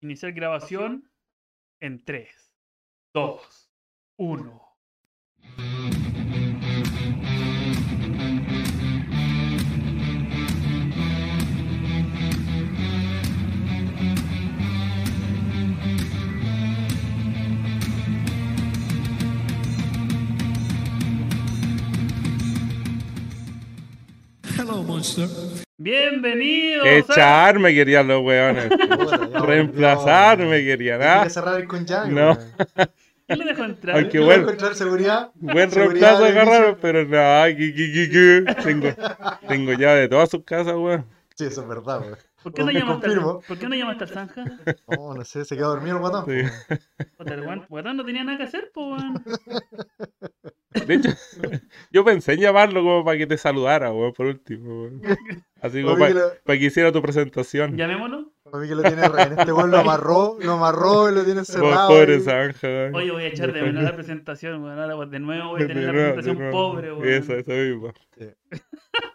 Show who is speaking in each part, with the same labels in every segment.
Speaker 1: Iniciar grabación en 3, 2, 1.
Speaker 2: Hello, monster.
Speaker 1: Bienvenidos. a-
Speaker 3: Echarme querían los weones.
Speaker 4: Puta, ya,
Speaker 3: Reemplazarme
Speaker 4: no.
Speaker 3: querían.
Speaker 4: Hay
Speaker 3: ¿ah?
Speaker 4: que cerrar el con llave.
Speaker 3: No.
Speaker 4: weón.
Speaker 1: ¿Quién le dejó entrar?
Speaker 3: Aunque
Speaker 4: Quiero
Speaker 3: bueno,
Speaker 4: encontrar seguridad.
Speaker 3: buen
Speaker 4: Seguridad
Speaker 3: reemplazo
Speaker 4: de
Speaker 3: agarraron,
Speaker 4: inicio.
Speaker 3: pero no. ay, que, que, que, que. Tengo, tengo llave de todas sus casas, weón.
Speaker 4: Sí, eso es verdad, weón.
Speaker 1: ¿Por qué no
Speaker 4: Me
Speaker 1: llamaste al,
Speaker 4: confirmo.
Speaker 1: ¿por qué no llamaste al Zanja?
Speaker 4: No, no sé, se quedó dormido el guatón.
Speaker 3: Sí.
Speaker 1: O tal guan- guatón no tenía nada que hacer, po, weón.
Speaker 3: De hecho, yo pensé en llamarlo como para que te saludara, weón, por último, weón. Así como
Speaker 4: Para mí,
Speaker 3: para
Speaker 4: que lo,
Speaker 3: que hiciera tu presentación.
Speaker 1: Llamémoslo.
Speaker 4: para mí que lo tiene rehén. Este weón lo amarró, lo amarró y lo tiene
Speaker 3: Po-
Speaker 4: cerrado. eh.
Speaker 3: Pobre
Speaker 4: y-
Speaker 3: Zanja, weón.
Speaker 1: Oye, voy a echar de menos la presentación, weón. Ahora de nuevo voy a
Speaker 3: De
Speaker 1: tener la
Speaker 3: nuevo, de
Speaker 1: presentación
Speaker 3: nuevo.
Speaker 1: pobre, weón.
Speaker 3: Eso, eso mismo.
Speaker 4: Sí.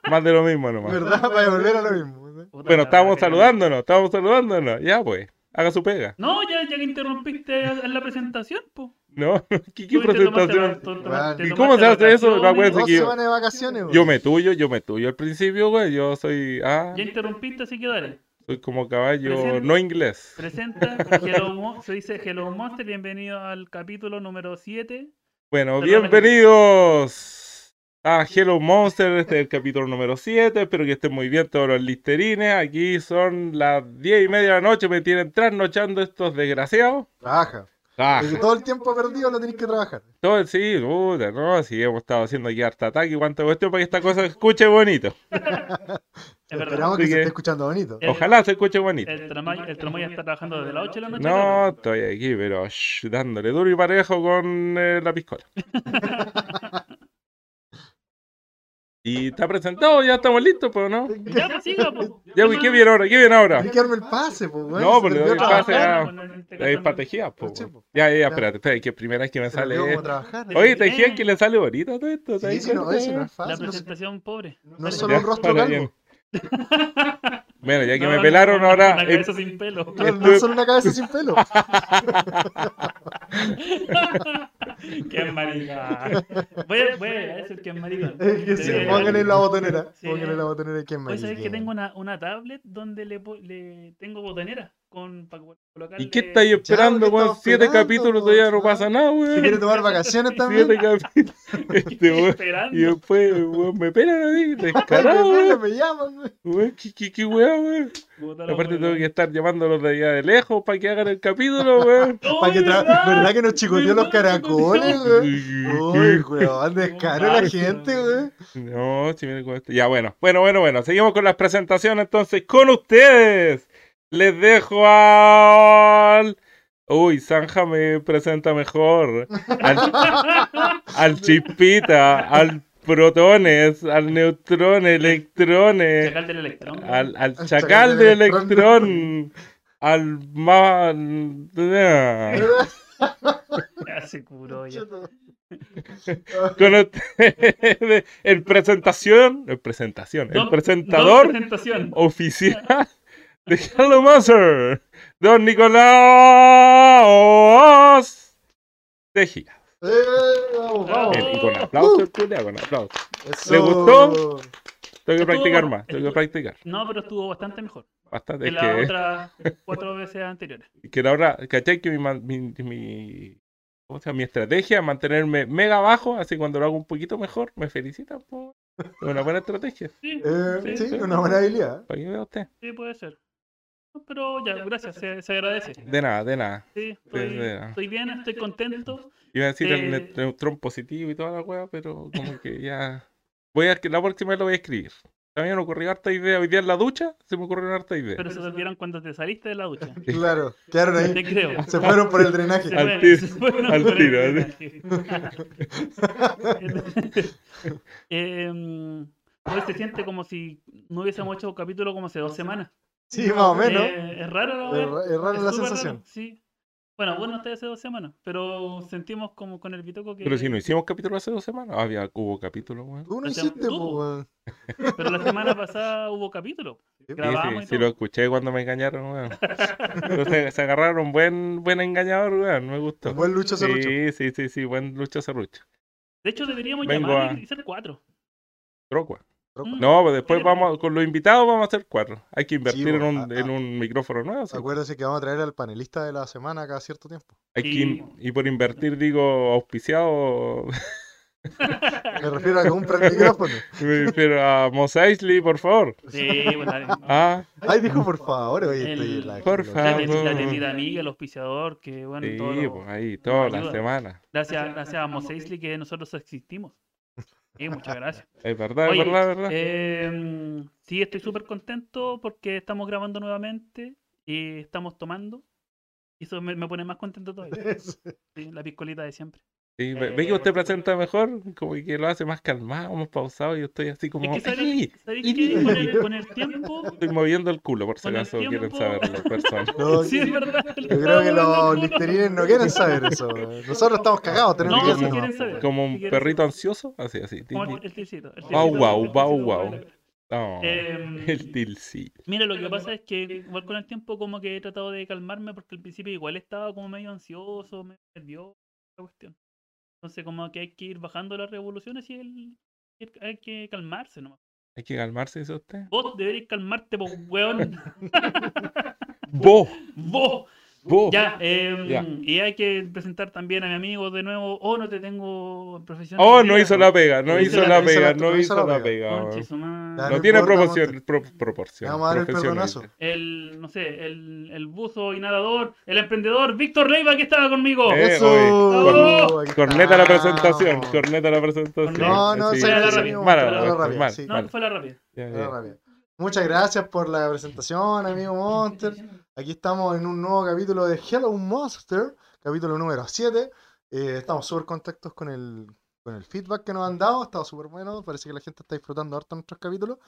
Speaker 3: Más de lo mismo nomás.
Speaker 4: ¿Verdad? Para volver a lo mismo. ¿sí?
Speaker 1: Puta
Speaker 3: Bueno,
Speaker 1: la
Speaker 3: estábamos
Speaker 1: raja, weón.
Speaker 3: saludándonos, estábamos saludándonos. Ya, pues, haga su pega.
Speaker 1: No, ya, ya que interrumpiste en la presentación, po.
Speaker 3: No, ¿qué, qué
Speaker 1: Tú te tomaste la-
Speaker 3: presentación?
Speaker 1: tú tomaste- te
Speaker 4: Weón.
Speaker 3: ¿Y
Speaker 1: tomaste
Speaker 3: cómo se hace eso? La
Speaker 1: vacaciones.
Speaker 3: weá
Speaker 4: Dos
Speaker 3: que yo-
Speaker 4: semanas de vacaciones, weón.
Speaker 3: Yo me tuyo, yo me tuyo al principio, güey. Yo soy, ah,
Speaker 1: Ya interrumpiste, así que dale.
Speaker 3: soy como caballo
Speaker 1: Presente.
Speaker 3: no inglés.
Speaker 1: Presenta Hello Mo- se dice Hello Monster, bienvenido al capítulo número 7.
Speaker 3: Bueno,
Speaker 1: Perdóname.
Speaker 3: bienvenidos a Hello Monster, este es el capítulo número 7. Espero que estén muy bien todos los listerines. Aquí son las 10 y media de la noche, me tienen trasnochando estos desgraciados.
Speaker 4: Trabaja.
Speaker 3: Ah,
Speaker 4: Porque todo el tiempo perdido lo tenés que trabajar.
Speaker 3: todo el sí, puta, no, sí, hemos estado haciendo aquí harta ataque y cuánta cuestión para que esta cosa se escuche bonito.
Speaker 1: Es verdad.
Speaker 4: Esperamos que
Speaker 3: Así
Speaker 4: se
Speaker 3: que-
Speaker 4: esté escuchando bonito.
Speaker 1: El-
Speaker 3: Ojalá se escuche bonito.
Speaker 1: El Tramoy el Tramoy ya está trabajando desde las 8 de la noche.
Speaker 3: No, estoy aquí, pero shh, dándole duro y parejo con eh, la piscola. y está presentado, ya estamos listos, pero no.
Speaker 1: cabrón. Ya, pues siga, pues.
Speaker 3: Ya, pues, ¿qué viene ahora? ¿Qué viene ahora?
Speaker 4: Hay que darme el pase, pues, weón.
Speaker 3: No,
Speaker 4: Se
Speaker 3: pues, le
Speaker 4: perdió
Speaker 3: doy el
Speaker 4: el
Speaker 3: pase
Speaker 4: trabajo.
Speaker 3: a-
Speaker 1: Ah, bueno, en este
Speaker 3: La
Speaker 1: caso no.
Speaker 3: estrategia, po.
Speaker 4: Sí,
Speaker 3: pues, weón.
Speaker 4: po.
Speaker 3: Ya, ya, espérate, espérate, que primera vez que me
Speaker 4: Se perdió
Speaker 3: sale.
Speaker 4: cómo
Speaker 3: esto.
Speaker 4: trabajar.
Speaker 3: Oye, te dijeron que le sale bonito todo esto.
Speaker 4: Sí,
Speaker 3: ¿sabes
Speaker 4: sí, no,
Speaker 3: cuánto?
Speaker 4: eso no es
Speaker 1: La
Speaker 4: fácil. no se-
Speaker 1: presentación pobre.
Speaker 4: No es
Speaker 3: Ya,
Speaker 4: solo un rostro
Speaker 3: bueno,
Speaker 4: calvo.
Speaker 3: bien. Bueno, ya que
Speaker 1: No,
Speaker 3: me
Speaker 1: no,
Speaker 3: pelaron
Speaker 1: no,
Speaker 3: ahora.
Speaker 1: Una
Speaker 3: eh,
Speaker 1: cabeza sin pelo.
Speaker 4: No, no es solo una cabeza sin pelo.
Speaker 1: Qué marica. Voy a, voy a decir que es marica.
Speaker 4: Es que sí, pónganle en la botonera.
Speaker 1: Sí.
Speaker 4: Pónganle en la botonera que es
Speaker 1: Hoy pues, sabes que
Speaker 4: mariquín.
Speaker 1: tengo una, una tablet donde le, po- le tengo botonera con para colocar.
Speaker 3: ¿Y qué estáis esperando,
Speaker 4: ¿qué
Speaker 3: weón?
Speaker 4: estamos
Speaker 3: Siete
Speaker 4: esperando,
Speaker 3: capítulos,
Speaker 4: po,
Speaker 3: todavía no
Speaker 4: chaval?
Speaker 3: pasa nada,
Speaker 4: Si quiere
Speaker 3: weón.
Speaker 4: tomar vacaciones también.
Speaker 3: Siete capítulos. Este weón. Y
Speaker 1: esperando?
Speaker 3: después, weón, me pelan a mí,
Speaker 4: Ay,
Speaker 3: descarado,
Speaker 4: me
Speaker 3: weón.
Speaker 4: pelan, me llaman, güey.
Speaker 3: Weón, qué, qué, qué weón, weón.
Speaker 1: Puta la
Speaker 3: Aparte
Speaker 1: wea.
Speaker 3: tengo que estar llamándolos de allá de lejos para que hagan el capítulo, weón.
Speaker 1: ¡Oh,
Speaker 4: Pa' que tra- ¿Verdad que nos chicoteó los
Speaker 1: ¿Verdad?
Speaker 4: caracoles, güey? Uy, weón, descaro la gente, güey.
Speaker 3: No, si viene con esto. Ya, bueno, bueno, bueno, bueno. Seguimos con las presentaciones entonces con ustedes. Les dejo al... Uy, Zanja me presenta mejor. Al, al Chispita, al Protones, al Neutrón, Electrones.
Speaker 1: Chacal del electrón.
Speaker 3: al, al chacal,
Speaker 4: chacal
Speaker 3: de
Speaker 4: del
Speaker 3: electrón, al más...
Speaker 1: Ya se curó ya.
Speaker 3: Con ustedes, en presentación, en presentación, el
Speaker 1: Don- don
Speaker 3: presentador
Speaker 1: presentación.
Speaker 3: oficial de Hello Monster, don Nicolás Tejía.
Speaker 4: Eh,
Speaker 1: Ah.
Speaker 4: vamos, vamos.
Speaker 3: Y con aplauso,
Speaker 1: Uh.
Speaker 3: culiao, con aplauso.
Speaker 4: Eso.
Speaker 3: ¿Le gustó? Tengo que
Speaker 1: Estuvo
Speaker 3: practicar
Speaker 1: bueno,
Speaker 3: más, tengo que
Speaker 1: estuvo-
Speaker 3: practicar.
Speaker 1: No, pero estuvo bastante mejor
Speaker 3: Bastante,
Speaker 1: que
Speaker 3: es
Speaker 1: las
Speaker 3: que...
Speaker 1: otras cuatro veces anteriores.
Speaker 3: que la hora, ¿cachai? Que mi, man- mi, mi- ¿cómo se llama? mi estrategia es mantenerme mega bajo, así cuando lo hago un poquito mejor, me felicitan. po. Es una buena estrategia,
Speaker 1: Sí,
Speaker 4: Eh,
Speaker 1: sí,
Speaker 4: sí, una buena habilidad.
Speaker 3: para que vea usted.
Speaker 1: sí, puede ser. No, Pero ya, gracias, se, se agradece.
Speaker 3: De nada, de nada.
Speaker 1: Sí, estoy,
Speaker 3: de nada.
Speaker 1: estoy bien, estoy contento.
Speaker 3: Iba a decir
Speaker 1: Eh.
Speaker 3: el ne- neutrón positivo y toda la wea, pero como que ya. Voy a, la próxima vez lo voy a escribir. También me ocurrió harta idea. Hoy día en la ducha se me ocurrió harta idea.
Speaker 1: Pero se te olvidaron cuando te saliste de la ducha.
Speaker 4: Claro, quedaron
Speaker 1: Te
Speaker 4: ahí.
Speaker 1: creo.
Speaker 4: Se fueron por el
Speaker 1: Se
Speaker 4: drenaje.
Speaker 3: Al
Speaker 1: fue-
Speaker 3: tiro,
Speaker 1: se fueron
Speaker 3: al
Speaker 1: por el
Speaker 3: tiro,
Speaker 1: drenaje. Em, hoy se siente como si no hubiésemos hecho un capítulo como hace dos semanas.
Speaker 4: Sí, más o menos.
Speaker 1: Eh, es raro la wea,
Speaker 4: Es ra- es rara
Speaker 1: es
Speaker 4: la
Speaker 1: súper
Speaker 4: sensación.
Speaker 1: raro, sí. Bueno, bueno, hasta hace dos semanas, pero sentimos como con el Bitoco que...
Speaker 3: Pero si no hicimos capítulo hace dos semanas, había, hubo capítulo, weón.
Speaker 4: Tú no
Speaker 1: Pero se-
Speaker 4: hiciste,
Speaker 1: tú.
Speaker 4: po, pues, weón.
Speaker 1: Pero la semana pasada hubo capítulo.
Speaker 3: Sí,
Speaker 1: Grabamos
Speaker 3: sí,
Speaker 1: y
Speaker 3: sí
Speaker 1: todo.
Speaker 3: lo escuché cuando me engañaron, weón. Pero se, se agarraron buen, buen engañador, weón. Me gustó.
Speaker 4: Un Buen lucha
Speaker 3: sí,
Speaker 4: serrucho.
Speaker 3: sí, sí, sí, buen lucha serrucho.
Speaker 1: De hecho, deberíamos
Speaker 3: Vengo
Speaker 1: llamar
Speaker 3: a-
Speaker 1: y ser cuatro.
Speaker 3: Trocua.
Speaker 4: Trocua.
Speaker 1: Mm.
Speaker 3: No, pues después
Speaker 1: Oye,
Speaker 3: vamos, con los invitados vamos a hacer cuatro. Hay que invertir en,
Speaker 4: bueno, ah,
Speaker 3: un,
Speaker 4: a-
Speaker 3: en
Speaker 4: a-
Speaker 3: un micrófono nuevo. sí.
Speaker 4: Acuérdese que vamos a traer al panelista de la semana cada cierto tiempo.
Speaker 3: Hay que
Speaker 1: Sí.
Speaker 3: in- y por invertir digo auspiciado,
Speaker 4: Me refiero a comprar el micrófono.
Speaker 3: me refiero a Mos Eisley, por favor.
Speaker 1: Sí, pues, bueno, dale.
Speaker 3: Ah,
Speaker 4: Ay, dijo por favor, oye, estoy
Speaker 1: El-
Speaker 4: en la.
Speaker 3: Por
Speaker 4: en la-
Speaker 1: La
Speaker 3: favor.
Speaker 1: ten- la tendida amiga, el auspiciador, que bueno,
Speaker 3: sí,
Speaker 1: todo lo-
Speaker 3: pues ahí, todas las
Speaker 1: ayuda.
Speaker 3: semanas.
Speaker 1: Gracias, gracias a Mos Eisley que nosotros existimos. Sí, muchas gracias.
Speaker 3: Es verdad,
Speaker 1: Oye,
Speaker 3: es verdad, es verdad.
Speaker 1: Eh, sí, estoy súper contento porque estamos grabando nuevamente y estamos tomando. Y eso me, me pone más contento todavía. Sí, la piscolita de siempre.
Speaker 3: Sí, ve,
Speaker 1: eh,
Speaker 3: ve que usted
Speaker 1: por
Speaker 3: presenta mejor, como que lo hace más calmado, más pausado, y yo estoy así como...
Speaker 1: es que
Speaker 3: "Ey".
Speaker 1: sabéis sabéis que con el, con el tiempo.
Speaker 3: Estoy moviendo el culo, por si
Speaker 1: Con el
Speaker 3: acaso quieren
Speaker 1: tiempo-
Speaker 3: saber las personas.
Speaker 4: No,
Speaker 1: Sí, es verdad.
Speaker 4: Yo creo que los listerines no quieren saber eso. weón. Nosotros estamos cagados, tenemos
Speaker 1: No,
Speaker 4: que
Speaker 1: sí
Speaker 4: decirlo.
Speaker 1: quieren saber.
Speaker 3: Como un
Speaker 1: Sí quieren
Speaker 3: perrito ansioso, así, así. tin,
Speaker 1: Como
Speaker 3: tin.
Speaker 1: el- el tilcito, el
Speaker 3: Guau,
Speaker 1: tilcito,
Speaker 3: guau,
Speaker 1: el
Speaker 3: guau,
Speaker 1: tilcito,
Speaker 3: guau.
Speaker 1: bueno.
Speaker 3: No,
Speaker 1: Em,
Speaker 3: el tilsi.
Speaker 1: Mira, lo que pasa es que igual con el tiempo como que he tratado de calmarme porque al principio igual estaba como medio ansioso, medio nervioso, la cuestión. Entonces como que hay que ir bajando las revoluciones y el, el- hay que calmarse nomás.
Speaker 3: Hay que calmarse, dice usted.
Speaker 1: Vos deberías calmarte, vos, weón.
Speaker 3: Vos,
Speaker 1: Vos.
Speaker 3: vos.
Speaker 1: Ya, em,
Speaker 3: Ya.
Speaker 1: y hay que presentar también a mi amigo de nuevo. Oh, no te tengo profesional.
Speaker 3: Oh,
Speaker 1: del
Speaker 3: no
Speaker 1: día.
Speaker 3: hizo la pega, no hizo la pega, no hizo la pega.
Speaker 1: Conche
Speaker 3: weón.
Speaker 1: su madre.
Speaker 4: Ya,
Speaker 3: No tiene
Speaker 4: importa,
Speaker 3: proporción, pro, proporción.
Speaker 4: Le vamos a dar el
Speaker 3: profesionalismo.
Speaker 4: perdonazo.
Speaker 1: El, no sé, el, el buzo y nadador, el emprendedor, Víctor Leiva, que estaba conmigo.
Speaker 3: Eh,
Speaker 4: Eso.
Speaker 1: oye,
Speaker 4: aquí
Speaker 3: Corneta la
Speaker 4: estamos.
Speaker 3: presentación, corneta la presentación.
Speaker 4: Ah. No, no,
Speaker 3: Sí,
Speaker 4: se
Speaker 1: Fue la
Speaker 3: sí,
Speaker 1: rabia,
Speaker 3: sí.
Speaker 1: fue
Speaker 3: Mala,
Speaker 1: la
Speaker 3: la-
Speaker 4: rabia,
Speaker 3: mal,
Speaker 4: sí.
Speaker 1: No,
Speaker 3: mal.
Speaker 1: fue la rápida.
Speaker 3: Ya,
Speaker 4: Me da
Speaker 3: ya.
Speaker 4: rabia. Muchas gracias por la presentación, amigo Monster. Aquí estamos en un nuevo capítulo de Hello Monster, capítulo número 7. Eh, estamos súper contentos con el, con el feedback que nos han dado, ha estado súper bueno, parece que la gente está disfrutando harto nuestros capítulos.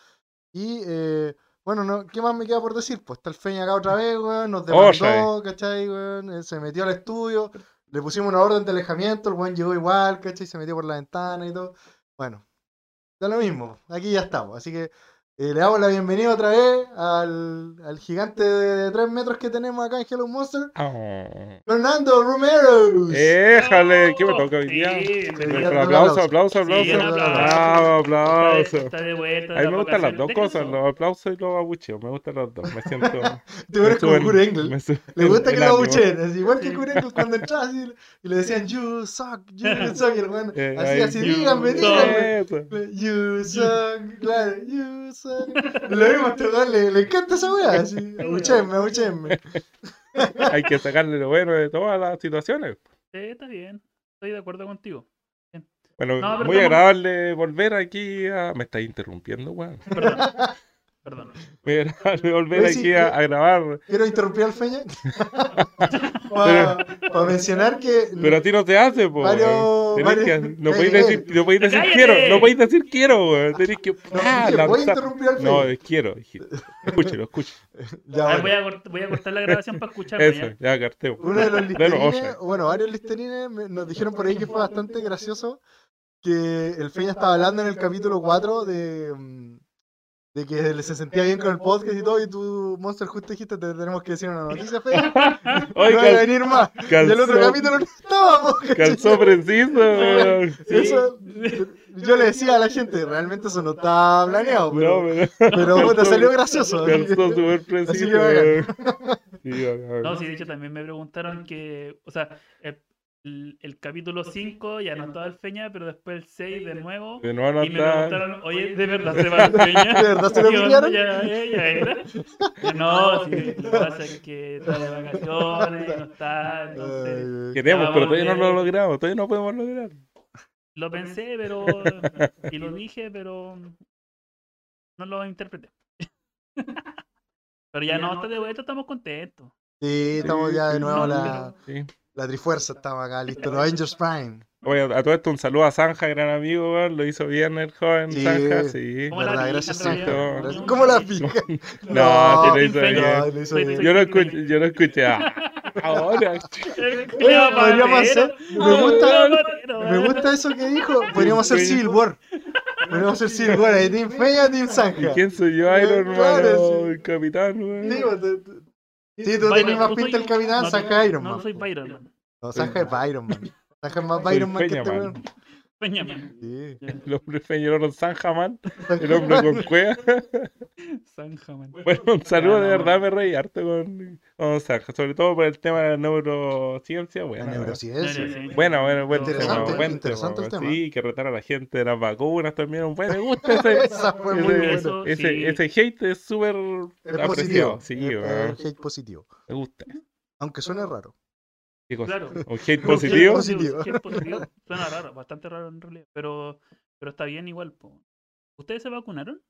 Speaker 4: Y eh, bueno, no, ¿qué más me queda por decir? Pues está el Feña acá otra vez, weón, nos demandó, ¿cachai? Weón? Eh, se metió al estudio, le pusimos una orden de alejamiento, el weón llegó igual, ¿cachai? Se metió por la ventana y todo. Bueno, da lo mismo, aquí ya estamos, así que eh, le damos la bienvenida otra vez al, al gigante de, 3 metros que tenemos acá en Hello Monster,
Speaker 3: Ah.
Speaker 4: Fernando Romero.
Speaker 3: Eh, Éjale, ¿qué me toca hoy
Speaker 1: Sí,
Speaker 3: día? Pues,
Speaker 1: bienvenido.
Speaker 3: Nuestro
Speaker 4: un
Speaker 3: aplauso,
Speaker 4: aplauso.
Speaker 3: aplauso,
Speaker 1: Sí,
Speaker 3: aplauso.
Speaker 1: un
Speaker 3: Bravo,
Speaker 1: aplauso. Está de-
Speaker 3: aplauso.
Speaker 1: está de vuelta.
Speaker 3: A mí
Speaker 1: de
Speaker 3: me
Speaker 1: las
Speaker 3: gustan las dos
Speaker 1: vacaciones.
Speaker 3: cosas,
Speaker 1: Déjenlo.
Speaker 3: los aplausos y los abucheos. Me gustan las dos. Me siento.
Speaker 4: Te ves como Kurt Engel. Le gusta que lo
Speaker 3: abuche
Speaker 4: abucheen, es igual que Kurt Angle cuando entraba así, y le decían You suck, you suck, y el weón
Speaker 3: Eh,
Speaker 4: así, así,
Speaker 1: you
Speaker 4: díganme,
Speaker 1: suck".
Speaker 4: díganme. You suck, claro, you suck. Lo mismo a este weón, le, le encanta esa weá, así, abucheenme, abucheenme.
Speaker 3: Hay que sacarle lo bueno de todas las situaciones.
Speaker 1: Sí, está bien. Estoy de acuerdo contigo.
Speaker 3: Bueno,
Speaker 1: No, pero
Speaker 3: muy
Speaker 1: estamos-
Speaker 3: agradable volver aquí a. Me estáis interrumpiendo, weón.
Speaker 1: Perdón. Perdón.
Speaker 3: Muy agradable volver
Speaker 4: Oye, sí, eh,
Speaker 3: aquí a,
Speaker 4: yo-
Speaker 3: a grabar.
Speaker 4: Quiero interrumpir al Feña para mencionar que
Speaker 3: Pero a ti no te hace, po.
Speaker 4: Varios-
Speaker 3: weón. Tenés que-
Speaker 4: varios-
Speaker 3: No podéis
Speaker 4: Miguel.
Speaker 3: decir, no podéis decir
Speaker 1: ¡Cállate!
Speaker 3: quiero, no podéis decir quiero, weón. Tenés que.
Speaker 4: no,
Speaker 3: ah,
Speaker 4: dije, voy a
Speaker 3: lanzar-
Speaker 4: interrumpir al
Speaker 3: No,
Speaker 4: Feña.
Speaker 3: es quiero. dije. Escúchelo, escúchelo.
Speaker 4: Ya,
Speaker 1: Ah,
Speaker 4: bueno.
Speaker 1: voy, a, cort- voy a cortar la grabación para escucharme.
Speaker 3: Eso, ya carteo.
Speaker 4: Uno de los
Speaker 3: Bueno,
Speaker 4: listerines,
Speaker 3: oye.
Speaker 4: bueno, varios listerines me- nos dijeron por ahí que fue bastante gracioso que el Feña estaba hablando en el capítulo 4 de, mm, de que se sentía bien con el podcast y todo, y tú, Monster, justo dijiste, te tenemos que decir una noticia, Feña, no va a
Speaker 3: Oiga,
Speaker 4: venir más. Y el otro
Speaker 3: calzó-
Speaker 4: capítulo no estábamos. ¿cachai?
Speaker 3: Calzó preciso, weón.
Speaker 4: Eso- yo le decía a la gente, realmente eso no estaba planeado,
Speaker 3: No,
Speaker 4: pero,
Speaker 3: pero
Speaker 4: pero
Speaker 3: calzó-
Speaker 4: puta, salió gracioso. así que-
Speaker 3: calzó súper preciso,
Speaker 4: que bacán.
Speaker 3: weón. Sí, bacán.
Speaker 1: No, sí, de hecho también me preguntaron que, o sea, el, el capítulo 5 ya no estaba el Feña, pero después el 6 de nuevo.
Speaker 3: De nuevo no
Speaker 1: Y me
Speaker 3: está-
Speaker 1: preguntaron, oye, ¿de verdad se va el Peña?
Speaker 4: ¿De verdad se lo
Speaker 1: ¿Qué
Speaker 4: pillaron?
Speaker 1: onda? ¿Ya, ya, ya era? Yo, No, sí, lo que pasa es que está de vacaciones, no está, entonces...
Speaker 4: Ay,
Speaker 3: Queremos, pero
Speaker 1: Vamos,
Speaker 3: todavía no lo
Speaker 1: bien.
Speaker 3: logramos, todavía no podemos lograr.
Speaker 1: Lo pensé, pero... Y lo dije, pero... No lo interpreté. Pero ya no, pues. está de vuelta, estamos contentos.
Speaker 4: sí, estamos ya de nuevo
Speaker 1: No,
Speaker 4: la,
Speaker 3: Sí.
Speaker 4: la Trifuerza, estaba acá, listo, los Angels Prime.
Speaker 3: Oye, a todo esto un saludo a Zanja, gran amigo, weón. Lo hizo bien el joven
Speaker 4: Sí.
Speaker 3: Zanja, sí.
Speaker 1: ¿Cómo la
Speaker 4: ¿Verdad?
Speaker 1: pica,
Speaker 4: Gracias,
Speaker 1: en realidad?
Speaker 4: Sergio.
Speaker 1: No,
Speaker 4: Gracias. ¿Cómo la pica?
Speaker 3: No,
Speaker 1: sí lo hizo
Speaker 4: no,
Speaker 1: bien.
Speaker 4: lo hizo
Speaker 1: Soy-
Speaker 4: bien.
Speaker 1: soy-
Speaker 3: Yo lo escuché, yo lo escuché. ah. Ahora.
Speaker 1: Culeado
Speaker 4: podríamos
Speaker 1: patero.
Speaker 4: hacer- me gusta-
Speaker 1: Culeado patero,
Speaker 4: Me
Speaker 1: weón.
Speaker 4: gusta eso que dijo. Podríamos hacer Civil War. Podríamos hacer Civil War. ahí Team Feña, Team
Speaker 3: ¿Y
Speaker 4: Zanja.
Speaker 3: quién soy yo, Iron Man?
Speaker 4: Claro,
Speaker 3: o
Speaker 4: sí.
Speaker 3: el capitán, weón.
Speaker 4: Sí, pues, te- te- sí, tú
Speaker 1: Byron,
Speaker 4: tenés más
Speaker 1: no
Speaker 4: pinta
Speaker 1: soy-
Speaker 4: el capitán,
Speaker 1: no,
Speaker 4: Zanja Iron
Speaker 1: No,
Speaker 4: Man. pues.
Speaker 1: soy Byron. man.
Speaker 4: No, Zanja es Byron Man. Zanja es más
Speaker 3: Soy
Speaker 4: Byron Man que
Speaker 3: Peña
Speaker 4: este
Speaker 3: Man.
Speaker 4: weón.
Speaker 1: Peña, man.
Speaker 4: Sí.
Speaker 3: El hombre feñolón Sanjaman,
Speaker 4: Zanja
Speaker 3: el hombre
Speaker 4: Man.
Speaker 3: con cueva.
Speaker 1: Zanja, man.
Speaker 3: Bueno, un saludo,
Speaker 1: Ya, no,
Speaker 3: de verdad
Speaker 1: bueno.
Speaker 3: me reí harto con, con Sanja, sobre todo por el tema de la neurociencia.
Speaker 4: La
Speaker 3: Bueno,
Speaker 4: neurociencia.
Speaker 1: No, no, no.
Speaker 3: Bueno, bueno, buen
Speaker 4: Interesante,
Speaker 3: tema, buen
Speaker 4: interesante
Speaker 3: tema,
Speaker 4: el tema.
Speaker 3: Sí, que retar a la gente de las vacunas también, un buen me gusta ese,
Speaker 4: Esa fue muy
Speaker 3: ese,
Speaker 4: buena.
Speaker 1: Eso
Speaker 3: ese,
Speaker 1: sí.
Speaker 3: ese hate es súper
Speaker 4: Es
Speaker 3: apreciado.
Speaker 4: positivo. Eh,
Speaker 3: Sí,
Speaker 4: es,
Speaker 3: weón,
Speaker 4: es hate positivo.
Speaker 3: me gusta.
Speaker 4: Aunque suene raro.
Speaker 3: Qué cosa,
Speaker 1: Claro.
Speaker 3: Un hate positivo.
Speaker 4: Positivo.
Speaker 1: Sí, es positivo. Suena raro, bastante raro en realidad. Pero, pero está bien igual. po. ¿Ustedes se vacunaron?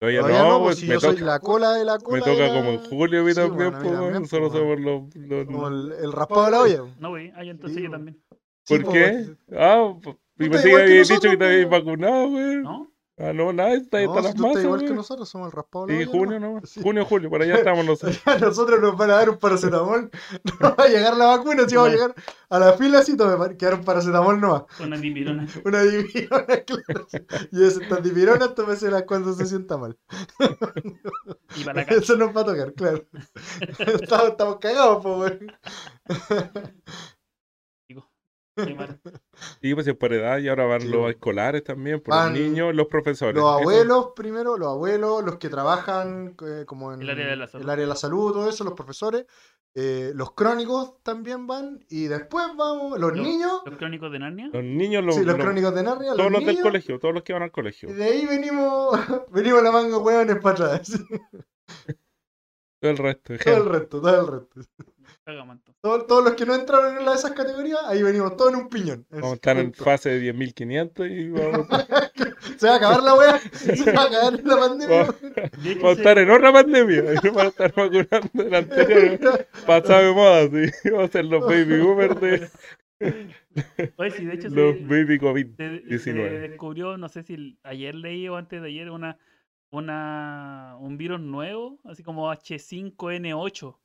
Speaker 3: Todavía
Speaker 4: Todavía
Speaker 3: no,
Speaker 4: no, pues
Speaker 3: pues,
Speaker 4: si
Speaker 3: me
Speaker 4: yo soy
Speaker 3: toca,
Speaker 4: la cola de la
Speaker 3: me
Speaker 4: cola. de
Speaker 3: toca
Speaker 4: la-
Speaker 3: como en julio a mí
Speaker 4: Sí,
Speaker 3: también,
Speaker 4: bueno, a mí
Speaker 3: pues, weón,
Speaker 4: también,
Speaker 3: solo
Speaker 4: pues,
Speaker 3: somos los... los-
Speaker 4: Como el, el raspado de la olla.
Speaker 1: No, güey. Ah, yo entonces
Speaker 4: Sí,
Speaker 1: yo
Speaker 4: bueno.
Speaker 1: también.
Speaker 4: Sí,
Speaker 3: ¿Por
Speaker 4: po,
Speaker 3: qué? Ah, pues,
Speaker 4: Tú
Speaker 3: y pensé
Speaker 4: estás
Speaker 3: que
Speaker 4: este. igual que
Speaker 3: habías dicho
Speaker 4: nosotros,
Speaker 3: que te habías
Speaker 4: pues.
Speaker 3: vacunado, weón.
Speaker 1: ¿No?
Speaker 3: Ah, no, nada, está ahí
Speaker 4: No,
Speaker 3: está
Speaker 4: si
Speaker 3: las
Speaker 4: tú estás
Speaker 3: masas,
Speaker 4: igual que
Speaker 3: weón.
Speaker 4: nosotros, somos el raspado de la
Speaker 3: Sí,
Speaker 4: olla.
Speaker 3: junio
Speaker 4: nomás.
Speaker 3: nomás.
Speaker 4: Sí.
Speaker 3: Junio, julio, por allá estamos nosotros.
Speaker 4: A nosotros nos van a dar un paracetamol. No va a llegar la vacuna, si vamos a
Speaker 1: No.
Speaker 4: llegar a la fila, si me va a quedar un paracetamol nomás.
Speaker 1: Con la dipirona.
Speaker 4: Una divirona, claro. Y esas estas divironas, tómeselas cuando se sienta mal.
Speaker 1: Y para la casa.
Speaker 4: Eso nos va a tocar, claro. estamos, estamos cagados, po, weón.
Speaker 1: Qué mal.
Speaker 3: Sí, pues es por edad y ahora van
Speaker 4: Sí,
Speaker 3: los
Speaker 4: bueno.
Speaker 3: escolares también, por
Speaker 4: Van
Speaker 3: los niños, los profesores.
Speaker 4: Los
Speaker 3: Eso-
Speaker 4: abuelos primero, los abuelos, los que trabajan eh, como en
Speaker 1: El área de la salud.
Speaker 4: el área de la salud, todo eso, los profesores, eh, los crónicos también van y después vamos, los
Speaker 1: Los-
Speaker 4: niños,
Speaker 1: Los crónicos de Narnia.
Speaker 3: Los niños, los,
Speaker 4: sí, los
Speaker 3: los-
Speaker 4: crónicos de Narnia, los
Speaker 3: todos los del
Speaker 4: niños,
Speaker 3: colegio, todos los que van al
Speaker 4: y
Speaker 3: colegio.
Speaker 4: de ahí venimos, venimos la manga hueones para atrás,
Speaker 3: Todo el resto.
Speaker 4: todo el
Speaker 3: gente.
Speaker 4: resto, todo el resto.
Speaker 1: Caga, man.
Speaker 4: Todo- todos los que no entraron en la de esas categorías, ahí venimos todos en un piñón.
Speaker 3: Vamos a estar en fase de 10.500 y vamos, vamos
Speaker 4: Se va a acabar la wea, se va a acabar la pandemia.
Speaker 1: De hecho,
Speaker 3: a
Speaker 1: se-
Speaker 3: estar en otra pandemia. Y nos van a estar vacunando el anterior. Pasado de moda, sí. Vamos a ser los baby boomers de
Speaker 1: oye, sí, de hecho, se-
Speaker 3: los baby COVID.
Speaker 1: se, se
Speaker 3: 19.
Speaker 1: descubrió, no sé si l- ayer leí o antes de ayer, una, una, un virus nuevo, así como H5N8.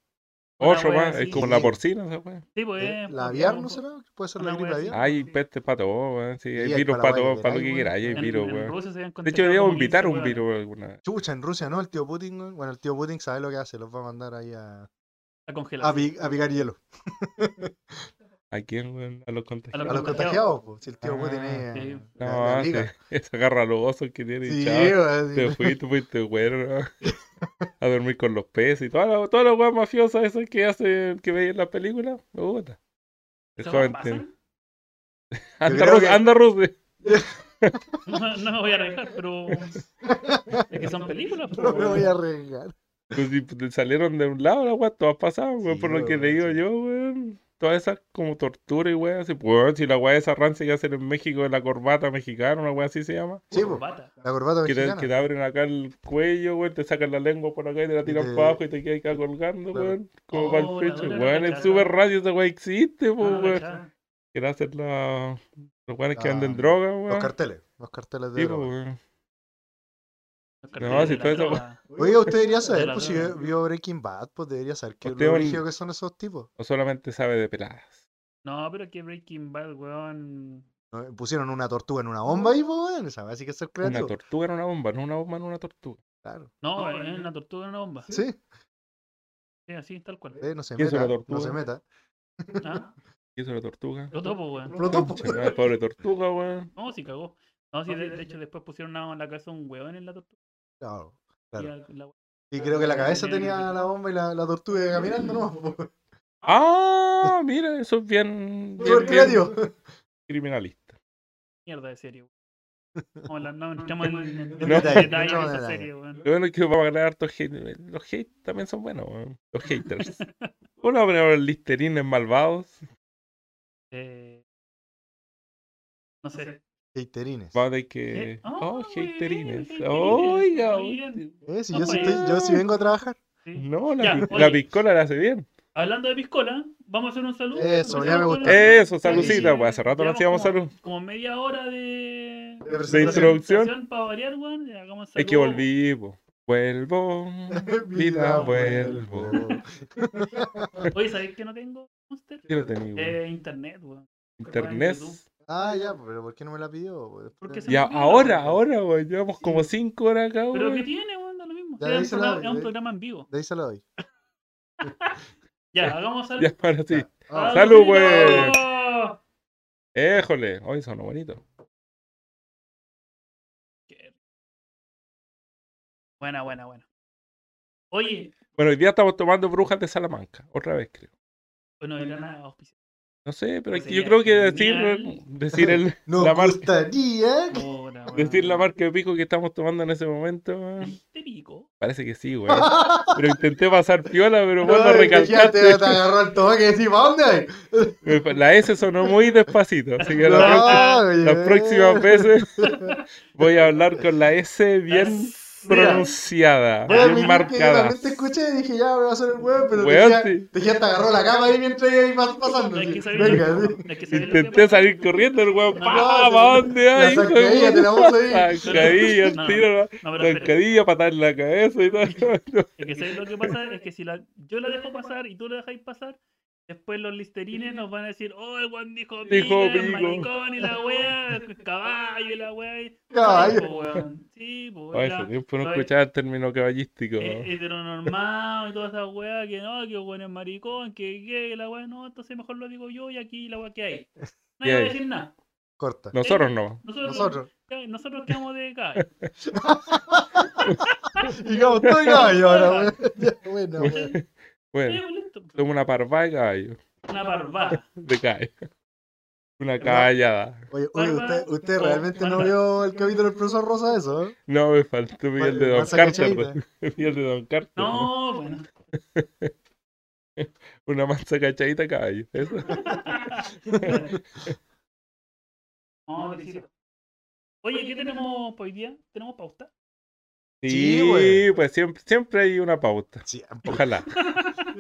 Speaker 1: Una
Speaker 3: Otro
Speaker 1: wea
Speaker 3: más, es
Speaker 1: así.
Speaker 3: como la porcina, esa wea.
Speaker 1: Sí, pues, es
Speaker 4: ¿Eh? ¿La
Speaker 1: como-
Speaker 4: aviar no
Speaker 1: como-
Speaker 4: será? ¿Puede ser
Speaker 1: Una
Speaker 4: la gripe
Speaker 1: wea así.
Speaker 4: aviar?
Speaker 3: Hay pestes para pues, todo, weón. Sí, hay
Speaker 4: Sí, hay
Speaker 3: virus
Speaker 4: pa' la
Speaker 3: para
Speaker 4: wea que
Speaker 3: todo, para lo que
Speaker 4: queráis,
Speaker 3: queráis, hay
Speaker 1: en-
Speaker 3: virus,
Speaker 1: en
Speaker 3: weón.
Speaker 1: Rusia se habían
Speaker 3: De hecho,
Speaker 1: contagiado
Speaker 3: deberíamos
Speaker 1: como
Speaker 3: invitar a
Speaker 1: 15
Speaker 3: un
Speaker 1: hueones.
Speaker 3: virus alguna vez.
Speaker 4: Chucha, en Rusia, ¿no? El tío Putin, güey. bueno, el tío Putin sabe lo que hace, los va a mandar ahí a,
Speaker 1: A
Speaker 4: a,
Speaker 1: congelar.
Speaker 4: pi- a picar hielo.
Speaker 3: ¿A quién, weón? A los contagiados.
Speaker 4: A los
Speaker 1: contagiados.
Speaker 4: contagiados, po. si el tío
Speaker 3: Ah,
Speaker 4: Putin es.
Speaker 1: sí.
Speaker 4: la-
Speaker 3: No,
Speaker 4: la
Speaker 3: ah,
Speaker 4: liga.
Speaker 3: se- se agarra a los osos que tiene y
Speaker 4: Sí,
Speaker 3: chao.
Speaker 4: güey,
Speaker 3: Te
Speaker 4: sí.
Speaker 3: fuiste, fuiste, güero, ¿no? A dormir con los peces y todas las todas las weas mafiosas esas que hace que veis en las películas. Me gusta. El
Speaker 1: ¿Esas
Speaker 3: joven
Speaker 1: weas
Speaker 3: tiene-
Speaker 1: pasan?
Speaker 3: Anda,
Speaker 4: Yo creo
Speaker 3: Rusia,
Speaker 4: que-
Speaker 3: anda, Rusia.
Speaker 1: No, no me voy a arriesgar, pero. Es que son películas.
Speaker 4: No me
Speaker 1: po.
Speaker 4: voy a arriesgar.
Speaker 3: Pues, y, pues, salieron de un lado las weas, todas pasaban, weón,
Speaker 4: Sí,
Speaker 3: por lo que he
Speaker 4: weón,
Speaker 3: leído
Speaker 4: sí.
Speaker 3: yo, weón. Todas esas como tortura y weas así, pues, weón, si la wea de esa rancia que hacen en México de la corbata mexicana, una wea así se llama.
Speaker 4: Sí, pues. po.
Speaker 1: Bata.
Speaker 4: La corbata
Speaker 3: Que te, que te
Speaker 4: mexicana.
Speaker 3: abren acá el cuello, weón, te sacan la lengua por acá y te la tiran
Speaker 4: te-
Speaker 3: para abajo y te quedas acá colgando,
Speaker 4: Claro.
Speaker 3: weón. Como
Speaker 1: Oh,
Speaker 3: para
Speaker 1: la
Speaker 3: el pecho.
Speaker 1: dura, Ah, la
Speaker 3: Weón, en
Speaker 1: cachada.
Speaker 3: Super Radio esa weá existe,
Speaker 1: No,
Speaker 3: pues,
Speaker 1: no,
Speaker 3: weón.
Speaker 1: cachaba.
Speaker 3: Quieren hacer la- los weones que
Speaker 4: Ah,
Speaker 3: venden droga,
Speaker 4: Los
Speaker 3: weón.
Speaker 4: carteles, los carteles de.
Speaker 3: Sí, pues,
Speaker 4: droga.
Speaker 3: weón.
Speaker 1: Los
Speaker 3: No,
Speaker 1: carteles
Speaker 3: si
Speaker 1: de la
Speaker 3: todo eso-
Speaker 1: droga.
Speaker 4: Oiga, usted debería
Speaker 1: De
Speaker 4: saber,
Speaker 1: la
Speaker 4: pues si
Speaker 1: droga.
Speaker 4: vio Breaking Bad, pues debería saber que lo
Speaker 3: Usted es un-
Speaker 4: brígido que son esos tipos.
Speaker 3: O solamente sabe de peladas.
Speaker 1: No, pero que Breaking Bad, weón.
Speaker 4: ¿No? Pusieron una tortuga en una bomba y pues bueno, esa wea sí que es ser
Speaker 3: Una
Speaker 4: creativo.
Speaker 3: tortuga en una bomba, no una bomba en una tortuga.
Speaker 4: Claro.
Speaker 1: No, es una tortuga en una bomba.
Speaker 4: eh, Sí,
Speaker 1: Sí, así, tal cual.
Speaker 4: eh, no se
Speaker 3: ¿Qué es
Speaker 4: meta,
Speaker 3: una
Speaker 4: no
Speaker 3: tortuga?
Speaker 4: se meta.
Speaker 1: Ah,
Speaker 3: ¿Y eso la tortuga?
Speaker 1: Lo topo, weón.
Speaker 4: Explotó, po.
Speaker 3: Concha, weón, Pobre tortuga, weón.
Speaker 1: No, sí cagó. No, sí, de, de hecho después pusieron a la cabeza un huevón en la tortuga.
Speaker 4: Claro.
Speaker 1: y
Speaker 4: Claro.
Speaker 1: a- la-
Speaker 4: Y creo que la cabeza
Speaker 1: Tenía-
Speaker 4: tenía la bomba y la, la tortuga iba caminando, ¿no?
Speaker 3: Ah, mira, eso es bien, bien-
Speaker 4: Súper
Speaker 3: bien
Speaker 4: creativo.
Speaker 3: criminalista.
Speaker 1: Mierda de serie, weón. No, la- no entramos en, en- en
Speaker 3: No.
Speaker 1: detalles de
Speaker 4: Entramos en
Speaker 1: esa
Speaker 4: detalle.
Speaker 1: serie, weón.
Speaker 3: Lo bueno es que vamos a ganar hartos hate. Los hate también son buenos, weón. Los haters. Uno va a los listerines malvados.
Speaker 1: Eh, no sé.
Speaker 4: Haterines.
Speaker 3: Vamos a tener que.
Speaker 1: Eh,
Speaker 3: Oh,
Speaker 1: oh,
Speaker 3: haterines.
Speaker 1: weón,
Speaker 3: Oiga,
Speaker 1: haterines, muy
Speaker 3: oiga.
Speaker 4: Eh, si
Speaker 1: Ah,
Speaker 4: yo, sí
Speaker 1: pues.
Speaker 4: estoy- yo sí vengo a trabajar.
Speaker 1: sí.
Speaker 3: No, la,
Speaker 1: Ya,
Speaker 3: pi-
Speaker 1: oye.
Speaker 3: la piscola la hace bien.
Speaker 1: Hablando de piscola, vamos a hacer un saludo.
Speaker 4: Eso,
Speaker 1: Vamos a
Speaker 4: ya
Speaker 1: hacer
Speaker 4: me
Speaker 1: un
Speaker 4: gusta.
Speaker 1: saludo.
Speaker 3: Eso, saludcita,
Speaker 1: Sí,
Speaker 3: weón. Hace rato no
Speaker 1: llevamos
Speaker 3: hacíamos
Speaker 1: como-
Speaker 3: salud.
Speaker 1: Como media hora de.
Speaker 4: presentación.
Speaker 3: introducción.
Speaker 1: Para variar, weón. Hagamos
Speaker 3: Es que
Speaker 1: saludo.
Speaker 3: volví, po. Vuelvo, vida, vuelvo.
Speaker 1: Oye, ¿sabéis que no tengo Monster?
Speaker 3: Sí pues, lo tenía, weón.
Speaker 1: Eh, internet, weón.
Speaker 3: Internet.
Speaker 4: Ah, ya, pero ¿por qué no me la pidió? Pues,
Speaker 1: Porque se-
Speaker 3: Y a-
Speaker 1: Mira,
Speaker 3: ahora,
Speaker 1: weón.
Speaker 3: ahora, weón. Llevamos como 5 horas acá,
Speaker 1: Pero ¿qué
Speaker 3: weón.
Speaker 1: tiene, weón? Da lo mismo.
Speaker 4: Ya,
Speaker 1: Es un
Speaker 4: díselo,
Speaker 1: programa- es un
Speaker 4: eh.
Speaker 1: programa en vivo.
Speaker 4: De ahí se la doy.
Speaker 1: Ya, hagamos salud.
Speaker 3: Ya, ahora sí.
Speaker 4: Ah,
Speaker 3: Salud,
Speaker 1: ¡Saludcita!
Speaker 3: weón. Éjole, hoy sonó bonito.
Speaker 1: Qué- Buena, buena, buena. Oye,
Speaker 3: Bueno, hoy día estamos tomando brujas de Salamanca. Otra vez, creo.
Speaker 1: bueno, era nada auspicio.
Speaker 3: No sé, pero es que yo
Speaker 1: Sería
Speaker 3: creo que decir,
Speaker 1: genial.
Speaker 3: decir, el,
Speaker 4: Nos
Speaker 3: La mar-
Speaker 4: gustaría que-
Speaker 1: Puta, weón.
Speaker 3: decir la marca de pico que estamos tomando en ese momento, weón.
Speaker 1: ¿Viste, pico?
Speaker 3: Parece que sí, weón. Pero intenté pasar piola, pero vos
Speaker 4: No,
Speaker 3: lo
Speaker 4: es que ya
Speaker 3: recalcaste.
Speaker 4: te,
Speaker 3: Eh, pues,
Speaker 4: te agarró el toque y decís, ¿para dónde hay?
Speaker 3: La S sonó muy despacito, así que la
Speaker 1: No.
Speaker 3: próxima- las próximas veces voy a hablar con la S bien pronunciada,
Speaker 4: Voy a
Speaker 3: bien
Speaker 4: admitir que yo
Speaker 3: marcada.
Speaker 4: también te escuché y dije, ya, me va a hacer el huevo, pero te
Speaker 3: Weón,
Speaker 4: dije,
Speaker 3: sí.
Speaker 4: te dije, te agarró la cama ahí mientras ibas pasando.
Speaker 1: Es que
Speaker 4: así.
Speaker 1: sabéis
Speaker 4: Venga,
Speaker 1: lo-
Speaker 4: sí.
Speaker 1: es que sabéis lo que
Speaker 3: Intenté
Speaker 1: pasa.
Speaker 3: salir corriendo el weón.
Speaker 1: No,
Speaker 3: ¡Pa!
Speaker 4: no,
Speaker 3: ¿pa'
Speaker 4: no,
Speaker 3: dónde hay, hijo de
Speaker 4: zancadilla,
Speaker 3: puta?
Speaker 4: te la vamos a ir.
Speaker 3: Zancadilla, el
Speaker 1: No, no,
Speaker 3: tiro,
Speaker 1: No, pero
Speaker 3: la
Speaker 1: espera.
Speaker 3: zancadilla, patada en la cabeza y todo.
Speaker 1: Es que ¿sabes lo que pasa es que si la, yo la dejo pasar y tú la dejáis pasar, después los listerines nos van a decir, oh, el Juan dijo
Speaker 3: Dijo
Speaker 1: pico,
Speaker 3: pico".
Speaker 1: maricón y la weá, caballo y la weá. y-
Speaker 4: Caballo.
Speaker 1: Sí, po, weón. Sí, pues
Speaker 3: Ay, hace tiempo no escuchaba el término cabalístico.
Speaker 1: Eh, heteronormado y toda esa weá que no, que bueno es maricón, que gay, la weá, no, entonces mejor lo digo yo y aquí la weá que hay. Nadie va a
Speaker 3: hay?
Speaker 1: decir nada.
Speaker 4: Corta.
Speaker 3: Nosotros no.
Speaker 1: Nosotros,
Speaker 4: Nosotros.
Speaker 1: nosotros quedamos de caballo.
Speaker 4: Y como estoy caballo ahora, weón. Ya, Bueno, weón.
Speaker 1: Sí,
Speaker 3: Bueno,
Speaker 1: listo.
Speaker 3: pues, somos una parvada de caballo.
Speaker 1: Una barbada.
Speaker 3: De caballo. Una caballada.
Speaker 4: Oye, oye, usted, usted
Speaker 1: Oh,
Speaker 4: realmente no
Speaker 1: Marta.
Speaker 4: vio el capítulo del profesor Rosa, eso, ¿eh?
Speaker 3: No, me faltó mi el de Don
Speaker 4: Pasa
Speaker 3: Carter.
Speaker 4: cachadita.
Speaker 3: Mi el de Don Carter.
Speaker 1: No, bueno.
Speaker 3: Una mansa cachadita de caballo. Eso.
Speaker 1: No, que sí. Oye, ¿qué tenemos para hoy día? ¿Tenemos pauta?
Speaker 3: Sí,
Speaker 4: Sí, güey.
Speaker 3: pues siempre, siempre hay una pauta.
Speaker 4: Sí,
Speaker 3: Ojalá.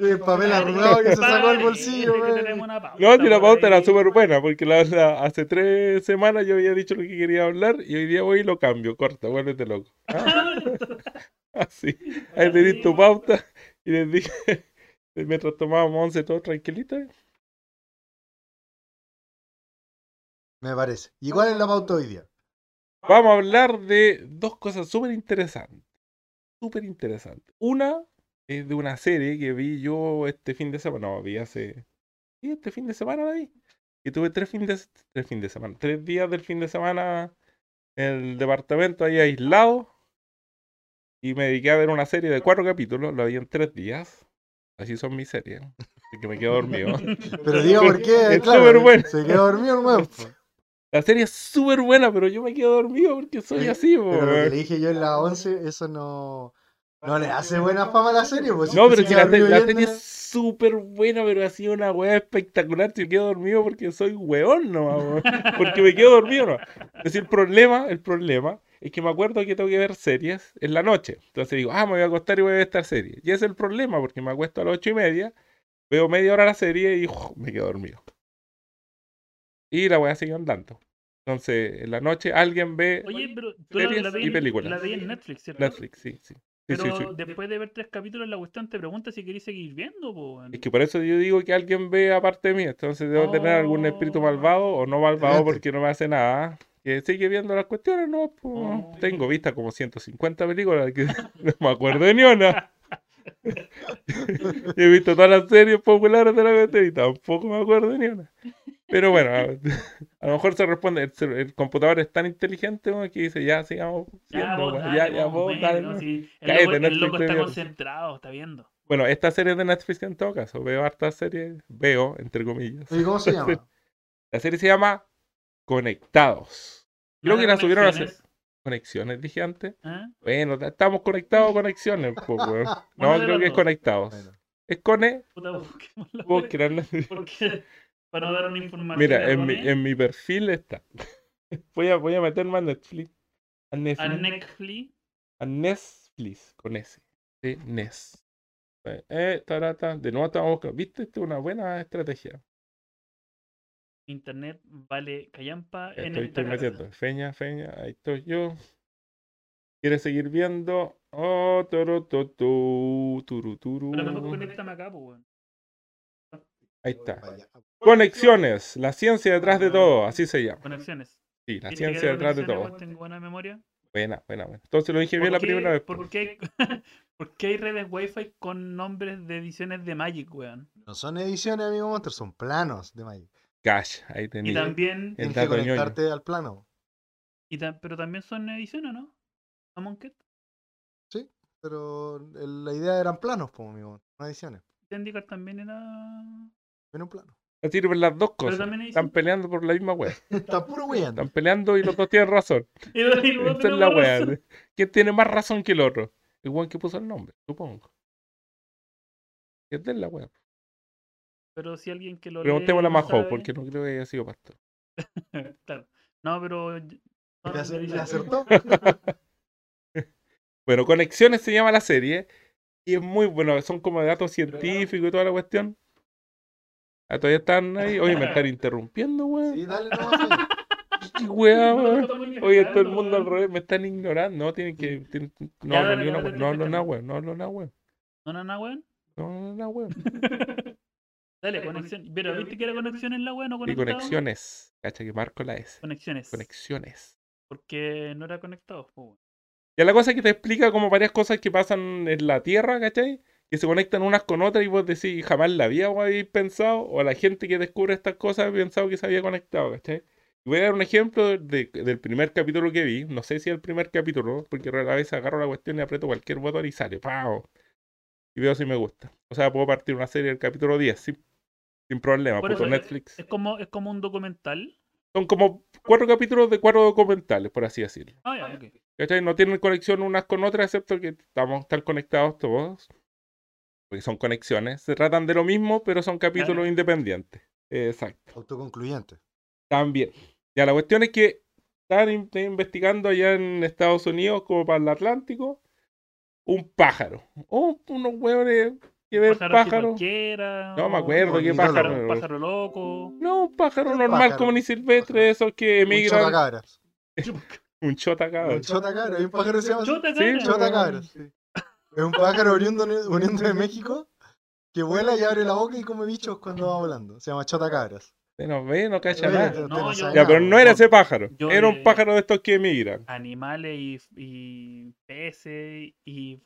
Speaker 4: el papel arrugado que se sacó el
Speaker 1: Parece
Speaker 4: bolsillo,
Speaker 1: que
Speaker 4: weón.
Speaker 1: tenemos una pauta
Speaker 3: No, si la
Speaker 1: por
Speaker 3: pauta era
Speaker 1: ahí.
Speaker 3: súper buena, porque la, la- hace tres semanas yo había dicho lo que quería hablar y hoy día voy y lo cambio. Corta, vuélvete loco. Ah. Así. Ahí tenéis tu pauta y les dije, mientras tomábamos once todo tranquilito.
Speaker 4: Me parece. ¿Y cuál es la pauta hoy día?
Speaker 3: Vamos a hablar de dos cosas súper interesantes. Súper interesantes. Una es de una serie que vi yo este fin de semana. No, vi hace. Sí, este fin de semana la vi. Y tuve tres fines de, tres fin de semana. Tres días del fin de semana en el departamento ahí aislado. Y me dediqué a ver una serie de cuatro capítulos. La vi en tres días. Así son mis series. Así que me quedo dormido.
Speaker 4: Pero diga por qué,
Speaker 3: Es
Speaker 4: claro,
Speaker 3: superbueno.
Speaker 4: se quedó dormido el weón. po.
Speaker 3: La serie es súper buena, pero yo me quedo dormido porque soy
Speaker 4: Sí,
Speaker 3: así, po,
Speaker 4: Pero lo que
Speaker 3: weón.
Speaker 4: le dije yo en la 11, eso no, no le hace buena fama a la serie. Pues,
Speaker 3: No, pero
Speaker 4: se
Speaker 3: si
Speaker 4: queda
Speaker 3: la, te-
Speaker 4: dormido
Speaker 3: la serie
Speaker 4: viéndola.
Speaker 3: es súper buena, pero ha sido una weá espectacular. Si me quedo dormido porque soy weón nomás, weón. Porque me quedo dormido no. Es decir, el problema, el problema es que me acuerdo que tengo que ver series en la noche. Entonces digo, ah, me voy a acostar y voy a ver esta serie. Y ese es el problema, porque me acuesto a las ocho y media, veo media hora la serie y uf, me quedo dormido. Y la weá sigue andando. Entonces, en la noche alguien ve
Speaker 1: Oye, pero tú la,
Speaker 3: Series
Speaker 1: la, vi
Speaker 3: y
Speaker 1: en,
Speaker 3: películas.
Speaker 1: la vi en Netflix, ¿cierto?
Speaker 3: Netflix, sí, sí. Sí,
Speaker 1: Pero
Speaker 3: sí, sí.
Speaker 1: después de ver tres capítulos, la cuestión te pregunta si querés seguir viendo, po. weón.
Speaker 3: Es que por eso yo digo que alguien ve aparte de mí. Entonces debo tener algún
Speaker 1: Oh.
Speaker 3: espíritu malvado o no malvado
Speaker 4: Excelente.
Speaker 3: porque no me hace nada. Que sigue viendo las cuestiones, no. pues,
Speaker 1: Oh.
Speaker 3: Tengo vista como 150 películas que no me acuerdo de ni una. He visto todas las series populares de la cuestión y tampoco me acuerdo de ni una. Pero bueno, a, a lo mejor se responde. El, cel- el computador es tan inteligente weón, que dice: Ya sigamos.
Speaker 1: Ya,
Speaker 3: viendo,
Speaker 1: vos,
Speaker 3: weón,
Speaker 1: dale,
Speaker 3: ya, ya,
Speaker 1: vos,
Speaker 3: vos,
Speaker 1: bueno,
Speaker 3: dale,
Speaker 1: no,
Speaker 3: weón".
Speaker 1: sí. El
Speaker 3: Cállate,
Speaker 1: loco- El
Speaker 3: Netflix,
Speaker 1: loco
Speaker 3: estoy
Speaker 1: está
Speaker 3: viendo.
Speaker 1: concentrado, está viendo.
Speaker 3: Bueno, esta serie es de Netflix en todo caso. Veo hartas series. Veo, entre comillas.
Speaker 4: ¿Y cómo se llama?
Speaker 3: La serie se llama Conectados. Creo
Speaker 1: ¿No
Speaker 3: que
Speaker 1: era
Speaker 3: la subieron a
Speaker 1: Conexiones?
Speaker 3: Conexiones, dije antes.
Speaker 1: ¿Ah?
Speaker 3: Bueno, ta- estamos conectados o conexiones, po, weón.
Speaker 1: Bueno, de
Speaker 3: No, creo
Speaker 1: las
Speaker 3: que es
Speaker 1: dos.
Speaker 3: conectados.
Speaker 4: Bueno,
Speaker 3: Es cone.
Speaker 1: Puta, busquemos la
Speaker 3: puedo
Speaker 1: wea,
Speaker 3: crearla.
Speaker 1: porque- Para dar una información.
Speaker 3: Mira, E.
Speaker 1: a
Speaker 3: en mi,
Speaker 1: Roné,
Speaker 3: en mi perfil está. Voy a, voy a meterme a Netflix. A
Speaker 1: a
Speaker 3: Netflix.
Speaker 1: Netflix.
Speaker 3: A Netflix, con S. De Nes. Eh, eh, tarata. De nuevo estamos buscando. ¿Viste? Esto es una buena estrategia.
Speaker 1: Internet vale callampa
Speaker 3: Ya
Speaker 1: en
Speaker 3: Estoy,
Speaker 1: esta
Speaker 3: estoy
Speaker 1: casa.
Speaker 3: metiendo. Feña, feña, ahí estoy yo. ¿Quieres seguir viendo? Oh, toro, to, to, turu, turu.
Speaker 1: Pero tampoco conéctame acá, pues, weón.
Speaker 3: Ahí está.
Speaker 4: Vaya.
Speaker 3: Conexiones, la ciencia detrás de todo, así se llama.
Speaker 1: Conexiones.
Speaker 3: Sí, la
Speaker 1: ¿Viste que
Speaker 3: ciencia
Speaker 1: era
Speaker 3: detrás de
Speaker 1: conexiones,
Speaker 3: todo.
Speaker 1: weón? Tengo buena memoria.
Speaker 3: Buena, buena, buena. Entonces lo dije bien la
Speaker 1: qué-
Speaker 3: primera vez.
Speaker 1: ¿por qué, hay- por qué hay redes Wi-Fi con nombres de ediciones de Magic, weón?
Speaker 4: No son ediciones, amigo Monster, son planos de Magic.
Speaker 3: Cash, ahí
Speaker 1: Y
Speaker 3: tenía.
Speaker 1: también,
Speaker 3: El
Speaker 4: Tienes que
Speaker 3: dato ñoño.
Speaker 4: conectarte al plano.
Speaker 1: y tam- pero también son ediciones, ¿no? ¿A Monket?
Speaker 4: Pero el- la idea eran planos, como amigo Monster, no ediciones.
Speaker 1: IndyCar también era...
Speaker 4: Viene un plano.
Speaker 3: No sirven las dos
Speaker 1: Pero
Speaker 3: cosas.
Speaker 1: también hay...
Speaker 3: Están peleando por la misma wea.
Speaker 4: Está puro weyando.
Speaker 3: Están peleando y los dos tienen razón.
Speaker 1: Y lo- y lo
Speaker 3: Esa
Speaker 1: otro
Speaker 3: es la
Speaker 1: no
Speaker 3: wea.
Speaker 1: razón.
Speaker 3: ¿Quién tiene más razón que el otro? El weón que puso el nombre, supongo. ¿Quién es la wea?
Speaker 1: Pero si alguien que lo
Speaker 3: Preguntémosle a
Speaker 1: lee no
Speaker 3: Majo,
Speaker 1: sabe-
Speaker 3: porque no creo que haya sido pastor.
Speaker 1: Claro. No, pero... y-
Speaker 4: ¿Le
Speaker 1: no,
Speaker 4: acer-
Speaker 1: ya-
Speaker 4: le acertó?
Speaker 3: Bueno, Conexiones se llama la serie. Y es muy bueno, son como datos científicos y toda la cuestión. Ah, todavía están ahí. Oye, me están interrumpiendo, weón.
Speaker 4: Sí, dale nomás. oye.
Speaker 3: Qué weá,
Speaker 1: No,
Speaker 3: weón.
Speaker 1: estamos ni
Speaker 3: Oye, todo el
Speaker 1: cagando,
Speaker 3: mundo al
Speaker 1: weón.
Speaker 3: revés, me están ignorando. No, tienen que. tienen- no,
Speaker 1: Ya,
Speaker 3: hablo
Speaker 1: dale,
Speaker 3: ni una
Speaker 1: dale,
Speaker 3: weá,
Speaker 1: te
Speaker 3: no hablo
Speaker 1: escuchamos.
Speaker 3: nada, weón. No hablo nada, weón.
Speaker 1: No, no, no, weón.
Speaker 3: No hablo nada, weón.
Speaker 1: Dale, conexión. Pero viste que era conexión en la weón, no
Speaker 3: Y
Speaker 1: conectado.
Speaker 3: conexiones. Cacha que marco la S.
Speaker 1: Conexiones.
Speaker 3: Conexiones.
Speaker 1: Porque no era conectado. po, weón.
Speaker 3: Ya la cosa es que te explica como varias cosas que pasan en la Tierra, ¿cachai? Que se conectan unas con otras y vos decís, jamás la había o habéis pensado, o la gente que descubre estas cosas ha pensado que se había conectado, ¿cachai? Y voy a dar un ejemplo de- del primer capítulo que vi, no sé si el primer capítulo, porque a la vez agarro la cuestión y aprieto cualquier botón y sale, ¡pau! Y veo si me gusta. O sea, puedo partir una serie del capítulo 10, sin, sin problema,
Speaker 1: Por eso,
Speaker 3: puto Ah,
Speaker 1: eh,
Speaker 3: Netflix.
Speaker 1: Es como, es como un documental.
Speaker 3: Son como cuatro capítulos de cuatro documentales, por así decirlo.
Speaker 1: Ah, ya, ok.
Speaker 3: ¿Cachai? No tienen conexión unas con otras, excepto que estamos tan conectados todos. Porque son conexiones. Se tratan de lo mismo, pero son capítulos
Speaker 1: Claro.
Speaker 3: independientes. Exacto.
Speaker 4: Autoconcluyente.
Speaker 3: También. Ya, la cuestión es que están in- investigando allá en Estados Unidos, como para el Atlántico, un pájaro. O unos hueones que ven
Speaker 1: Pájaro que
Speaker 3: pájaros.
Speaker 1: cualquiera,
Speaker 3: No me
Speaker 1: o-
Speaker 3: acuerdo
Speaker 1: o
Speaker 3: qué
Speaker 1: un
Speaker 4: pájaro.
Speaker 1: Un pájaro loco.
Speaker 3: No, un pájaro
Speaker 4: Un
Speaker 3: normal,
Speaker 4: pájaro.
Speaker 3: común y silvestre,
Speaker 4: Pájaro.
Speaker 3: esos que
Speaker 4: Un
Speaker 3: emigran.
Speaker 4: chotacabras.
Speaker 3: Un chota cabra.
Speaker 4: Un chotacabras. Hay un pájaro que se llama así.
Speaker 1: Chota,
Speaker 3: Sí,
Speaker 1: cara.
Speaker 3: chota.
Speaker 4: Chotacabras. sí. Es un pájaro oriundo, oriundo de México que vuela y abre la boca y come bichos cuando va volando. Se llama chotacabras.
Speaker 3: Se nos ve, no cacha
Speaker 4: Oye,
Speaker 3: nada.
Speaker 4: usted
Speaker 1: No, yo-
Speaker 4: sabe
Speaker 3: Ya,
Speaker 4: nada,
Speaker 3: pero no era
Speaker 4: weón.
Speaker 3: ese pájaro.
Speaker 1: Yo
Speaker 3: Era un
Speaker 1: le-
Speaker 3: pájaro de estos que emigran.
Speaker 1: Animales y, y peces y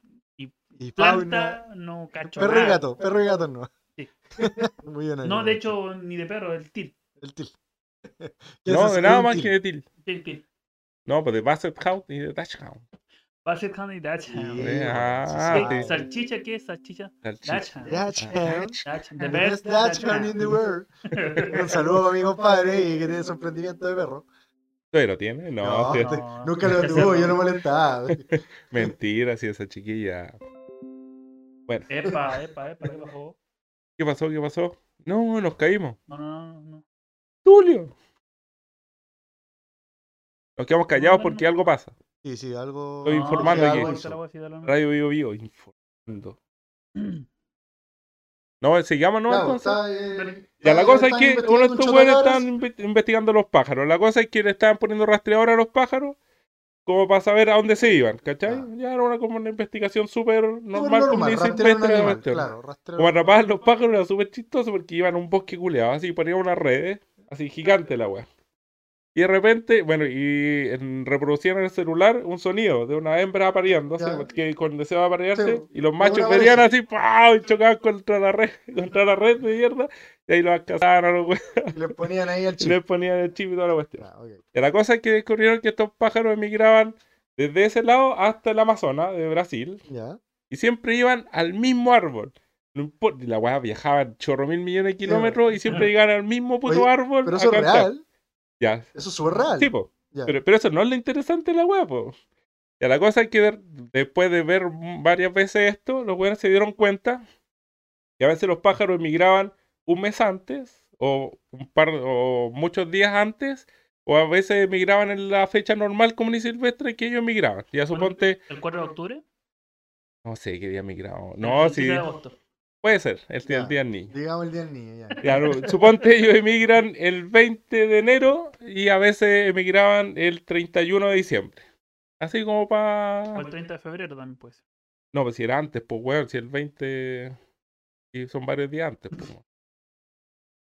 Speaker 4: Y fauna.
Speaker 1: planta. No, cacho.
Speaker 4: Perro y
Speaker 1: nada.
Speaker 4: gato. Perro y gato no.
Speaker 1: Sí.
Speaker 4: Muy bien.
Speaker 1: No,
Speaker 4: amigo.
Speaker 1: de hecho, ni de perro, el til.
Speaker 4: El til. ¿Qué
Speaker 3: No,
Speaker 4: haces?
Speaker 3: de nada
Speaker 4: Un
Speaker 3: más
Speaker 4: til.
Speaker 3: que de Til.
Speaker 1: Til, til.
Speaker 3: No, pues de Basset Hound y de Dutch Hound.
Speaker 1: Va a ser Candy Dachshund.
Speaker 4: Sí,
Speaker 1: Eh,
Speaker 4: weón,
Speaker 3: ah,
Speaker 4: sí
Speaker 3: ah,
Speaker 4: sabe.
Speaker 3: sí.
Speaker 1: ¿Salchicha qué es? Salchicha.
Speaker 3: Salchicha.
Speaker 1: Dachshund.
Speaker 4: Dutch Hound.
Speaker 1: Dachshund,
Speaker 4: The
Speaker 1: The best
Speaker 4: best Dutch Hound in the world. Un saludo a mi compadre y que tiene su emprendimiento de perro.
Speaker 3: ¿Pero tiene? No,
Speaker 4: No,
Speaker 3: sí,
Speaker 4: no. Nunca lo tuvo, yo lo molestaba.
Speaker 3: mentira, si esa chiquilla. Bueno,
Speaker 1: Epa, epa, epa, ¿qué bajó?
Speaker 3: ¿qué pasó? ¿Qué pasó? No, nos caímos.
Speaker 1: No, no, no, no.
Speaker 3: Tulio. Nos quedamos callados
Speaker 1: No, no,
Speaker 3: porque
Speaker 1: no.
Speaker 3: algo pasa.
Speaker 4: Sí, sí, algo.
Speaker 3: Estoy
Speaker 1: No,
Speaker 3: informando
Speaker 1: sí,
Speaker 3: aquí.
Speaker 1: algo
Speaker 4: algo
Speaker 1: hizo la
Speaker 4: hizo.
Speaker 1: voz, sí, dale, no.
Speaker 3: Radio Vivo Vivo, informando. No, sigamos, ¿no?
Speaker 4: Claro,
Speaker 3: entonces.
Speaker 4: está, eh,
Speaker 3: Ya, la
Speaker 4: está-
Speaker 3: cosa es
Speaker 4: están
Speaker 3: que
Speaker 4: investigando
Speaker 3: uno de estos
Speaker 4: un
Speaker 3: güeyes
Speaker 4: chotacabras.
Speaker 3: están inve- investigando los pájaros. La cosa es que le estaban poniendo rastreador a los pájaros como para saber a dónde se iban, ¿cachai?
Speaker 4: Ah.
Speaker 3: Ya era una, como una investigación súper
Speaker 4: Súper
Speaker 3: normal, como
Speaker 4: normal,
Speaker 3: dice
Speaker 4: rastrear
Speaker 3: Silvestre,
Speaker 4: un
Speaker 3: la
Speaker 4: animal,
Speaker 3: cuestión.
Speaker 4: claro, rastrear
Speaker 3: Como atrapaban los pájaros era súper chistoso porque iban a un bosque culeado, así ponían unas redes, así gigante la weá. Y de repente, bueno, y en- reproducían en el celular un sonido de una hembra apareándose,
Speaker 4: Ya.
Speaker 3: que con deseo de aparearse,
Speaker 4: Sí,
Speaker 3: y los
Speaker 4: una
Speaker 3: machos
Speaker 4: vez.
Speaker 3: venían así, ¡pau! y chocaban contra la red, contra la red de mierda, y ahí los cazaban a los weones,
Speaker 4: y le ponían ahí el chip.
Speaker 3: les ponían el chip y toda la cuestión.
Speaker 4: Ah, ok.
Speaker 3: Y la cosa es que descubrieron que estos pájaros emigraban desde ese lado hasta el Amazonas de Brasil,
Speaker 4: Ya.
Speaker 3: y siempre iban al mismo árbol. No importa, y la weá viajaba chorro mil millones de kilómetros y siempre llegaban al mismo puto
Speaker 4: Oye,
Speaker 3: árbol.
Speaker 4: Pero
Speaker 3: a
Speaker 4: eso es
Speaker 3: cantar.
Speaker 4: real.
Speaker 3: Ya.
Speaker 4: Eso es súper real.
Speaker 3: Sí, po.
Speaker 4: Ya.
Speaker 3: Pero, pero eso no es lo interesante de la weá, po. Ya la cosa es que de- después de ver varias veces esto, los weones se dieron cuenta que a veces los pájaros emigraban un mes antes o un par o muchos días antes. O a veces emigraban en la fecha normal común y silvestre que ellos emigraban. Ya
Speaker 1: Bueno,
Speaker 3: suponte,
Speaker 1: ¿El 4 de octubre?
Speaker 3: no sé qué día emigraban. No,
Speaker 1: el 15
Speaker 3: sí,
Speaker 1: de agosto.
Speaker 3: puede ser, el, día- el
Speaker 4: Ya.
Speaker 3: día del niño.
Speaker 4: Digamos el día del niño, ya.
Speaker 3: Claro, suponte ellos emigran el 20 de enero y a veces emigraban el 31 de diciembre. Así como para.
Speaker 1: O el 30 de febrero también puede ser.
Speaker 3: No, pues si era antes, pues, weón. Si el 20. Y son varios días antes, pues. weón.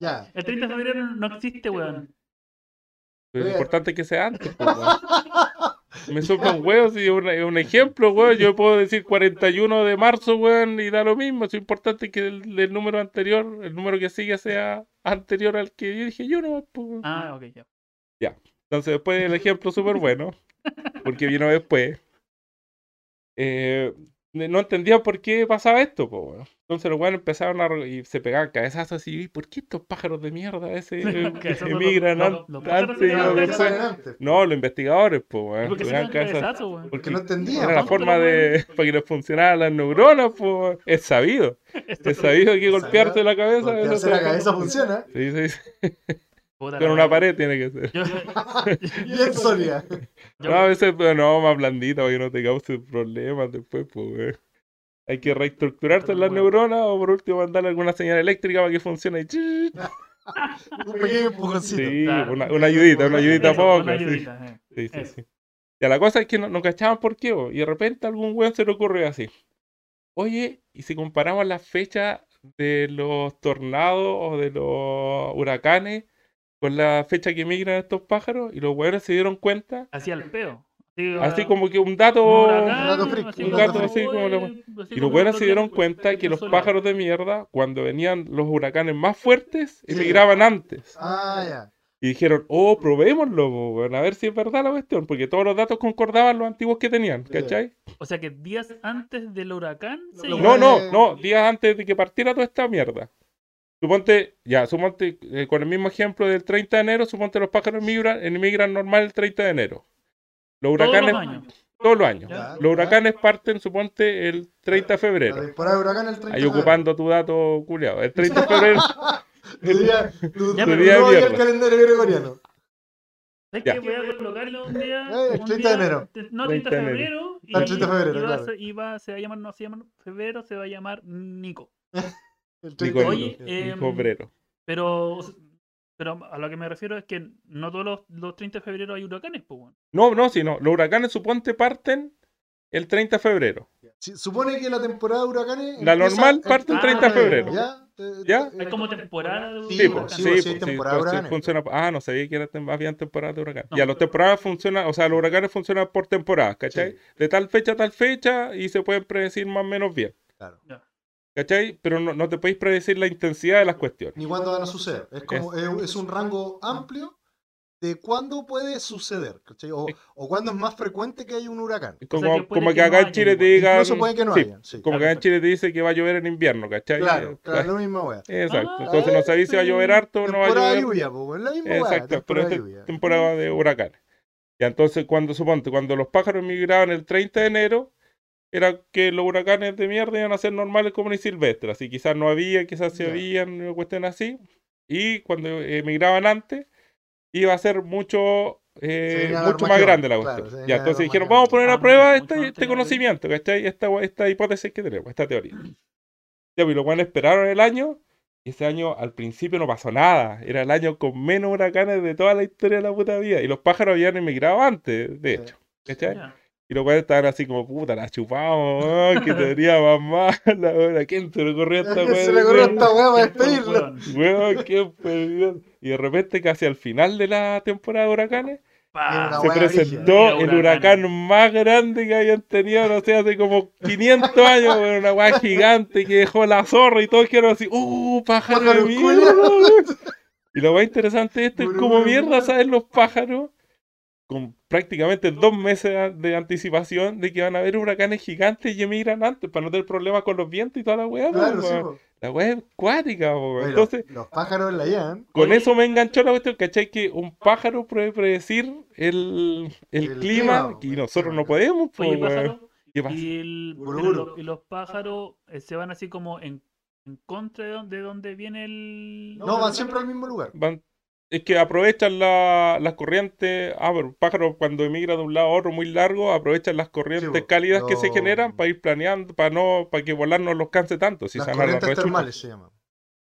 Speaker 4: Ya.
Speaker 1: El 30 de febrero no existe, weón.
Speaker 3: Pero
Speaker 4: Oye.
Speaker 3: lo importante es que sea antes, pues, weón. Me soplan huevos y un, un ejemplo, weón. Yo puedo decir 41 de marzo, weón, y da lo mismo. Es importante que el, el número anterior, el número que siga, sea anterior al que yo dije yo, no, pues, weón.
Speaker 1: Ah, ok, ya.
Speaker 3: Entonces, después el ejemplo súper bueno, porque vino después. Eh, no entendía por qué pasaba esto, pues, weón. Entonces los weones empezaron a re- y se pegaban cabezazos así, "Uy, ¿por qué estos pájaros de mierda a veces eh,
Speaker 1: Que
Speaker 3: que
Speaker 1: son los-
Speaker 3: emigran
Speaker 1: los-
Speaker 3: an-
Speaker 1: los pájaros
Speaker 3: antes?
Speaker 1: se
Speaker 3: y
Speaker 1: pegan
Speaker 3: no
Speaker 4: Pero que
Speaker 1: cabezazos.
Speaker 3: cachai?"
Speaker 4: salen antes.
Speaker 3: No, los investigadores, pues, weón.
Speaker 1: Porque se
Speaker 3: pegaban
Speaker 1: dan
Speaker 3: cabezazos.
Speaker 1: cabezazo, weón.
Speaker 4: Porque no
Speaker 3: Era la
Speaker 4: entendíamos.
Speaker 3: forma de para que les funcionaran las neuronas, pues. Es sabido. Es sabido que golpearse la cabeza.
Speaker 4: Porque
Speaker 3: eso
Speaker 4: hacer la
Speaker 3: se-
Speaker 4: cabeza funciona.
Speaker 3: Sí, sí, sí.
Speaker 1: Puta
Speaker 3: Con
Speaker 1: la
Speaker 3: una
Speaker 1: weá.
Speaker 3: pared tiene que ser.
Speaker 1: Yo,
Speaker 4: Bien sólida.
Speaker 1: yo-
Speaker 3: No, a veces, pero no, más blandita, para que no te cause problemas después, pues, weón. Hay que reestructurarse las neuronas o por último mandarle alguna señal eléctrica para que funcione. Sí,
Speaker 4: Un pequeño empujoncito.
Speaker 3: una, una ayudita, una ayudita
Speaker 1: Eso,
Speaker 3: poco.
Speaker 1: una
Speaker 3: sí.
Speaker 1: ayudita, eh.
Speaker 3: Sí, sí,
Speaker 1: Eso.
Speaker 3: sí. Ya la cosa es que no, no cachaban por qué, bo, y de repente a algún weón se le ocurrió así. Oye, y si comparamos las fechas de los tornados o de los huracanes con la fecha que migran estos pájaros, y los weones se dieron cuenta,
Speaker 1: Así al peo. Así,
Speaker 3: así
Speaker 1: ah,
Speaker 3: como que un
Speaker 1: un
Speaker 3: dato...
Speaker 1: huracán,
Speaker 4: dato freak,
Speaker 1: así
Speaker 4: un
Speaker 1: como-
Speaker 4: dato
Speaker 3: así como la-
Speaker 1: así
Speaker 3: Y
Speaker 1: como
Speaker 3: los weones
Speaker 1: nosotros
Speaker 3: se dieron
Speaker 1: ya-
Speaker 3: cuenta que los
Speaker 1: sola.
Speaker 3: pájaros de mierda, cuando venían los huracanes más fuertes,
Speaker 4: Sí.
Speaker 3: emigraban antes.
Speaker 4: Ah, ya.
Speaker 3: Y dijeron, oh, probémoslo, bo, weón, a ver si es verdad la cuestión, porque todos los datos concordaban los antiguos que tenían,
Speaker 4: Sí.
Speaker 3: ¿cachai?
Speaker 1: O sea que días antes del huracán se
Speaker 4: No,
Speaker 3: No,
Speaker 1: llegaron.
Speaker 3: no,
Speaker 4: Eh,
Speaker 3: no, días antes de que partiera toda esta mierda. Suponte, ya, suponte, eh, con el mismo ejemplo del 30 de enero, suponte los pájaros migran, emigran normal el 30 de enero. Los
Speaker 1: Todos los
Speaker 3: huracanes,
Speaker 1: años.
Speaker 3: todos los años.
Speaker 4: Ya.
Speaker 3: Los huracanes parten, suponte, el 30 de
Speaker 4: La
Speaker 3: febrero.
Speaker 4: temporada de huracán el 30
Speaker 3: Ahí ocupando tu dato culiado. El 30 de febrero,
Speaker 4: Sería tu,
Speaker 1: Ya,
Speaker 4: tu
Speaker 1: pero-
Speaker 4: nuevo día
Speaker 3: mierda.
Speaker 4: el calendario gregoriano.
Speaker 1: ¿Sabes
Speaker 3: Ya.
Speaker 1: que voy a colocarlo un día?
Speaker 4: Eh, el
Speaker 1: un
Speaker 4: 30 de
Speaker 1: día-
Speaker 4: enero.
Speaker 1: te- No, 30 de
Speaker 3: 30 de
Speaker 1: febrero.
Speaker 4: Ah, 30 de febrero,
Speaker 1: y va, a
Speaker 4: claro.
Speaker 1: ser- y va- se va a llamar, no se llama febrero, se va a llamar Nico.
Speaker 4: El
Speaker 3: Nicolino.
Speaker 1: Oye, eh,
Speaker 3: en febrero.
Speaker 1: Pero, pero a lo que me refiero es que no todos los, los 30 de febrero hay huracanes, pues bueno.
Speaker 3: No, no, sí, no. Los huracanes, suponte, parten el 30 de febrero.
Speaker 4: Sí, supone que la temporada de huracanes.
Speaker 3: La
Speaker 4: empieza
Speaker 3: normal parte el
Speaker 1: 30 de febrero.
Speaker 4: ¿Ya? Eh,
Speaker 3: ¿Ya?
Speaker 4: eh,
Speaker 1: Hay como temporada de
Speaker 4: Sí,
Speaker 3: Sí,
Speaker 4: po,
Speaker 1: huracanes.
Speaker 3: pues,
Speaker 4: sí,
Speaker 3: sí,
Speaker 4: po,
Speaker 3: pues,
Speaker 4: sí,
Speaker 3: sí,
Speaker 4: hay temporada de
Speaker 3: entonces
Speaker 4: huracanes.
Speaker 3: funciona. Ah, no sabía que era tem- habían temporadas de huracán.
Speaker 1: No.
Speaker 3: Ya, los temporadas funcionan, o sea, los huracanes funcionan por temporadas, ¿cachai?
Speaker 4: Sí.
Speaker 3: De tal fecha a tal fecha y se pueden predecir más o menos bien,
Speaker 4: Claro.
Speaker 3: ¿cachai? Pero no, no te podéis predecir la intensidad de las cuestiones.
Speaker 4: Ni cuándo van a suceder. Es, como, es, es un rango amplio de cuándo puede suceder. ¿cachai? O, o cuándo es más frecuente que hay un huracán.
Speaker 1: O
Speaker 3: Como,
Speaker 1: sea, que puede
Speaker 3: como que,
Speaker 1: que no
Speaker 3: acá en
Speaker 1: haya
Speaker 3: Chile te
Speaker 1: igual.
Speaker 3: digan.
Speaker 4: Incluso puede que no
Speaker 3: sí,
Speaker 4: haya. Sí.
Speaker 3: Como
Speaker 1: Ah,
Speaker 3: que acá en
Speaker 1: perfecto.
Speaker 3: Chile te dice que va a llover en invierno, ¿cachai?
Speaker 4: Claro,
Speaker 3: Eh,
Speaker 4: claro, la misma weá.
Speaker 3: Exacto.
Speaker 1: Ah,
Speaker 3: Entonces no sabéis si va a llover harto o no va a
Speaker 4: Temporada de
Speaker 3: llover.
Speaker 4: lluvia, po, es la misma weá.
Speaker 3: Exacto, pero
Speaker 4: Temporada
Speaker 3: esta
Speaker 4: de
Speaker 3: es
Speaker 4: lluvia.
Speaker 3: temporada de huracanes. Y entonces, cuando suponte, cuando los pájaros migraban el 30 de enero, era que los huracanes de mierda iban a ser normales como ni silvestres. Y quizás no había, quizás se
Speaker 4: Ya.
Speaker 3: habían, una cuestión así. Y cuando emigraban antes, iba a ser mucho, eh,
Speaker 4: Se venía la
Speaker 3: mucho más
Speaker 4: Armagedón,
Speaker 3: grande la
Speaker 4: claro,
Speaker 3: cuestión.
Speaker 4: se venía
Speaker 3: ya,
Speaker 4: la
Speaker 3: entonces dijeron,
Speaker 4: Armagedón.
Speaker 3: vamos a poner
Speaker 1: Ah,
Speaker 3: a prueba
Speaker 1: mucho antes
Speaker 3: este, este
Speaker 1: de la guerra.
Speaker 3: conocimiento, ¿cachai? Esta, esta hipótesis que tenemos, esta teoría. Ya, pues los buenos esperaron el año. Y ese año al principio no pasó nada. Era el año con menos huracanes de toda la historia de la puta vida. Y los pájaros habían emigrado antes, de
Speaker 4: Sí.
Speaker 3: hecho. ¿Cachai?
Speaker 1: Ya.
Speaker 3: Y los buenos estaban así como, puta, la chupamos, weón, que teoría más mala, weón. ¿A quién se le ocurrió esta
Speaker 4: ¿A quién
Speaker 3: weá?
Speaker 4: se le ocurrió
Speaker 3: Weón,
Speaker 4: esta
Speaker 1: Qué
Speaker 4: weá para
Speaker 1: buen
Speaker 4: despedirlo?
Speaker 1: weón.
Speaker 3: Weón, qué perdido. Y de repente, casi al final de la temporada de huracanes,
Speaker 1: Pa.
Speaker 4: Una
Speaker 3: se
Speaker 4: weá brígida.
Speaker 3: presentó el
Speaker 1: Mega
Speaker 3: huracán
Speaker 1: huracán.
Speaker 3: más grande que habían tenido, no sé, hace como 500 años, weón, una weá gigante que dejó la zorra y todos quedaron así, ¡uh, pájaro de
Speaker 4: Pájaro
Speaker 3: mierda!
Speaker 4: culiao.
Speaker 3: Y lo más interesante de esto es
Speaker 4: Bueno,
Speaker 3: cómo
Speaker 4: bueno,
Speaker 3: mierda
Speaker 4: bueno.
Speaker 3: saben los pájaros con prácticamente dos meses a- de anticipación de que van a haber huracanes gigantes y emigran antes para no tener problemas con los vientos y toda la weá. po,
Speaker 4: Claro, sí, pues.
Speaker 3: weón.
Speaker 4: po.
Speaker 3: la weá es cuática, po, weón.
Speaker 4: Oye, los-
Speaker 3: Entonces,
Speaker 4: los pájaros la llevan.
Speaker 3: con
Speaker 1: Oye.
Speaker 3: eso me enganchó la cuestión, ¿cachai? Que un pájaro puede predecir el, el
Speaker 4: El clima,
Speaker 3: clima
Speaker 4: po,
Speaker 3: y
Speaker 4: el
Speaker 3: nosotros
Speaker 4: clima,
Speaker 3: no podemos, po,
Speaker 1: Oye,
Speaker 3: weón.
Speaker 1: pájaro.
Speaker 3: ¿Qué pasa?
Speaker 1: Y, el-
Speaker 4: Gurú,
Speaker 1: pero
Speaker 4: gurú.
Speaker 1: lo- y los pájaros eh, se van así como en, en contra de donde, de donde viene el.
Speaker 4: No, van siempre al mismo lugar.
Speaker 3: Van- es que aprovechan la- las corrientes. Ah, pero el pájaro cuando emigra de un lado a otro muy largo, aprovechan las corrientes
Speaker 4: pues,
Speaker 3: cálidas que se
Speaker 4: lo-
Speaker 3: generan para ir planeando, para no, para que volar no los canse tanto. Si
Speaker 4: Las
Speaker 3: se van a la
Speaker 4: corrientes
Speaker 3: rechucha.
Speaker 4: termales se llaman.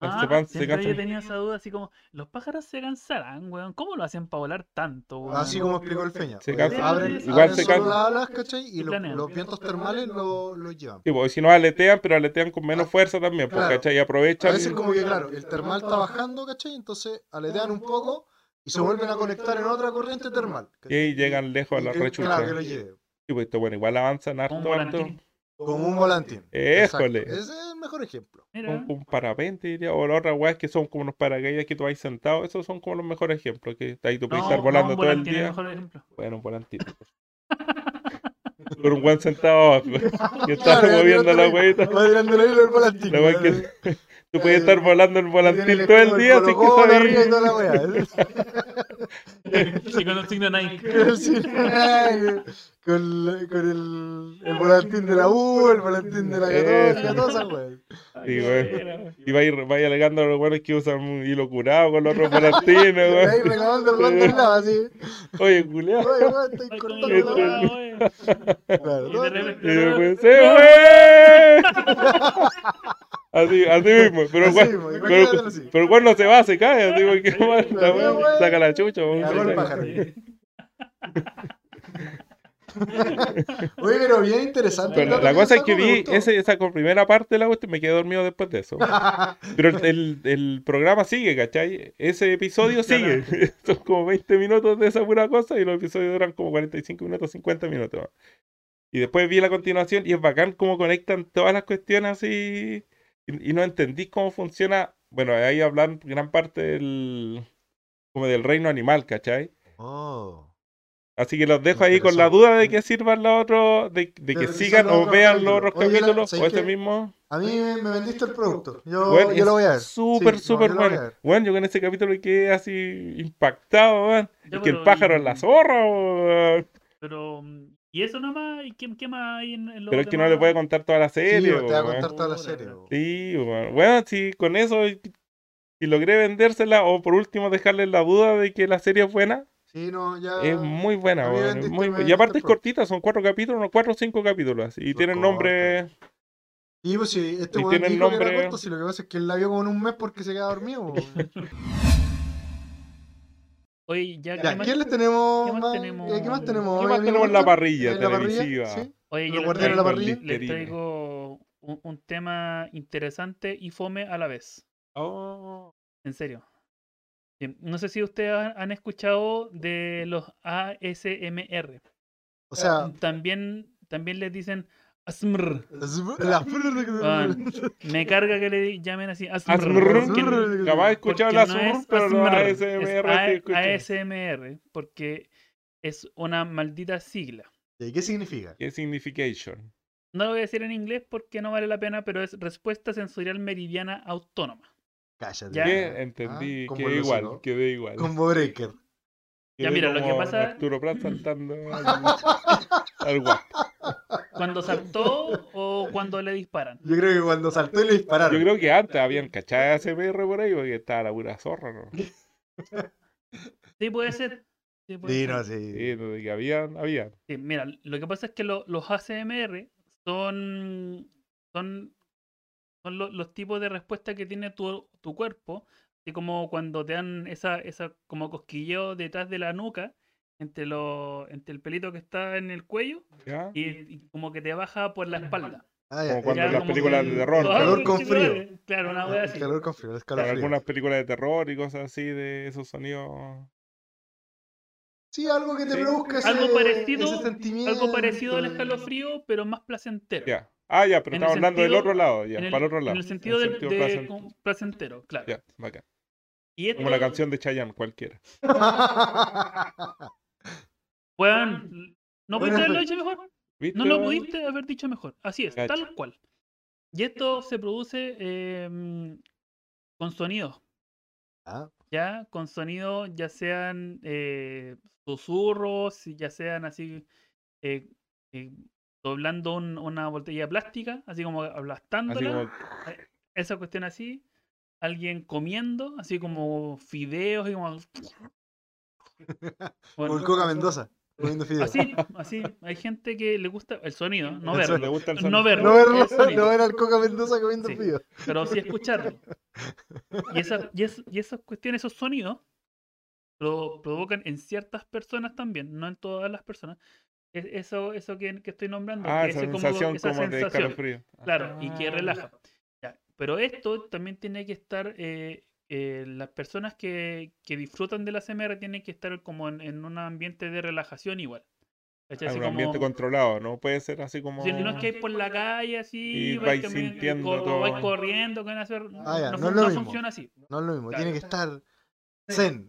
Speaker 1: Ah,
Speaker 3: se pan- se
Speaker 1: siempre yo
Speaker 3: cansan.
Speaker 1: tenía esa duda, así como, ¿los pájaros se cansarán, weón? ¿Cómo lo hacen para volar tanto, weón?
Speaker 4: Así como explicó el Feña.
Speaker 3: Se
Speaker 4: Eh,
Speaker 3: cansa.
Speaker 4: abren,
Speaker 1: Igual
Speaker 4: abren
Speaker 3: se
Speaker 4: solo
Speaker 3: cansa.
Speaker 4: las alas, ¿cachai?
Speaker 1: Y
Speaker 4: Y los,
Speaker 1: planean.
Speaker 4: los vientos termales lo- los llevan.
Speaker 3: Sí, pues, y si no aletean, pero aletean con menos
Speaker 4: Ah,
Speaker 3: fuerza también, pues,
Speaker 4: claro.
Speaker 3: ¿cachai? Y
Speaker 4: A
Speaker 3: aprovechan.
Speaker 4: veces como que, claro, el termal está bajando, ¿cachai? Entonces aletean un poco y se vuelven a conectar en otra corriente termal.
Speaker 3: Y
Speaker 4: ¿cachai?
Speaker 3: ahí llegan lejos a
Speaker 4: Y
Speaker 3: la
Speaker 4: que-
Speaker 3: rechucha.
Speaker 4: Claro, que lo lleve.
Speaker 3: Sí, pues, esto, bueno, igual avanzan
Speaker 1: Como un
Speaker 3: harto, harto.
Speaker 1: volantín.
Speaker 4: Como un volantín. Exacto.
Speaker 3: Éjole.
Speaker 4: Ese es el mejor ejemplo.
Speaker 1: Mira,
Speaker 3: Un, un parapente, diría. O las otras weas que son como unos paracaídas que tú vas sentado. Esos son como los mejores ejemplos. Que ahí tú puedes
Speaker 1: no,
Speaker 3: estar
Speaker 1: no,
Speaker 3: volando
Speaker 1: un
Speaker 3: todo el
Speaker 1: volantín es
Speaker 3: día.
Speaker 1: mejor ejemplo.
Speaker 3: Bueno, un volantito. Con un buen sentado abajo. Que está
Speaker 4: Claro,
Speaker 3: moviendo la
Speaker 4: tirándole-
Speaker 3: huevita.
Speaker 4: Va tirándole el volantín.
Speaker 3: La wea que- Tú puedes estar volando en volantín
Speaker 4: Tiene
Speaker 3: todo el día.
Speaker 4: escudo
Speaker 3: Así que
Speaker 4: del Colo-Colo arriba y
Speaker 3: sabes-
Speaker 4: toda la wea.
Speaker 1: Y con un signo Nike.
Speaker 4: Quiero decir, con, la- con el, el volantín de la U, el volantín de la Católica,
Speaker 3: Eso.
Speaker 4: todas esas weas.
Speaker 3: Sí, güey. Y vais vais alegando a los buenos que usan un hilo curado con los otros volantines,
Speaker 4: Y
Speaker 3: güey.
Speaker 4: ahí reclamando el rato al lado, así.
Speaker 3: Oye, culiao.
Speaker 4: Oye, weón, estoy
Speaker 1: Ay, con
Speaker 3: Este,
Speaker 4: cortando
Speaker 1: el
Speaker 4: la
Speaker 1: culo,
Speaker 4: wea.
Speaker 3: weón.
Speaker 1: weón.
Speaker 4: Claro,
Speaker 1: Y
Speaker 4: todo-
Speaker 1: de repente-
Speaker 3: Y después, ¡se fue! Así, así mismo. Pero el
Speaker 4: Así
Speaker 3: güey-
Speaker 4: mismo, y
Speaker 3: pero-
Speaker 4: cualquiera así.
Speaker 3: pero el güey no se va, se cae. Así, porque, güey, la
Speaker 4: La
Speaker 3: güey
Speaker 4: güey.
Speaker 3: saca la chucha. güey.
Speaker 4: Cagó el pájaro.
Speaker 1: Sí.
Speaker 4: Oye, pero bien interesante.
Speaker 3: Pero
Speaker 4: el dato
Speaker 3: la cosa es
Speaker 4: sacó,
Speaker 3: que
Speaker 4: me
Speaker 3: vi
Speaker 4: gustó.
Speaker 3: ese- esa con primera parte de la cuestión y me quedé dormido después de eso. Pero el, el- el programa sigue, ¿cachai? Ese episodio
Speaker 1: Claro.
Speaker 3: sigue. Son como 20 minutos de esa pura cosa y los episodios duran como 45 minutos, 50 minutos. ¿no? Y después vi la continuación y es bacán cómo conectan todas las cuestiones así. Y, y no entendí cómo funciona. Bueno, ahí hablan gran parte del, como del reino animal, ¿cachai?
Speaker 4: Oh.
Speaker 3: Así que los dejo ahí con la duda de que sirvan los otros, de, de que
Speaker 4: De-
Speaker 3: sigan
Speaker 4: son los
Speaker 3: o
Speaker 4: otros
Speaker 3: vean los otros
Speaker 4: capítulos. Oye, la-
Speaker 3: capítulos o
Speaker 4: ¿sabes
Speaker 3: ese
Speaker 4: qué?
Speaker 3: mismo.
Speaker 4: A mí me, me vendiste el producto. Yo,
Speaker 3: Bueno,
Speaker 4: yo lo voy a ver.
Speaker 3: Súper,
Speaker 4: Sí, no,
Speaker 3: súper
Speaker 4: yo lo voy a
Speaker 3: bueno.
Speaker 4: ver.
Speaker 3: Bueno, yo con este capítulo quedé así impactado, weón.
Speaker 1: Ya,
Speaker 3: Y que el
Speaker 1: pero,
Speaker 3: pájaro
Speaker 1: y-
Speaker 3: es la zorra, weón.
Speaker 1: Pero, mm, ¿y eso nomás? ¿Y qué, qué más hay en, en los
Speaker 3: Pero es que no
Speaker 1: demás?
Speaker 3: le puede contar toda la
Speaker 4: Sí,
Speaker 3: serie,
Speaker 4: te voy a
Speaker 3: weón.
Speaker 4: contar toda la serie. weón.
Speaker 3: Sí, weón. Bueno, si con eso, si logré vendérsela o por último dejarle la duda de que la serie es buena,
Speaker 4: Sí, no, ya.
Speaker 3: es muy
Speaker 4: Ah, a
Speaker 3: buena,
Speaker 4: mí me
Speaker 3: weón. es
Speaker 4: vendiste-
Speaker 3: muy
Speaker 4: me
Speaker 3: bu- Y
Speaker 4: vendiste
Speaker 3: aparte es
Speaker 4: pronto.
Speaker 3: cortita, son cuatro capítulos, no, cuatro o cinco capítulos. así, Y
Speaker 4: Son
Speaker 3: tienen nombre.
Speaker 4: Y pues sí, este
Speaker 3: Y
Speaker 4: weón
Speaker 3: tiene el
Speaker 4: dijo que
Speaker 3: nombre-
Speaker 4: era corto, si lo que pasa es que él la vio como en un mes porque se queda dormido. weón.
Speaker 1: Oye, ya,
Speaker 4: Ya,
Speaker 1: ¿qué más?
Speaker 4: ¿quién le tenemos?
Speaker 1: qué más
Speaker 4: más-
Speaker 1: tenemos?
Speaker 4: eh, ¿Qué más tenemos?
Speaker 3: ¿Qué
Speaker 4: hoy,
Speaker 3: más
Speaker 4: amigo
Speaker 3: tenemos en la
Speaker 4: Walter?
Speaker 3: parrilla
Speaker 4: ¿En la parrilla?
Speaker 3: televisiva?
Speaker 4: ¿Sí?
Speaker 1: Oye,
Speaker 4: lo
Speaker 1: yo les
Speaker 4: guardé en la
Speaker 1: traigo-
Speaker 4: parrilla?
Speaker 1: les
Speaker 3: Listerine.
Speaker 1: traigo un, un tema interesante y fome a la vez.
Speaker 3: Oh.
Speaker 1: En serio. Bien, No sé si ustedes han- han escuchado de los ASMR.
Speaker 4: O
Speaker 3: Ah.
Speaker 4: sea,
Speaker 1: También, también les dicen ASMR.
Speaker 4: la...
Speaker 1: Weón, me carga que le llamen así ASMR.
Speaker 3: ASMR.
Speaker 1: porque-
Speaker 3: Jamás he escuchado
Speaker 1: porque
Speaker 3: la
Speaker 1: no
Speaker 3: Zoom,
Speaker 1: es
Speaker 3: pero no
Speaker 1: ASMR, es
Speaker 3: ASMR sí escucho.
Speaker 1: A- ASMR, porque es una maldita sigla.
Speaker 4: ¿Y qué significa?
Speaker 3: ¿Qué signification?
Speaker 1: No lo voy a decir en inglés porque no vale la pena, pero es respuesta sensorial meridiana autónoma.
Speaker 4: Cállate.
Speaker 1: Ya.
Speaker 3: ¿Qué?
Speaker 4: Ah,
Speaker 3: Entendí,
Speaker 4: como
Speaker 3: quedé
Speaker 4: el
Speaker 3: igual,
Speaker 4: hocico.
Speaker 3: quedé igual.
Speaker 4: Combo Breaker.
Speaker 1: Ya,
Speaker 3: Quedé
Speaker 1: mira, lo que
Speaker 3: como
Speaker 1: pasa-
Speaker 3: Arturo Prat saltando al, al guapo.
Speaker 1: Cuando saltó o cuando le disparan.
Speaker 4: Yo creo que cuando saltó y le dispararon.
Speaker 3: Yo creo que antes habían cachado ASMR por ahí porque estaba la pura zorra, ¿no? Sí,
Speaker 1: Sí, puede ser. Sí, puede
Speaker 4: Sí,
Speaker 1: ser.
Speaker 4: no, sí.
Speaker 3: no, de que habían, habían.
Speaker 1: Sí, mira, lo que pasa es que lo- los ACMR son, son, son lo- los tipos de respuesta que tiene tu, tu cuerpo, así como cuando te dan esa, esa como cosquilleo detrás de la nuca, entre, lo, entre el pelito que está en el cuello
Speaker 3: ¿Ya?
Speaker 1: y, y como que te baja por la espalda.
Speaker 4: Ah, ya.
Speaker 3: Como cuando
Speaker 1: Ya,
Speaker 3: en las
Speaker 1: como
Speaker 3: películas
Speaker 1: que-
Speaker 3: de terror,
Speaker 1: ¡Ah,
Speaker 4: Calor con
Speaker 1: conchetumare!
Speaker 4: frío.
Speaker 1: Claro, una wea
Speaker 4: El
Speaker 1: así.
Speaker 4: calor con frío, el
Speaker 3: En
Speaker 4: calor frío.
Speaker 3: algunas películas de terror y cosas así, de esos sonidos.
Speaker 4: Sí, algo que te
Speaker 3: Sí.
Speaker 4: produzca ese,
Speaker 1: Algo parecido-
Speaker 4: ese sentimiento.
Speaker 1: Algo parecido al
Speaker 4: de-
Speaker 1: escalofrío, pero más placentero.
Speaker 3: Ya. Ah, ya, pero
Speaker 1: En el
Speaker 3: estamos hablando del
Speaker 1: sentido-
Speaker 3: otro lado, ya,
Speaker 1: en, el,
Speaker 3: para el otro
Speaker 1: en
Speaker 3: lado.
Speaker 1: el sentido, del- de,
Speaker 3: placent-
Speaker 1: como placentero, claro.
Speaker 3: Ya, bacán.
Speaker 1: Y
Speaker 3: Como la
Speaker 1: esto-
Speaker 3: canción de Chayanne, cualquiera.
Speaker 1: Weón, no
Speaker 4: Bueno,
Speaker 1: pudiste haberlo
Speaker 4: pues,
Speaker 1: dicho mejor.
Speaker 3: ¿Viste,
Speaker 1: No lo
Speaker 3: weón?
Speaker 1: pudiste haber dicho mejor. Así es,
Speaker 3: Cacha.
Speaker 1: tal cual. Y esto se produce eh, mm, con sonidos,
Speaker 4: Ah,
Speaker 1: ¿ya? Con sonidos, ya sean eh, susurros, ya sean así, eh, eh, doblando un- una botella plástica, así como
Speaker 3: Así
Speaker 1: aplastándola,
Speaker 3: como
Speaker 1: esa cuestión así. Alguien comiendo, así como fideos y como... Bueno,
Speaker 4: Por Coca Mendoza. comiendo fideos.
Speaker 1: Así, así, hay gente que le gusta el sonido, no
Speaker 4: El
Speaker 1: verlo.
Speaker 3: Le gusta el
Speaker 1: No
Speaker 3: sonido.
Speaker 1: verlo.
Speaker 4: No verlo,
Speaker 1: el sonido.
Speaker 4: no ver al Coca Mendoza comiendo
Speaker 1: Sí.
Speaker 4: fideos.
Speaker 1: pero sí escucharlo. Y esas, y es- y esas cuestiones, esos sonidos, lo provocan en ciertas personas también, no en todas las personas. Es- Eso, eso que, que estoy nombrando,
Speaker 3: Ah,
Speaker 1: ese
Speaker 3: esa
Speaker 1: como-
Speaker 3: sensación
Speaker 1: esa
Speaker 3: como de
Speaker 1: sensación,
Speaker 3: escalofrío.
Speaker 1: Claro, y que
Speaker 3: Ah.
Speaker 1: relaja. Ya, Pero esto también tiene que estar, eh, eh, las personas que, que disfrutan de la CMR tienen que estar como en, en un ambiente de relajación igual. ¿Cachai?
Speaker 3: En
Speaker 1: Así
Speaker 3: Ah, un ambiente
Speaker 1: como-
Speaker 3: controlado, no puede ser así como.
Speaker 1: si no es que hay por la calle así,
Speaker 3: Y
Speaker 1: vais
Speaker 3: vais
Speaker 1: caminando,
Speaker 3: sintiendo
Speaker 1: cor-
Speaker 3: todo.
Speaker 1: vais corriendo, con hacer,
Speaker 4: Ah, ya,
Speaker 1: no,
Speaker 4: no es
Speaker 1: no
Speaker 4: lo mismo.
Speaker 1: funciona así.
Speaker 4: No es lo mismo,
Speaker 1: Claro.
Speaker 4: tiene que estar zen.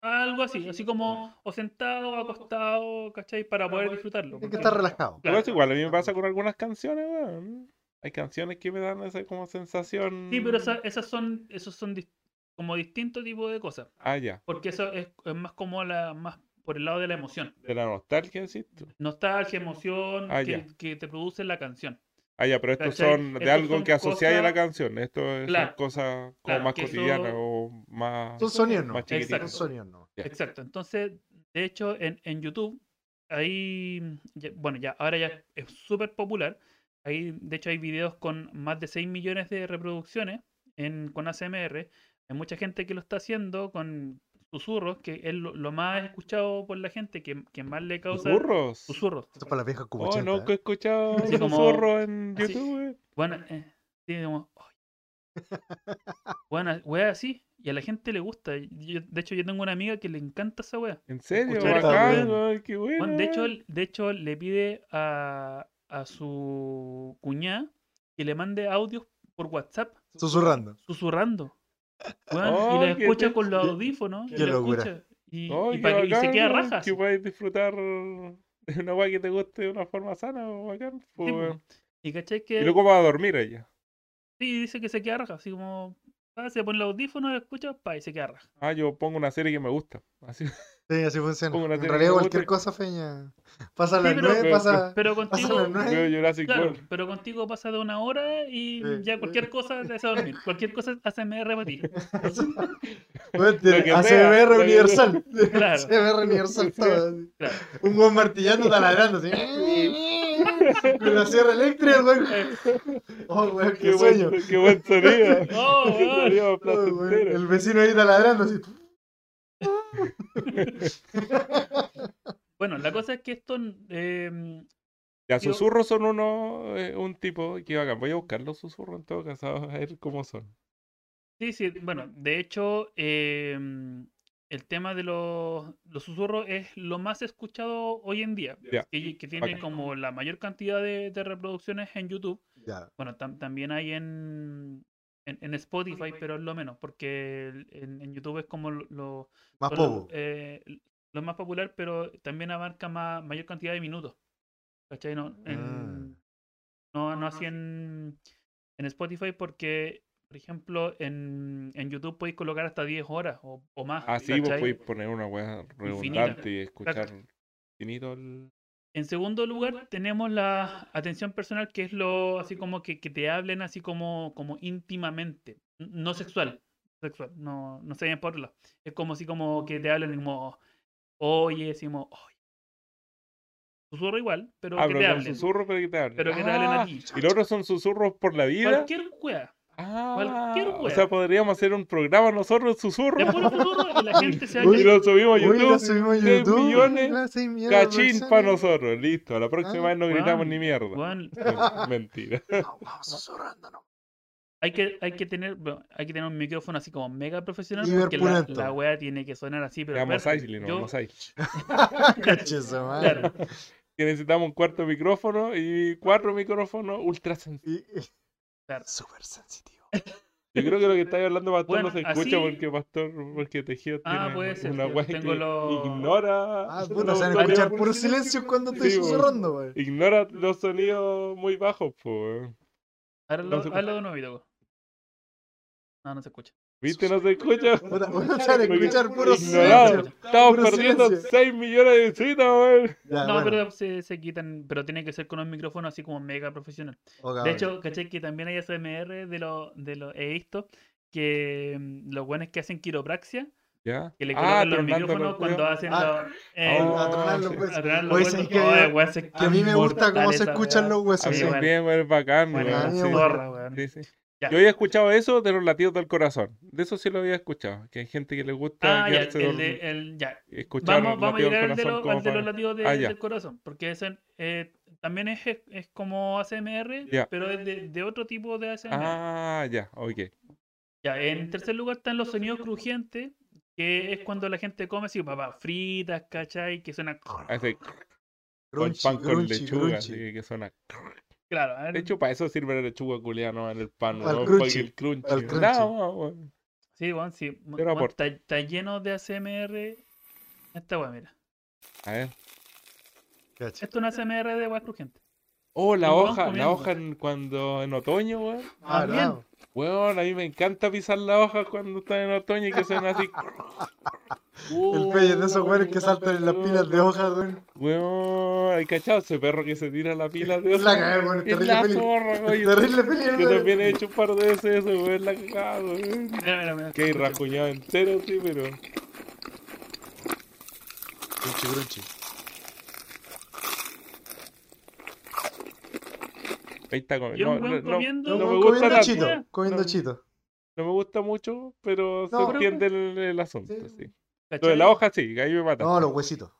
Speaker 1: Algo así, así como o sentado, o acostado, ¿cachai? Para poder disfrutarlo.
Speaker 4: Tiene que
Speaker 1: porque-
Speaker 4: estar relajado.
Speaker 1: Claro.
Speaker 3: Igual, es igual, a mí me pasa con algunas canciones, weón. Hay canciones que me dan esa como sensación.
Speaker 1: Sí, pero esa- esas son, esos son dis- como distintos tipos de cosas.
Speaker 3: Ah, ya.
Speaker 1: Porque eso es, es más como la, más por el lado de la emoción.
Speaker 3: De la nostalgia, decís tú.
Speaker 1: Nostalgia, emoción
Speaker 3: Ah,
Speaker 1: que,
Speaker 3: ya.
Speaker 1: que te produce la canción.
Speaker 3: Ah, ya, pero estos
Speaker 1: ¿Cachai?
Speaker 3: son de
Speaker 1: Estos
Speaker 3: algo
Speaker 1: son
Speaker 3: que asociáis a la
Speaker 1: cosas-
Speaker 3: canción. Esto es
Speaker 1: Claro.
Speaker 3: cosas como
Speaker 1: Claro,
Speaker 3: más
Speaker 1: que eso-
Speaker 3: cotidianas o más.
Speaker 4: Son sonidos no.
Speaker 3: Más
Speaker 4: Son
Speaker 1: chiquititos.
Speaker 4: sonidos no.
Speaker 3: Ya.
Speaker 1: Exacto. Entonces, de hecho, en, en YouTube, ahí, mm, ya- bueno, ya, ahora ya es súper popular. Ahí, de hecho, hay videos con más de 6 millones de reproducciones en, con ACMR. Hay mucha gente que lo está haciendo con susurros, que es lo, lo más escuchado por la gente, que, que más le causa
Speaker 3: ¿Susurros?
Speaker 1: susurros.
Speaker 4: Esto es para las viejas ¿eh? como
Speaker 3: Oh, nunca he escuchado
Speaker 1: Así como-
Speaker 3: susurros en
Speaker 1: así.
Speaker 3: YouTube, weón.
Speaker 1: Bueno, eh, sí, como, "Ay". bueno, wea así, y a la gente le gusta. Yo- de hecho, yo tengo una amiga que le encanta esa wea.
Speaker 3: ¿En serio?
Speaker 1: Escuchar esta
Speaker 3: Bacán,
Speaker 4: weón.
Speaker 3: weón, qué bueno.
Speaker 1: Bueno, de hecho,
Speaker 3: weón.
Speaker 1: él- de hecho le pide a, a su cuñada que le mande audios por WhatsApp
Speaker 4: Susurrando.
Speaker 1: susurrando. Weón, y
Speaker 3: Ay,
Speaker 1: la
Speaker 3: qué
Speaker 1: escucha
Speaker 3: te-
Speaker 1: con los
Speaker 4: qué-
Speaker 1: audífonos.
Speaker 4: qué
Speaker 1: y la
Speaker 4: locura.
Speaker 1: escucha, Y,
Speaker 3: Oh,
Speaker 1: y
Speaker 3: qué
Speaker 1: pa- y se
Speaker 3: bacán,
Speaker 1: queda
Speaker 3: weón,
Speaker 1: raja.
Speaker 3: Que
Speaker 1: así.
Speaker 3: puedes disfrutar de una weá que te guste de una forma sana, o bacán. po,
Speaker 1: Sí, po.
Speaker 3: weón.
Speaker 1: Y cachai
Speaker 3: Y
Speaker 1: que.
Speaker 3: luego va a dormir ella.
Speaker 1: sí, dice que se queda raja. Así como. ah, se pone los audífonos, la escucha, pa, y se queda raja.
Speaker 3: Ah, yo pongo una serie que me gusta. Así.
Speaker 4: Sí, así funciona.
Speaker 3: Como la
Speaker 4: En
Speaker 3: tele
Speaker 4: realidad
Speaker 3: que
Speaker 4: cualquier
Speaker 3: bote.
Speaker 4: cosa, feña. Pasa a las
Speaker 1: Sí, pero-
Speaker 4: nueve, pasa...
Speaker 1: Pero
Speaker 4: Ah, Pasa
Speaker 1: contigo.
Speaker 4: las nueve.
Speaker 3: Veo Jurassic
Speaker 1: Claro,
Speaker 3: World.
Speaker 1: pero contigo pasa de una hora y
Speaker 4: Sí,
Speaker 1: ya
Speaker 4: sí.
Speaker 1: cualquier cosa te hace dormir. Cualquier cosa hace me repetir.
Speaker 4: Bueno,
Speaker 3: Lo que
Speaker 4: ACBR
Speaker 3: sea.
Speaker 4: Universal.
Speaker 1: Claro.
Speaker 4: ACBR Universal todo. así.
Speaker 1: Claro.
Speaker 4: Un buen martillando, taladrando así. Con la sierra eléctrica, güey.
Speaker 1: Eh,
Speaker 4: Oh, güey, qué,
Speaker 3: Qué
Speaker 4: sueño.
Speaker 3: buen, qué buen sonido.
Speaker 1: No,
Speaker 3: Qué
Speaker 1: weón.
Speaker 3: sonido
Speaker 4: Oh, güey,
Speaker 3: placentero.
Speaker 4: el vecino ahí taladrando así.
Speaker 1: Bueno, la cosa es que esto eh,
Speaker 3: Ya,
Speaker 1: Yo-
Speaker 3: susurros son uno, eh, un tipo que bacán. Voy a buscar los susurros en todo caso, a ver cómo son.
Speaker 1: Sí, sí, bueno, de hecho, eh, el tema de los, los susurros es lo más escuchado hoy en día,
Speaker 3: Ya,
Speaker 1: que, que tiene
Speaker 3: bacán.
Speaker 1: como la mayor cantidad de, de reproducciones en YouTube.
Speaker 4: Ya.
Speaker 1: Bueno, tam- también hay en, en, en Spotify, pero es lo menos, porque el- en, en YouTube es como lo, lo-
Speaker 4: Más
Speaker 1: son los,
Speaker 4: poco.
Speaker 1: eh, lo más popular, pero también abarca más, mayor cantidad de minutos. ¿Cachai? No,
Speaker 4: Ah.
Speaker 1: en- no, no así en, en Spotify porque, por ejemplo, en, en YouTube podéis colocar hasta 10 horas o, o más.
Speaker 3: Así Ah, vos
Speaker 1: ¿cachai?
Speaker 3: podéis poner una weá redundante y escuchar
Speaker 1: Exacto.
Speaker 3: finito el.
Speaker 1: En segundo lugar, tenemos la atención personal, que es lo así como que, que te hablen así como, como íntimamente, n- no sexual, sexual, no, no se vayan por otro lado. Es como así como que te hablen como, oye, decimos, oye. Susurro igual, pero
Speaker 3: Ah,
Speaker 1: que
Speaker 3: pero
Speaker 1: te
Speaker 3: con
Speaker 1: hablen.
Speaker 3: susurros, pero que te hablen.
Speaker 1: Pero que te hablen a
Speaker 3: Ah,
Speaker 1: ti.
Speaker 3: Y los otros son susurros por la vida.
Speaker 1: Cualquier wea.
Speaker 3: Ah,
Speaker 1: cualquier
Speaker 3: o
Speaker 1: wea.
Speaker 3: sea, podríamos hacer un programa nosotros,
Speaker 1: De
Speaker 3: susurros.
Speaker 1: puro susurro y la gente se va
Speaker 4: Uy,
Speaker 1: a
Speaker 3: Y lo subimos a
Speaker 4: Uy, la
Speaker 3: YouTube.
Speaker 4: subimos a
Speaker 3: seis
Speaker 4: YouTube.
Speaker 3: millones,
Speaker 4: Ah, seis millones de
Speaker 3: Cachín
Speaker 4: reproducciones.
Speaker 3: para nosotros. Listo, a la próxima
Speaker 4: Ah,
Speaker 3: vez no gritamos
Speaker 1: weón,
Speaker 3: ni mierda.
Speaker 1: Weón,
Speaker 3: Mentira.
Speaker 4: Vamos, vamos susurrando, ¿no?
Speaker 1: hay que, hay que tener, bueno, hay que tener un micrófono así como mega profesional
Speaker 4: Hiper
Speaker 1: porque la,
Speaker 4: pulento.
Speaker 1: la wea tiene que sonar así, pero
Speaker 3: Vamos
Speaker 1: perfecto.
Speaker 3: Aisley, no,
Speaker 1: Yo-
Speaker 3: vamos Aisley.
Speaker 4: Cache su madre.
Speaker 1: claro,
Speaker 3: Que necesitamos un cuarto micrófono y cuatro micrófonos ultra sensibles.
Speaker 4: Y-
Speaker 1: Claro.
Speaker 4: Súper sensitivo.
Speaker 3: Yo creo que lo que estáis hablando, Pastor,
Speaker 1: Bueno,
Speaker 3: no se escucha
Speaker 1: así-
Speaker 3: porque Pastor, porque Tejido
Speaker 1: Ah,
Speaker 3: tiene
Speaker 1: puede ser,
Speaker 3: una
Speaker 1: yo
Speaker 3: weá que
Speaker 1: tengo lo-
Speaker 3: ignora.
Speaker 4: Ah, puta,
Speaker 3: los
Speaker 4: se van a
Speaker 1: varios-
Speaker 4: escuchar
Speaker 3: sonidos-
Speaker 4: puro silencio cuando estoy
Speaker 3: Sí, weón.
Speaker 4: susurrando, güey.
Speaker 3: Ignora los sonidos muy bajos, pues.
Speaker 1: ahora
Speaker 3: No
Speaker 1: lo-
Speaker 3: se-
Speaker 1: hazlo de nuevo, Itaco. No, no se escucha.
Speaker 3: ¿Viste? No se escucha.
Speaker 4: Puta, Voy a echar a escuchar puro
Speaker 3: Ignorado.
Speaker 4: silencio.
Speaker 3: Estamos
Speaker 4: Puro
Speaker 3: perdiendo
Speaker 4: silencio.
Speaker 3: 6 millones de visitas, weón.
Speaker 4: Ya,
Speaker 1: no,
Speaker 4: Ah, bueno.
Speaker 1: pero se, se quitan, pero tiene que ser con un micrófono así como mega profesional.
Speaker 4: Oh,
Speaker 1: De
Speaker 4: cabrón.
Speaker 1: hecho, caché que también hay ASMR de los de los he visto que mm, los buenos que hacen quiropraxia
Speaker 3: ¿Ya?
Speaker 1: Que le
Speaker 3: ah,
Speaker 1: colocan los
Speaker 3: tronando
Speaker 1: micrófonos
Speaker 3: los
Speaker 1: cuando
Speaker 3: cuernos.
Speaker 1: hacen
Speaker 4: Ah,
Speaker 1: los. eh,
Speaker 3: oh,
Speaker 1: a
Speaker 4: tronar los
Speaker 3: sí.
Speaker 4: huesos.
Speaker 1: tronar los
Speaker 4: Oye,
Speaker 1: huesos.
Speaker 4: sí que-
Speaker 1: Ay, eh, weón, se-
Speaker 4: Que a mí me gusta cómo
Speaker 1: mortal
Speaker 4: se
Speaker 1: esa
Speaker 4: escuchan
Speaker 1: weá.
Speaker 4: los
Speaker 3: A
Speaker 4: huesos.
Speaker 3: mí
Speaker 1: Sí,
Speaker 4: sí.
Speaker 1: bueno.
Speaker 3: también, weón, es bacán,
Speaker 1: Bueno,
Speaker 4: a
Speaker 3: weón,
Speaker 4: mí
Speaker 1: es
Speaker 4: me
Speaker 3: sí.
Speaker 4: gusta.
Speaker 1: zorra, weón.
Speaker 3: Sí, sí.
Speaker 1: Ya.
Speaker 3: Yo había escuchado eso de los latidos del corazón. De eso sí lo había escuchado. Que hay gente que le gusta
Speaker 1: Ah, ya,
Speaker 3: quedarse
Speaker 1: el de-
Speaker 3: dorm-
Speaker 1: el- ya.
Speaker 3: escuchar
Speaker 1: Vamos,
Speaker 3: los
Speaker 1: vamos a
Speaker 3: latidos
Speaker 1: llegar
Speaker 3: del
Speaker 1: al de,
Speaker 3: corazón
Speaker 1: los-
Speaker 3: como
Speaker 1: al de
Speaker 3: para-
Speaker 1: los latidos de-
Speaker 3: Ah, ya.
Speaker 1: del corazón, porque ese, eh, también es, es como ASMR,
Speaker 3: Ya.
Speaker 1: pero es de, de otro tipo de ASMR.
Speaker 3: Ah, ya, ok.
Speaker 1: Ya, en tercer lugar están los sonidos crujientes, que es cuando la gente come así, papas fritas, ¿cachai? Que suena...
Speaker 3: Hace con
Speaker 4: Crunchy,
Speaker 3: pan con
Speaker 4: crunchy,
Speaker 3: lechuga, así
Speaker 4: crunchy.
Speaker 3: que suena.
Speaker 1: Claro, a ver,
Speaker 3: De hecho, para eso sirve la lechuga culiada, no en el pan,
Speaker 4: Al
Speaker 3: weón,
Speaker 4: crunchy,
Speaker 3: porque el crunchy.
Speaker 4: al
Speaker 3: No,
Speaker 4: crunchy.
Speaker 3: no, weón.
Speaker 1: sí, bueno, sí. mu-
Speaker 3: Pero
Speaker 1: bueno,
Speaker 3: aporta.
Speaker 1: está, está lleno de ASMR. Esta weá, mira.
Speaker 3: A ver.
Speaker 4: Cacha.
Speaker 1: Esto es un ASMR de weá crujiente.
Speaker 3: Oh, la
Speaker 1: Un weón
Speaker 3: hoja, la
Speaker 1: comiendo.
Speaker 3: hoja en- cuando en otoño, weón.
Speaker 4: Ah,
Speaker 1: También.
Speaker 4: bravo.
Speaker 3: Weón, a mí me encanta pisar la hoja cuando está en otoño y que suena así. uh,
Speaker 4: El pelle de esos güeyes que saltan en las pilas de hojas, güey.
Speaker 3: Weón, hay cachado ese perro que se tira a la pila de
Speaker 4: La
Speaker 3: hoja.
Speaker 4: cagué, güey.
Speaker 3: Es
Speaker 4: Terrible
Speaker 3: la
Speaker 4: peli.
Speaker 3: zorra, güey.
Speaker 4: Terrible peli,
Speaker 3: Yo
Speaker 4: güey.
Speaker 3: también he hecho un par de veces eso, weón, la cagada, weón.
Speaker 1: Mira, mira, mira.
Speaker 3: Que hay
Speaker 1: escucha.
Speaker 3: rascuñado entero, sí, pero.
Speaker 4: Crunchy, crunchy.
Speaker 3: Ahí está comiendo.
Speaker 1: Y un
Speaker 3: No,
Speaker 1: weón
Speaker 3: no, no,
Speaker 1: comiendo-
Speaker 3: no me
Speaker 4: Un
Speaker 3: gusta
Speaker 4: comiendo
Speaker 3: tanto.
Speaker 4: chito,
Speaker 1: No.
Speaker 4: comiendo
Speaker 3: No.
Speaker 4: chito.
Speaker 3: no me gusta mucho, pero se
Speaker 4: No, pero-
Speaker 3: entiende el, el asunto,
Speaker 4: Sí.
Speaker 3: sí. Lo
Speaker 1: ¿Cachai?
Speaker 3: de la hoja, sí, ahí me mata.
Speaker 4: No, los huesitos. Eh,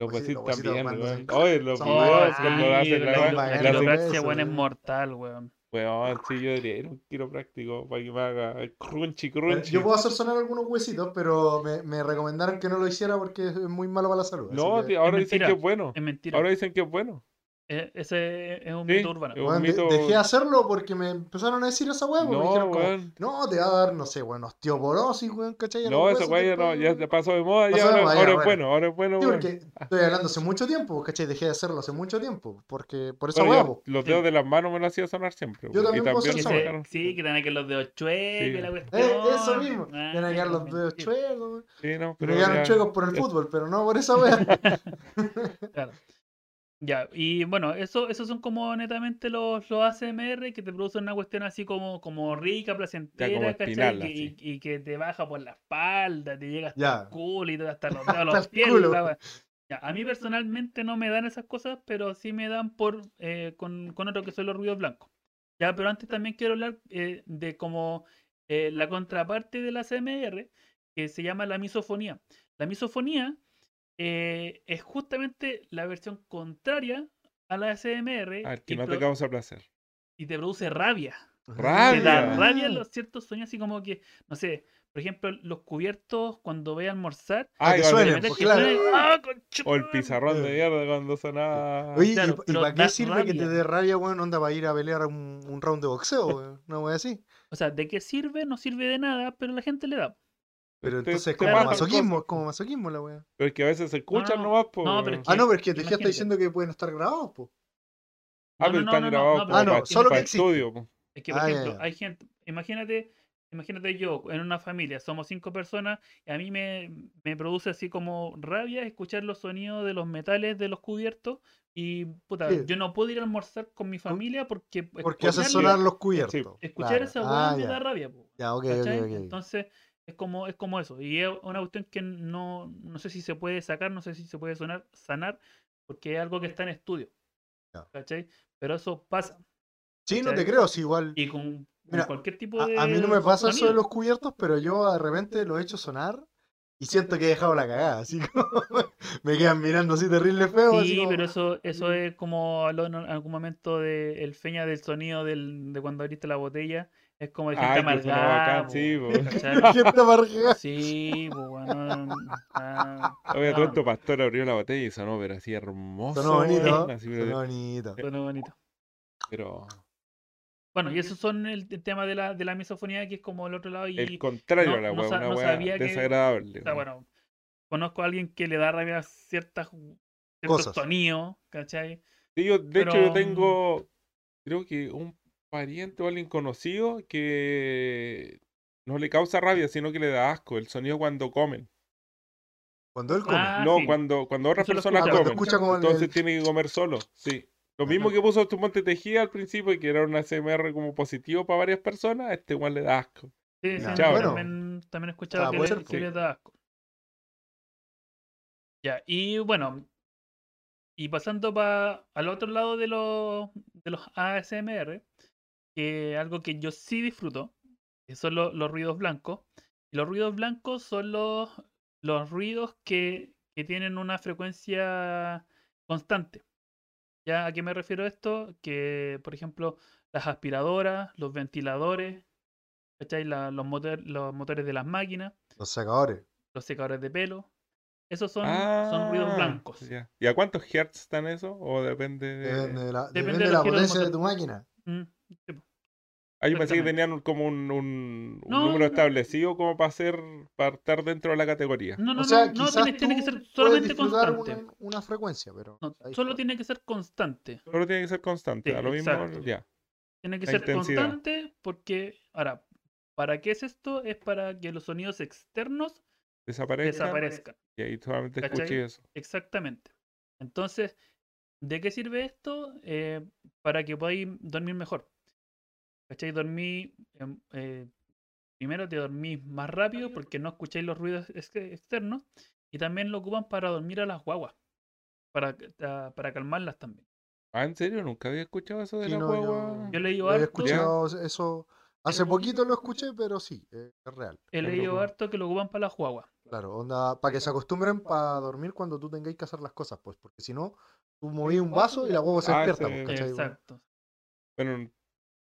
Speaker 3: los
Speaker 4: pues sí,
Speaker 3: huesitos
Speaker 4: los huesitos
Speaker 3: también,
Speaker 4: cuando
Speaker 3: weón.
Speaker 4: se-
Speaker 3: Oye, los
Speaker 4: son
Speaker 3: videos
Speaker 4: bacanes,
Speaker 3: cuando Oh, lo hacen,
Speaker 1: la,
Speaker 3: la
Speaker 4: son
Speaker 3: weón.
Speaker 1: la
Speaker 4: bacanes.
Speaker 3: la-
Speaker 4: Los
Speaker 1: quiropraxia,
Speaker 4: besos,
Speaker 1: weón, es
Speaker 4: weón.
Speaker 1: mortal, weón.
Speaker 3: Weón, sí, yo diría, era un quiropráctico para que me haga el crunchy, crunchy.
Speaker 4: Yo puedo hacer sonar algunos huesitos, pero me, me recomendaron que no lo hiciera porque es muy malo para la salud. así
Speaker 3: No,
Speaker 4: que-
Speaker 3: tío, ahora
Speaker 1: Es
Speaker 3: dicen que
Speaker 1: mentira.
Speaker 3: es bueno.
Speaker 1: Es mentira.
Speaker 3: Ahora dicen que es bueno.
Speaker 1: E- ese es un
Speaker 3: Sí,
Speaker 1: mito urbano.
Speaker 3: es un
Speaker 4: Weón, de-
Speaker 3: mito-
Speaker 4: dejé de hacerlo porque me empezaron a decir esa weá, porque me
Speaker 3: No,
Speaker 4: dijeron como,
Speaker 3: weón.
Speaker 4: no, te va a dar, no sé, weón, osteoporosis, weón, ¿cachai? A los
Speaker 3: No, esa
Speaker 4: huesos,
Speaker 3: weá ya no,
Speaker 4: después,
Speaker 3: ya
Speaker 4: weón.
Speaker 3: ya pasó de moda, ya
Speaker 4: Pasó de
Speaker 3: ahora,
Speaker 4: moda, ya,
Speaker 3: ahora es
Speaker 4: bueno.
Speaker 3: bueno, ahora es bueno,
Speaker 4: Sí,
Speaker 3: weón.
Speaker 4: porque estoy hablando hace mucho tiempo, ¿cachai? Dejé de hacerlo hace mucho tiempo, porque por esa
Speaker 3: Pero
Speaker 4: weá,
Speaker 3: yo-
Speaker 4: po.
Speaker 3: los
Speaker 1: Sí.
Speaker 3: dedos de las manos me lo hacía sonar siempre. weón,
Speaker 4: Yo
Speaker 3: y
Speaker 4: también puedo hacer
Speaker 1: Que
Speaker 4: esa
Speaker 1: se-
Speaker 4: weá.
Speaker 3: sacaron-
Speaker 1: sí, que tienen que los dedos chuecos y la
Speaker 3: Eh,
Speaker 1: cuestión.
Speaker 4: Eh, eso mismo,
Speaker 1: Ah,
Speaker 4: van a quedar los dedos
Speaker 1: sí,
Speaker 4: chuecos, weón.
Speaker 3: Sí, no,
Speaker 4: Pero
Speaker 3: pero
Speaker 4: quedaron
Speaker 3: ya-
Speaker 4: chuecos por el
Speaker 3: ya-
Speaker 4: fútbol, pero no por esa weá.
Speaker 1: claro. Ya, y bueno, eso, esos son como netamente los, los ASMR que te producen una cuestión así como, como rica, placentera, ¿cachai?
Speaker 3: espinal,
Speaker 1: Que-
Speaker 3: así.
Speaker 1: y, y que te baja por la espalda, te llega hasta
Speaker 4: Ya.
Speaker 1: el culo y te- hasta los dedos,
Speaker 4: Hasta
Speaker 1: los
Speaker 4: el
Speaker 1: pies.
Speaker 4: culo.
Speaker 1: la wea. Ya, a mí personalmente no me dan esas cosas, pero sí me dan por eh, con, con otro que son los ruidos blancos. Ya, pero antes también quiero hablar eh, de como eh, la contraparte de la CMR, que se llama la misofonía. La misofonía eh, es justamente la versión contraria a la SMR
Speaker 3: Al que
Speaker 1: y,
Speaker 3: no te
Speaker 1: pro-
Speaker 3: causa placer.
Speaker 1: y te produce rabia. Te
Speaker 4: Ah,
Speaker 3: Rabia.
Speaker 1: da rabia los ciertos sueños, así como que, no sé, por ejemplo, los cubiertos cuando voy a almorzar.
Speaker 4: Ah, que
Speaker 3: cuando-
Speaker 1: de
Speaker 4: suene,
Speaker 1: repente
Speaker 4: pues,
Speaker 1: que
Speaker 4: claro.
Speaker 1: suene, ¡ah, concha
Speaker 3: O el
Speaker 1: madre!
Speaker 3: pizarrón de
Speaker 4: Eh.
Speaker 3: mierda cuando sonaba.
Speaker 4: Oye,
Speaker 1: Claro,
Speaker 4: ¿y,
Speaker 1: pero
Speaker 4: para qué
Speaker 1: da
Speaker 4: sirve que te
Speaker 1: rabia.
Speaker 4: dé rabia, weón, onda para ir a pelear un, un round de boxeo, weón? Una weá así.
Speaker 1: O sea, ¿de qué sirve? No sirve de nada, pero la gente le da.
Speaker 4: Pero
Speaker 3: Te-
Speaker 4: entonces es
Speaker 3: te
Speaker 4: como
Speaker 1: bajan
Speaker 4: masoquismo, es como masoquismo la weá.
Speaker 3: Pero es que a veces se escuchan
Speaker 1: no,
Speaker 3: nomás, po.
Speaker 1: no, pero
Speaker 3: weón.
Speaker 1: es que-
Speaker 4: Ah, no, pero es que dejé
Speaker 1: Imagínate.
Speaker 4: está diciendo que pueden estar grabados, po.
Speaker 1: No,
Speaker 3: Ah, pero
Speaker 1: no, no,
Speaker 3: están
Speaker 1: no, no,
Speaker 3: grabados
Speaker 1: no,
Speaker 3: po,
Speaker 1: pero
Speaker 4: Ah, no,
Speaker 3: pa-
Speaker 4: solo
Speaker 3: pa
Speaker 4: que existe.
Speaker 3: estudio, po.
Speaker 1: Es que, por
Speaker 4: Ah, ya,
Speaker 1: ejemplo,
Speaker 4: ya.
Speaker 1: hay gente, imagínate, imagínate yo en una familia, somos cinco personas, y a mí me, me produce así como rabia escuchar los sonidos de los metales de los cubiertos, y puta,
Speaker 4: Sí.
Speaker 1: yo no puedo ir a almorzar con mi familia porque
Speaker 4: Porque hace
Speaker 1: escucharlo-
Speaker 4: sonar los cubiertos.
Speaker 1: escuchar
Speaker 4: claro.
Speaker 1: esa
Speaker 4: Ah,
Speaker 1: weá me
Speaker 4: ya.
Speaker 1: da rabia, po,
Speaker 4: Ya, ok, ok,
Speaker 1: ¿cachai?
Speaker 4: ok.
Speaker 1: Entonces, es como, es como eso. Y es una cuestión que no, no sé si se puede sacar, no sé si se puede sonar, sanar, porque es algo que está en estudio.
Speaker 4: Ya.
Speaker 1: ¿Cachai? Pero eso pasa.
Speaker 4: Sí, no te
Speaker 1: ¿cachai?
Speaker 4: creo, si igual.
Speaker 1: Y con, con
Speaker 4: Mira,
Speaker 1: cualquier tipo
Speaker 4: A,
Speaker 1: de.
Speaker 4: a mí no me pasa eso de
Speaker 1: sonido.
Speaker 4: los cubiertos, pero yo de repente lo he hecho sonar y siento que he dejado la cagada. Así como me quedan mirando así terrible feo. así
Speaker 1: Sí,
Speaker 4: como- mm.
Speaker 1: pero eso, eso es como habló en algún momento de el feña del sonido del, de cuando abriste la botella. Es como de gente
Speaker 3: Ah, que suena
Speaker 1: amargada.
Speaker 3: bacán, sí,
Speaker 1: po, ¿cachai?
Speaker 3: po.
Speaker 4: Gente amargada.
Speaker 1: Sí, po, bueno, ah,
Speaker 3: Oye,
Speaker 1: ah,
Speaker 3: todo esto Pastor abrió la botella y sonó, pero así hermoso.
Speaker 4: Sonó bonito.
Speaker 3: weón, así, pero-
Speaker 4: Sonó bonito.
Speaker 1: suena bonito.
Speaker 3: pero
Speaker 1: Bueno, y esos son el, el tema de la, de la misofonía, que es como el otro lado. Y
Speaker 3: el contrario a la
Speaker 1: no
Speaker 3: weá,
Speaker 1: sa-
Speaker 3: una
Speaker 1: no
Speaker 3: weá
Speaker 1: sabía que-
Speaker 3: desagradable.
Speaker 1: o sea,
Speaker 3: weón.
Speaker 1: bueno, conozco a alguien que le da rabia a ciertas
Speaker 4: Cosas.
Speaker 1: ciertos sonidos, ¿cachai?
Speaker 3: Sí, yo, de hecho,
Speaker 1: Pero- mm.
Speaker 3: yo tengo, creo que un pariente o alguien conocido que no le causa rabia, sino que le da asco el sonido cuando comen.
Speaker 4: Cuando él come.
Speaker 1: Ah,
Speaker 3: no,
Speaker 1: sí.
Speaker 3: cuando, cuando otras
Speaker 1: Eso lo
Speaker 3: personas
Speaker 1: escucha. Ah,
Speaker 3: comen.
Speaker 4: cuando escucha como el-
Speaker 3: Entonces tiene que comer solo, sí. Lo
Speaker 4: Ajá.
Speaker 3: mismo que puso tu monte tejía al principio, que era una CMR como positivo para varias personas, a este igual le da asco.
Speaker 1: Sí, sí,
Speaker 4: Ya,
Speaker 1: no,
Speaker 3: bueno.
Speaker 1: también, también he escuchado
Speaker 4: Ah,
Speaker 1: que,
Speaker 4: puede
Speaker 1: le-
Speaker 4: ser,
Speaker 1: que
Speaker 4: sí.
Speaker 1: les da asco. Ya, y bueno, y pasando pa- al otro lado de los, de los ASMR, que algo que yo sí disfruto, que son lo- los ruidos blancos. Y los ruidos blancos son los, los ruidos que, que tienen una frecuencia constante. ¿Ya a qué me refiero esto? Que, por ejemplo, las aspiradoras, los ventiladores, ¿cachai? La- los, motor- los motores de las máquinas,
Speaker 4: Los sacadores.
Speaker 1: los secadores de pelo. Esos son, son ruidos
Speaker 3: Ah,
Speaker 1: blancos.
Speaker 3: ya. ¿Y a cuántos hertz están eso? ¿O depende de...?
Speaker 4: Depende Eh, de la, depende
Speaker 1: Depende
Speaker 4: de
Speaker 1: de
Speaker 4: la
Speaker 1: los giros del
Speaker 4: potencia de tu máquina.
Speaker 1: Mm.
Speaker 3: Ah, yo pensé que
Speaker 1: Exactamente.
Speaker 3: tenían un- como un, un- un
Speaker 1: No,
Speaker 3: número
Speaker 1: no.
Speaker 3: establecido como para hacer, para estar dentro de la categoría.
Speaker 1: No, no,
Speaker 4: o sea,
Speaker 1: no, no,
Speaker 4: quizás
Speaker 1: tiene, tiene que
Speaker 4: tú
Speaker 1: ser
Speaker 4: puedes
Speaker 1: solamente
Speaker 4: disfrutar
Speaker 1: constante.
Speaker 4: Una, una frecuencia, pero...
Speaker 1: No,
Speaker 4: ahí
Speaker 1: solo
Speaker 4: está.
Speaker 1: tiene que ser constante.
Speaker 3: Solo tiene que ser constante.
Speaker 1: Sí,
Speaker 3: a lo mismo,
Speaker 1: exacto.
Speaker 3: ya.
Speaker 1: Tiene que
Speaker 3: La
Speaker 1: ser
Speaker 3: intensidad.
Speaker 1: constante porque, ahora, ¿para qué es esto? Es para que los sonidos externos
Speaker 3: Desaparece.
Speaker 1: desaparezcan.
Speaker 3: Y ahí solamente
Speaker 1: ¿Cachai?
Speaker 3: escuché eso.
Speaker 1: Exactamente. Entonces, ¿de qué sirve esto? Eh, para que podáis dormir mejor. ¿Cachai? Dormí, em, eh, primero te dormís más rápido porque no escucháis los ruidos ex- externos y también lo ocupan para dormir a las guaguas, para, que- ta- para calmarlas también.
Speaker 3: Ah, ¿en serio? Nunca había escuchado eso de
Speaker 4: Sí,
Speaker 3: la
Speaker 4: no,
Speaker 3: guagua.
Speaker 1: Yo he leído
Speaker 4: Yo había
Speaker 1: harto,
Speaker 4: escuchado eso... Hace
Speaker 1: Pero-
Speaker 4: poquito lo escuché, pero sí, eh, es real.
Speaker 1: he
Speaker 3: Qué
Speaker 1: leído
Speaker 3: loco.
Speaker 1: harto que lo ocupan para las guaguas.
Speaker 4: Claro, onda, para que se acostumbren para dormir cuando tú tengáis que hacer las cosas, pues, porque si no, tú movís un vaso y la huevo se
Speaker 3: Ah,
Speaker 4: despierta,
Speaker 3: sí.
Speaker 4: pues, ¿cachai?
Speaker 1: Exacto.
Speaker 3: Bueno,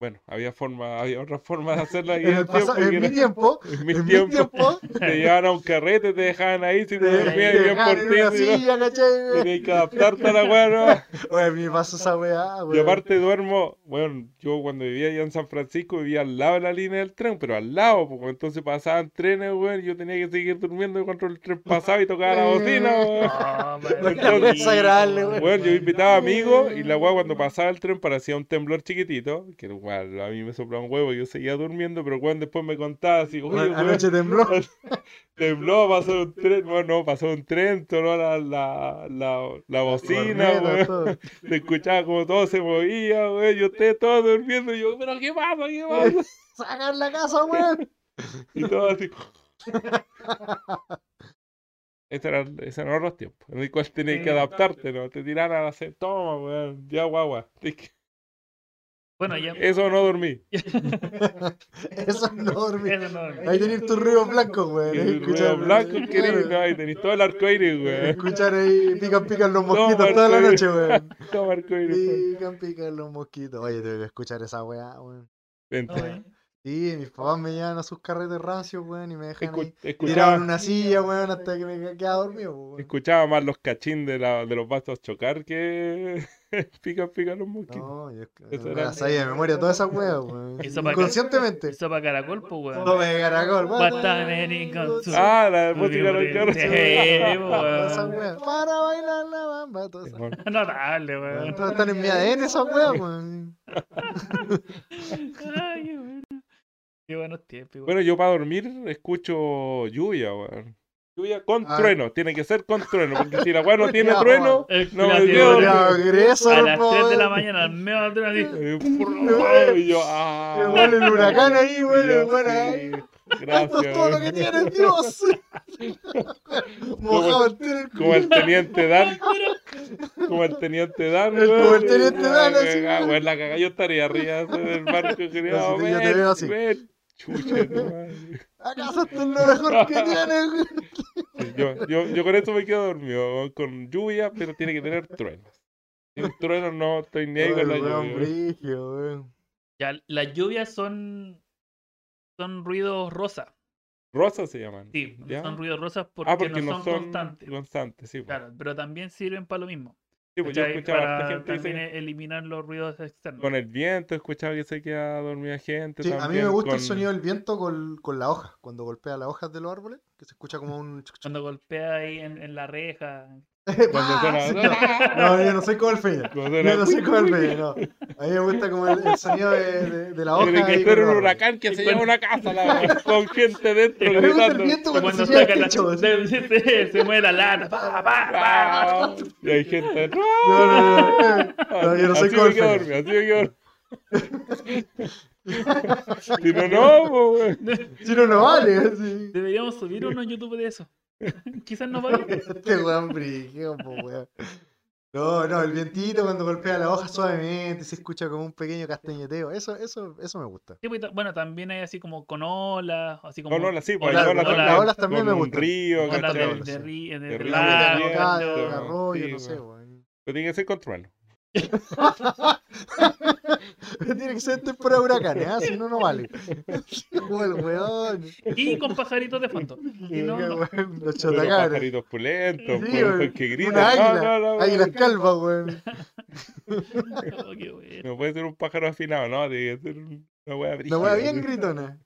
Speaker 3: bueno, había forma, había otra forma de hacerla ahí
Speaker 4: En, el pasa- en mi tiempo,
Speaker 3: en mi
Speaker 4: en mi
Speaker 3: tiempo,
Speaker 4: tiempo,
Speaker 3: te llevaban a un carrete, te dejaban ahí, si te
Speaker 4: te-
Speaker 3: dormías
Speaker 4: te
Speaker 1: bien
Speaker 3: bien
Speaker 4: dejaban
Speaker 3: por
Speaker 4: en
Speaker 3: ti,
Speaker 4: una
Speaker 3: si no,
Speaker 4: silla, ¿cachai?
Speaker 3: tenías que adaptarte a la guagua.
Speaker 4: Oye, mi paso esa weá,
Speaker 3: Y
Speaker 4: weón.
Speaker 3: aparte duermo, bueno, yo cuando vivía allá en San Francisco vivía al lado de la línea del tren, pero al lado, pues entonces pasaban trenes, weón, y yo tenía que seguir durmiendo cuando el tren pasaba y tocaba la bocina,
Speaker 4: Eh.
Speaker 3: weón.
Speaker 1: Ah,
Speaker 4: Bueno,
Speaker 1: qué
Speaker 4: también es
Speaker 1: rico,
Speaker 4: agradable,
Speaker 1: weón.
Speaker 3: Weón, yo invitaba amigos y la weá cuando pasaba el tren parecía un temblor chiquitito, que igual a mí me soplaba un huevo, yo seguía durmiendo, pero weón después me contaba así, oye,
Speaker 4: Weón,
Speaker 3: weón,
Speaker 4: anoche tembló.
Speaker 3: tembló, pasó un tren, bueno, no, pasó un tren, sonó la, la, la, la bocina,
Speaker 4: Corneta,
Speaker 3: weón.
Speaker 4: todo.
Speaker 3: Se escuchaba como todo se movía, güey. Yo ustedes todos durmiendo. Y yo, ¿pero qué pasa? ¿Qué pasa?
Speaker 4: Sacan la casa, weón.
Speaker 3: Y todo así. Ese era, ese eran otros tiempos. En el cual tenías que adaptarte, ¿no? Te tiraban a la sed. Toma, weón. Ya, guagua. Es que
Speaker 1: Bueno, ya.
Speaker 3: Eso no dormí.
Speaker 4: Eso es enorme.
Speaker 1: eso no-
Speaker 4: Ahí tenés tus ruidos blancos,
Speaker 3: Y
Speaker 4: weón. ahí
Speaker 3: el
Speaker 4: escuchar-
Speaker 3: ruido blanco,
Speaker 4: claro,
Speaker 3: querido. No, ahí tenés todo el arcoíris, güey.
Speaker 4: Escuchar ahí, pican, pican los mosquitos
Speaker 3: Marco,
Speaker 4: toda la
Speaker 3: weón.
Speaker 4: noche, weón.
Speaker 3: Todo el arcoíris, weón.
Speaker 4: Pican, pican los mosquitos. Oye, tengo que escuchar esa weá, weón.
Speaker 1: no,
Speaker 3: Entonces,
Speaker 1: eh.
Speaker 4: Sí, mis papás me llevan a sus carretes rancios, weón, y me dejan
Speaker 3: escu-
Speaker 4: ahí tirado en
Speaker 3: Escuchaba,
Speaker 4: una silla, weón, hasta que me quedaba dormido, po, weón.
Speaker 3: escuchaba más los cachín de, la, de los bastos chocar que pica, pica los mosquitos.
Speaker 4: No, yo yo
Speaker 3: Eso
Speaker 4: me
Speaker 3: era-
Speaker 4: la sabía de memoria todas esas weas, weón.
Speaker 1: Eso para que-
Speaker 4: Inconscientemente.
Speaker 1: Eso para caracol, pues, weón.
Speaker 4: Tome de caracol,
Speaker 1: Basta de venir con su-
Speaker 4: Ah,
Speaker 3: Ah, la
Speaker 1: Tú
Speaker 3: música
Speaker 1: digo,
Speaker 3: del carro.
Speaker 1: te- te-
Speaker 4: todas esas
Speaker 1: weón.
Speaker 4: weas. Para bailar la bamba, todas esas
Speaker 3: Bueno,
Speaker 1: No, dale, weón.
Speaker 4: weas. Todas están en mi ADN esas weas, weón.
Speaker 1: Ay, bueno. Qué buenos tiempos, weón.
Speaker 3: Bueno, yo para dormir escucho lluvia, weón. Lluvia con
Speaker 4: Ah.
Speaker 3: trueno, tiene que ser con trueno, porque si la weá no tiene
Speaker 4: Ya,
Speaker 3: trueno,
Speaker 1: El
Speaker 3: no,
Speaker 1: culiao
Speaker 3: yo-
Speaker 1: llegó
Speaker 3: yo-
Speaker 1: a
Speaker 4: Ya, Greso,
Speaker 1: las 3 de la
Speaker 4: weón.
Speaker 1: mañana, al medio de la mañana, así.
Speaker 3: eh, prrr, y yo,
Speaker 4: Que
Speaker 3: ah,
Speaker 4: huele el huracán ahí,
Speaker 3: yo
Speaker 4: weón,
Speaker 3: sí,
Speaker 4: weón, ahí. Esto es
Speaker 3: Gracias,
Speaker 4: todo lo que
Speaker 3: weón.
Speaker 4: tienes, Dios. Mojado entero el
Speaker 3: Como el teniente Dan, como el teniente Dan,
Speaker 4: El- como el teniente Dan,
Speaker 3: La
Speaker 4: así,
Speaker 3: cagá,
Speaker 4: weón.
Speaker 3: weón, ah, la cagá, yo estaría arriba así, del barco, criado,
Speaker 4: yo te veo así.
Speaker 3: Chucha, tu madre.
Speaker 4: ¿Acaso esto es lo mejor que tienes? güey?
Speaker 3: Yo, yo, yo con esto me quedo dormido, weón, con lluvia, pero tiene que tener truenos. Sin truenos no estoy ni ahí con la
Speaker 4: Ay,
Speaker 3: lluvia.
Speaker 4: weón,
Speaker 3: weón.
Speaker 4: brigio, weón.
Speaker 1: Ya, las lluvias son. Son ruidos rosas.
Speaker 3: Rosas se llaman.
Speaker 1: Sí,
Speaker 3: ¿ya?
Speaker 1: son ruidos rosas porque,
Speaker 3: ah, porque
Speaker 1: no son, constantes.
Speaker 3: constantes, sí. pues.
Speaker 1: Claro, pero también sirven para lo mismo.
Speaker 3: Sí, pues, yo
Speaker 1: ¿cachai?
Speaker 3: escuchaba a
Speaker 1: para
Speaker 3: harta gente
Speaker 1: también
Speaker 3: que
Speaker 1: eliminar los ruidos
Speaker 3: se-
Speaker 1: externos.
Speaker 3: con el viento, escuchaba que se queda dormida gente.
Speaker 4: Sí, a mí
Speaker 3: también,
Speaker 4: me gusta el
Speaker 3: con-
Speaker 4: sonido del viento con, con la hoja, cuando golpea las hojas de los árboles, que se escucha como un... chuc, chuc.
Speaker 1: Cuando golpea ahí en, en la reja.
Speaker 3: Cuando
Speaker 4: ¡Ah!
Speaker 3: suena.
Speaker 4: No, yo no soy como el Feña.
Speaker 3: cuando
Speaker 4: Yo no soy
Speaker 3: suena-
Speaker 4: como el Feña, no. A mí me gusta como el, el sonido de, de- de la hoja.
Speaker 3: Tiene que
Speaker 4: ahí
Speaker 3: ser
Speaker 4: con
Speaker 3: un
Speaker 4: los árboles.
Speaker 3: huracán que se lleva una casa, la verdad, con gente dentro
Speaker 4: Me gusta el
Speaker 3: gritando.
Speaker 4: viento cuando,
Speaker 1: Cuando
Speaker 4: se lleva
Speaker 1: saca
Speaker 4: el
Speaker 1: la.
Speaker 4: techo, así.
Speaker 1: Se, se- se mueve la lana. pa, pa, pa.
Speaker 3: Ah, Y hay gente.
Speaker 4: No, no, no, no, no, yo no soy
Speaker 3: así me quedo
Speaker 4: Corfel.
Speaker 3: dormido, así me quedo dormido. Si no, no, po, weón.
Speaker 4: Si no, no vale. sí.
Speaker 1: Deberíamos subir uno en YouTube de eso. Quizás no vaya.
Speaker 4: Este weón brígido, po, weón. No, no, el vientito cuando golpea la hoja suavemente se escucha como un pequeño castañeteo. Eso, eso, eso me gusta.
Speaker 1: Sí, pues, ta- Bueno, también hay así como con olas, así como
Speaker 3: Con olas, sí, pues,
Speaker 1: olas-
Speaker 3: hay olas
Speaker 1: olas-
Speaker 3: también.
Speaker 4: olas también
Speaker 3: Con
Speaker 4: me
Speaker 3: un
Speaker 4: gustan.
Speaker 3: río,
Speaker 4: Me
Speaker 1: olas
Speaker 4: encantan
Speaker 1: de,
Speaker 3: ¿cachai?
Speaker 4: las olas,
Speaker 1: de
Speaker 4: sí.
Speaker 1: ri- de-
Speaker 3: De
Speaker 1: de
Speaker 3: río,
Speaker 1: lago,
Speaker 3: de
Speaker 4: Calle,
Speaker 3: weón.
Speaker 4: arroyo, no
Speaker 3: Sí,
Speaker 4: sé, weón.
Speaker 3: Pero tiene que ser con trueno.
Speaker 4: Tiene que ser temporada de huracanes, ¿ah? si no, no vale. Como el weón.
Speaker 1: Y con pajaritos de fondo. Y no, no.
Speaker 4: Weón, Los
Speaker 3: Pero
Speaker 4: chotacabras.
Speaker 3: pajaritos pulentos,
Speaker 4: Sí,
Speaker 3: pues,
Speaker 4: weón.
Speaker 3: pues, que gritan.
Speaker 4: Una águila,
Speaker 3: No, no, no,
Speaker 4: águilas
Speaker 3: weón.
Speaker 4: calvas, weón.
Speaker 1: Oh, qué bueno.
Speaker 3: No puede ser un pájaro afinado, no, tiene que ser un- una wea
Speaker 4: Una
Speaker 3: brígida.
Speaker 4: weá bien gritona.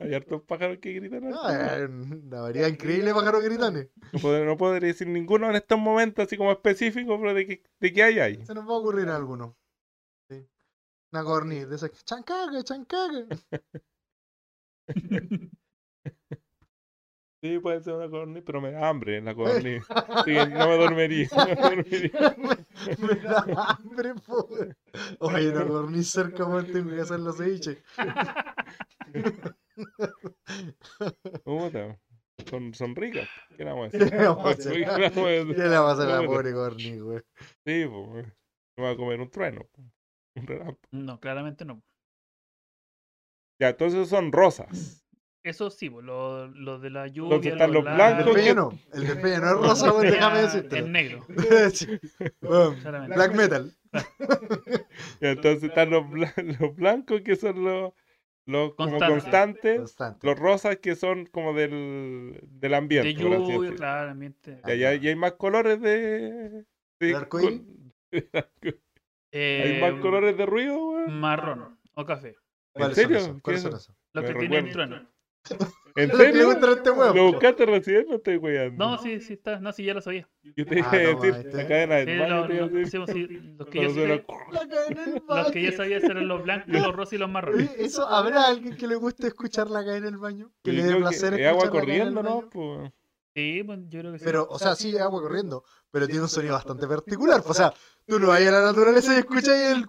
Speaker 3: Hay hartos pájaros que gritan.
Speaker 4: No,
Speaker 3: harto.
Speaker 4: eh, una variedad increíble de pájaros gritones.
Speaker 3: No podré, no podré decir ninguno en estos momentos así como específico, pero de que, de que hay, hay.
Speaker 4: Se nos va a ocurrir alguno. Sí. Una cornilla de esas que chancaga, chancaga.
Speaker 3: Sí, puede ser una codorniz, pero me da hambre la codorniz. Así que no me dormiría. No me dormiría.
Speaker 4: me, me da hambre, pobre. Oye, una cornilla cerca, weón, tengo que hacer los ceviches.
Speaker 3: Puta, Son, son ricas. ¿Qué le vamos a
Speaker 4: ¿Qué
Speaker 3: decir?
Speaker 4: le vamos a hacer?
Speaker 3: ¿Qué le vamos a
Speaker 4: ¿Qué
Speaker 3: decir?
Speaker 4: le va a hacer a la
Speaker 3: Puta.
Speaker 4: pobre cornilla, weón?
Speaker 3: Sí, pues. Me va a comer un trueno. po. Un relámpago.
Speaker 1: No, claramente no.
Speaker 3: Ya, entonces son rosas.
Speaker 1: Eso sí, pues, lo, lo de la lluvia.
Speaker 3: Entonces están los
Speaker 4: El
Speaker 3: blancos
Speaker 1: lagos,
Speaker 3: que-
Speaker 4: despeño no, el despeño no es rosa, weón,
Speaker 1: ya,
Speaker 4: déjame
Speaker 1: Es
Speaker 4: decirte.
Speaker 1: negro. Claramente.
Speaker 4: Black metal.
Speaker 3: Y entonces están los, blan- los blancos que son los, los como
Speaker 1: Constantes.
Speaker 3: constantes.
Speaker 4: Constante.
Speaker 3: Los rosas que son como del, del
Speaker 1: De
Speaker 3: ambiente. por así
Speaker 1: lluvia,
Speaker 3: decirlo.
Speaker 1: claramente.
Speaker 3: Ya, ya- ya hay más colores de.
Speaker 4: ¿De
Speaker 3: de
Speaker 4: arcoíris?
Speaker 3: col- Hay más
Speaker 1: Eh,
Speaker 3: colores de ruido, weón.
Speaker 1: marrón o café.
Speaker 4: ¿Cuáles
Speaker 3: serio?
Speaker 4: son esos?
Speaker 3: ¿Qué
Speaker 4: ¿Cuáles
Speaker 3: es
Speaker 4: son
Speaker 3: eso?
Speaker 4: esos?
Speaker 1: Lo
Speaker 3: Me
Speaker 1: que tiene el
Speaker 3: recuerda.
Speaker 1: trueno.
Speaker 3: ¿En
Speaker 4: Lo que le
Speaker 3: serio?
Speaker 4: gusta a este
Speaker 3: ¿Lo
Speaker 4: weón.
Speaker 3: buscaste recién? No estoy weyando.
Speaker 1: No, sí, sí está. No, sí, ya lo sabía.
Speaker 3: Yo te iba
Speaker 4: Ah,
Speaker 3: a
Speaker 4: no,
Speaker 3: decir
Speaker 4: ahí está.
Speaker 3: la cadena
Speaker 1: Sí,
Speaker 3: del baño.
Speaker 1: lo-
Speaker 3: te iba a
Speaker 1: lo-
Speaker 3: decir,
Speaker 1: sí, pues, sí, los que yo
Speaker 3: cuando suena-
Speaker 1: sabía- los que yo sabía eran los blancos, los rosas y los marrones.
Speaker 4: Oye, ¿Eso habrá alguien que le guste escucharla caer en el baño? Que
Speaker 3: Yo
Speaker 4: le dé
Speaker 3: creo que
Speaker 4: placer
Speaker 3: Es agua
Speaker 4: escucharla caer en el
Speaker 3: corriendo,
Speaker 4: baño.
Speaker 3: ¿no? Pues,
Speaker 1: Sí, pues, yo creo que sí.
Speaker 4: Pero, o sea, sí, es agua corriendo, pero tiene un sonido bastante particular. O sea, tú no vas a la naturaleza y escuchas el.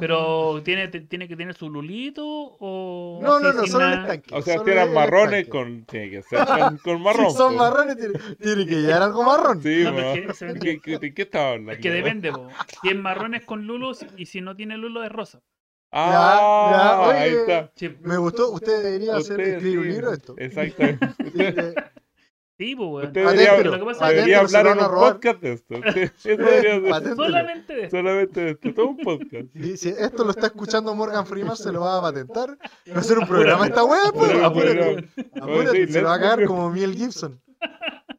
Speaker 1: Pero ¿tiene, te- tiene que tener su lulito o.
Speaker 4: No, no,
Speaker 1: así
Speaker 4: no,
Speaker 1: sin
Speaker 4: solo el
Speaker 1: nada?
Speaker 4: estanque.
Speaker 3: O sea,
Speaker 4: solo
Speaker 3: si eran
Speaker 4: el
Speaker 3: marrones
Speaker 4: estanque.
Speaker 3: con. Tiene que ser con, con marrón.
Speaker 4: Si son
Speaker 3: pues.
Speaker 4: marrones, tiene, tiene que llegar algo marrón.
Speaker 3: Sí,
Speaker 1: No,
Speaker 3: weón.
Speaker 1: pero es que se
Speaker 3: ¿Qué,
Speaker 1: vende-
Speaker 3: qué, ¿De qué estaba hablando?
Speaker 1: es que
Speaker 3: weón?
Speaker 1: depende, po. Si es marrón es con lulos y si no tiene lulo es rosa.
Speaker 3: Ah,
Speaker 4: Ya, ya,
Speaker 3: ahí
Speaker 4: oye.
Speaker 3: está.
Speaker 1: Sí,
Speaker 4: Me gustó, usted debería hacer
Speaker 3: Ustedes
Speaker 4: escribir un
Speaker 3: sí,
Speaker 4: libro de esto.
Speaker 3: Exactamente.
Speaker 4: Sí, de-
Speaker 1: sí, pues, weón.
Speaker 3: Usted
Speaker 4: Patente,
Speaker 3: debería,
Speaker 4: pero-
Speaker 1: Lo que pasa es
Speaker 3: debería
Speaker 4: patente,
Speaker 3: hablar
Speaker 4: se
Speaker 3: en
Speaker 4: van a
Speaker 3: un
Speaker 4: robar.
Speaker 3: podcast de esto. Usted- Eso debería ser
Speaker 4: Patente.
Speaker 1: solamente de esto.
Speaker 3: solamente esto. Todo un podcast.
Speaker 4: y si esto lo está escuchando Morgan Freeman, se lo va a patentar. Va a hacer un programa esta wea, pues.
Speaker 3: Pero,
Speaker 4: Apúrate,
Speaker 3: pero-
Speaker 4: apúrate,
Speaker 3: sí,
Speaker 4: se lo va a
Speaker 3: Netflix.
Speaker 4: cagar como Miel Gibson.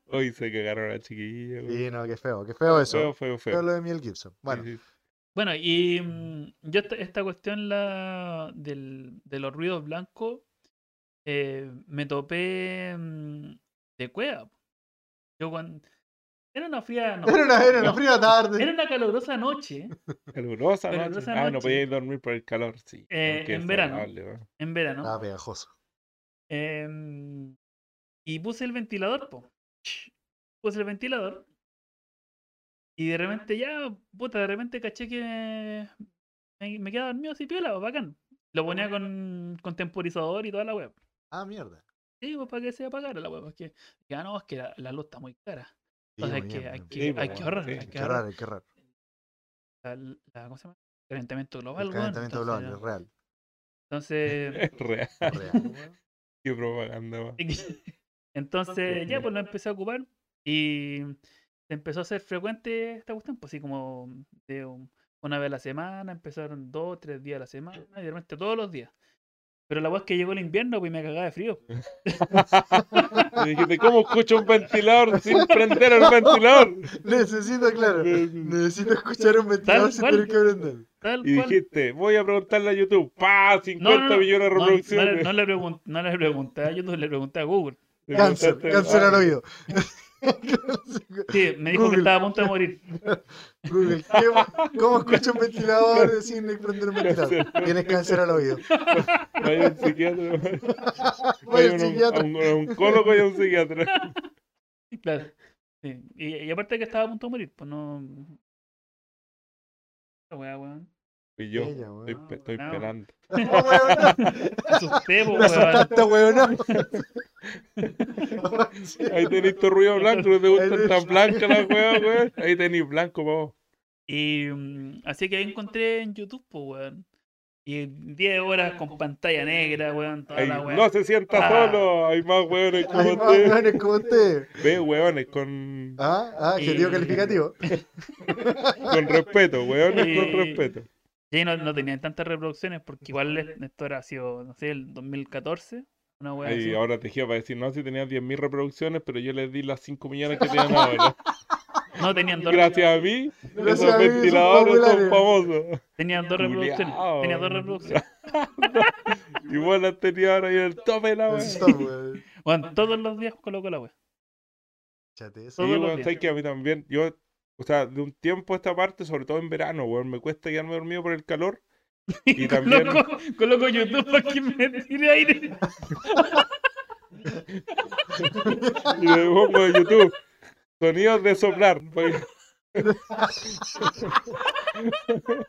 Speaker 3: Hoy se cagaron a la chiquilla. weón.
Speaker 4: Sí, no, qué feo, qué feo eso.
Speaker 3: Feo, feo, feo.
Speaker 4: Feo lo de Miel Gibson. Bueno,
Speaker 3: Sí, sí.
Speaker 1: Bueno, y mm, yo esta, esta cuestión la, del, de los ruidos blancos eh, me topé mm, de cueva. po. Yo cuando... Era una fría noche.
Speaker 4: era una, era una fría
Speaker 1: Era
Speaker 4: tarde.
Speaker 1: una calurosa noche
Speaker 3: Calurosa, ¿no?
Speaker 1: Calurosa
Speaker 3: Ah, no
Speaker 1: noche.
Speaker 3: podía ir a dormir por el calor, sí.
Speaker 1: Eh,
Speaker 3: Qué
Speaker 1: en verano.
Speaker 3: desagradable, weón.
Speaker 1: en verano.
Speaker 4: Estaba pegajoso.
Speaker 1: Em, y puse el ventilador, po. Ch, Puse el ventilador. Y de repente ya, puta, de repente caché que me, me quedaba dormido así piola, bacán. Lo ponía con, con temporizador y toda la web.
Speaker 4: Ah, mierda.
Speaker 1: Sí, pues para que se apagara la web. Porque ya no, es que la, la luz está muy cara.
Speaker 4: Sí,
Speaker 1: Entonces hay
Speaker 4: muy
Speaker 1: que,
Speaker 4: bien,
Speaker 1: hay
Speaker 4: muy
Speaker 1: que,
Speaker 4: bien.
Speaker 3: Sí,
Speaker 1: hay
Speaker 3: pues,
Speaker 1: que ahorrar,
Speaker 3: sí.
Speaker 1: hay que
Speaker 4: Qué
Speaker 1: ahorrar.
Speaker 4: raro, qué raro.
Speaker 1: La- la- ¿Cómo se llama? Calentamiento global,
Speaker 4: El
Speaker 1: weón,
Speaker 4: calentamiento
Speaker 1: entonces-
Speaker 4: global, es real.
Speaker 1: Entonces,
Speaker 3: Es real.
Speaker 4: es real, weón.
Speaker 3: Qué propaganda, weón.
Speaker 1: Entonces ya pues lo empecé a ocupar y se empezó a hacer frecuente esta cuestión, pues así como de un- una vez a la semana, empezaron dos, tres días a la semana y de repente todos los días. Pero la voz que llegó el invierno pues y me cagaba de frío.
Speaker 3: Y dijiste, ¿cómo escucho un ventilador sin prender el ventilador?
Speaker 4: Necesito, claro. Necesito escuchar un ventilador si
Speaker 1: cual.
Speaker 4: tienes que prender.
Speaker 1: Tal
Speaker 3: Y
Speaker 1: cual.
Speaker 3: dijiste, voy a preguntarle a YouTube. ¡Pah! 50 millones de
Speaker 1: no, no
Speaker 3: reproducciones.
Speaker 1: le, no le pregun- no le pregunté a YouTube, le pregunté a Google.
Speaker 3: Te
Speaker 4: Cáncer,
Speaker 3: preguntaste,
Speaker 4: cáncer
Speaker 3: ah,
Speaker 4: al oído.
Speaker 1: Sí, me dijo
Speaker 4: Google.
Speaker 1: que estaba a punto de morir.
Speaker 4: Google, ¿qué- ¿cómo escucho un ventilador sin prender un ventilador? Tienes cáncer al oído.
Speaker 3: Vaya un psiquiatra.
Speaker 4: Voy al
Speaker 3: Vaya un-
Speaker 4: psiquiatra.
Speaker 3: A un, a un oncólogo y a un psiquiatra.
Speaker 1: Claro. Sí, Y, y aparte que estaba a punto de morir, pues no. La weá, weón.
Speaker 3: Fui yo.
Speaker 4: Ella, weón.
Speaker 3: Estoy, pe- estoy
Speaker 1: Ah,
Speaker 3: pelando.
Speaker 4: No, weón.
Speaker 1: Me asusté, po,
Speaker 4: Me
Speaker 1: weón.
Speaker 4: asustaste, weón.
Speaker 3: Ahí tenéis tu ruido blanco, no te gustan
Speaker 4: Ahí
Speaker 3: tan
Speaker 4: tenés-
Speaker 3: blancas las weas, weón. Ahí tenéis blanco, vos.
Speaker 1: Y, mm, así que ahí encontré en YouTube, po, weón. Y 10 horas con pantalla negra, weón, toda
Speaker 3: Ahí,
Speaker 1: la weón.
Speaker 3: no se sienta
Speaker 1: Ah.
Speaker 3: solo, hay más weones como
Speaker 4: Ahí va,
Speaker 3: usted.
Speaker 4: weón, es como usted.
Speaker 3: Ve weones con,
Speaker 4: Ah, ah, adjetivo
Speaker 1: Eh.
Speaker 4: calificativo.
Speaker 3: con respeto, weones
Speaker 1: Eh.
Speaker 3: con respeto.
Speaker 1: Sí, no, no tenían tantas reproducciones porque igual es- esto era, ha sido, no sé, el 2014. Una weón.
Speaker 3: Ahí, ahora te gira para decir, no, si tenías 10.000 reproducciones, pero yo les di las 5 millones que tenían ahora.
Speaker 1: No tenían dos,
Speaker 3: Gracias a mí,
Speaker 4: Gracias
Speaker 3: esos
Speaker 4: a mí, son
Speaker 3: ventiladores son
Speaker 4: populares.
Speaker 3: famosos.
Speaker 1: tenían dos reproducciones.
Speaker 3: Juliao.
Speaker 1: Tenían dos reproducciones.
Speaker 3: Y vos las tenías ahora ahí en el tope de la wea.
Speaker 4: Stop, weón.
Speaker 1: Weón, todos los días coloco la weón.
Speaker 4: Chate eso.
Speaker 3: Sí,
Speaker 1: Todos los
Speaker 3: weón,
Speaker 1: días.
Speaker 3: sabes que a mí también, yo, o sea, de un tiempo a esta parte, sobre todo en verano, weón, me cuesta quedarme dormido por el calor. Y también,
Speaker 1: Coloco, coloco YouTube para que me tire aire.
Speaker 3: y le pongo de YouTube, sonidos de soplar. pues, pa' que-
Speaker 4: Ah, Ay, weón.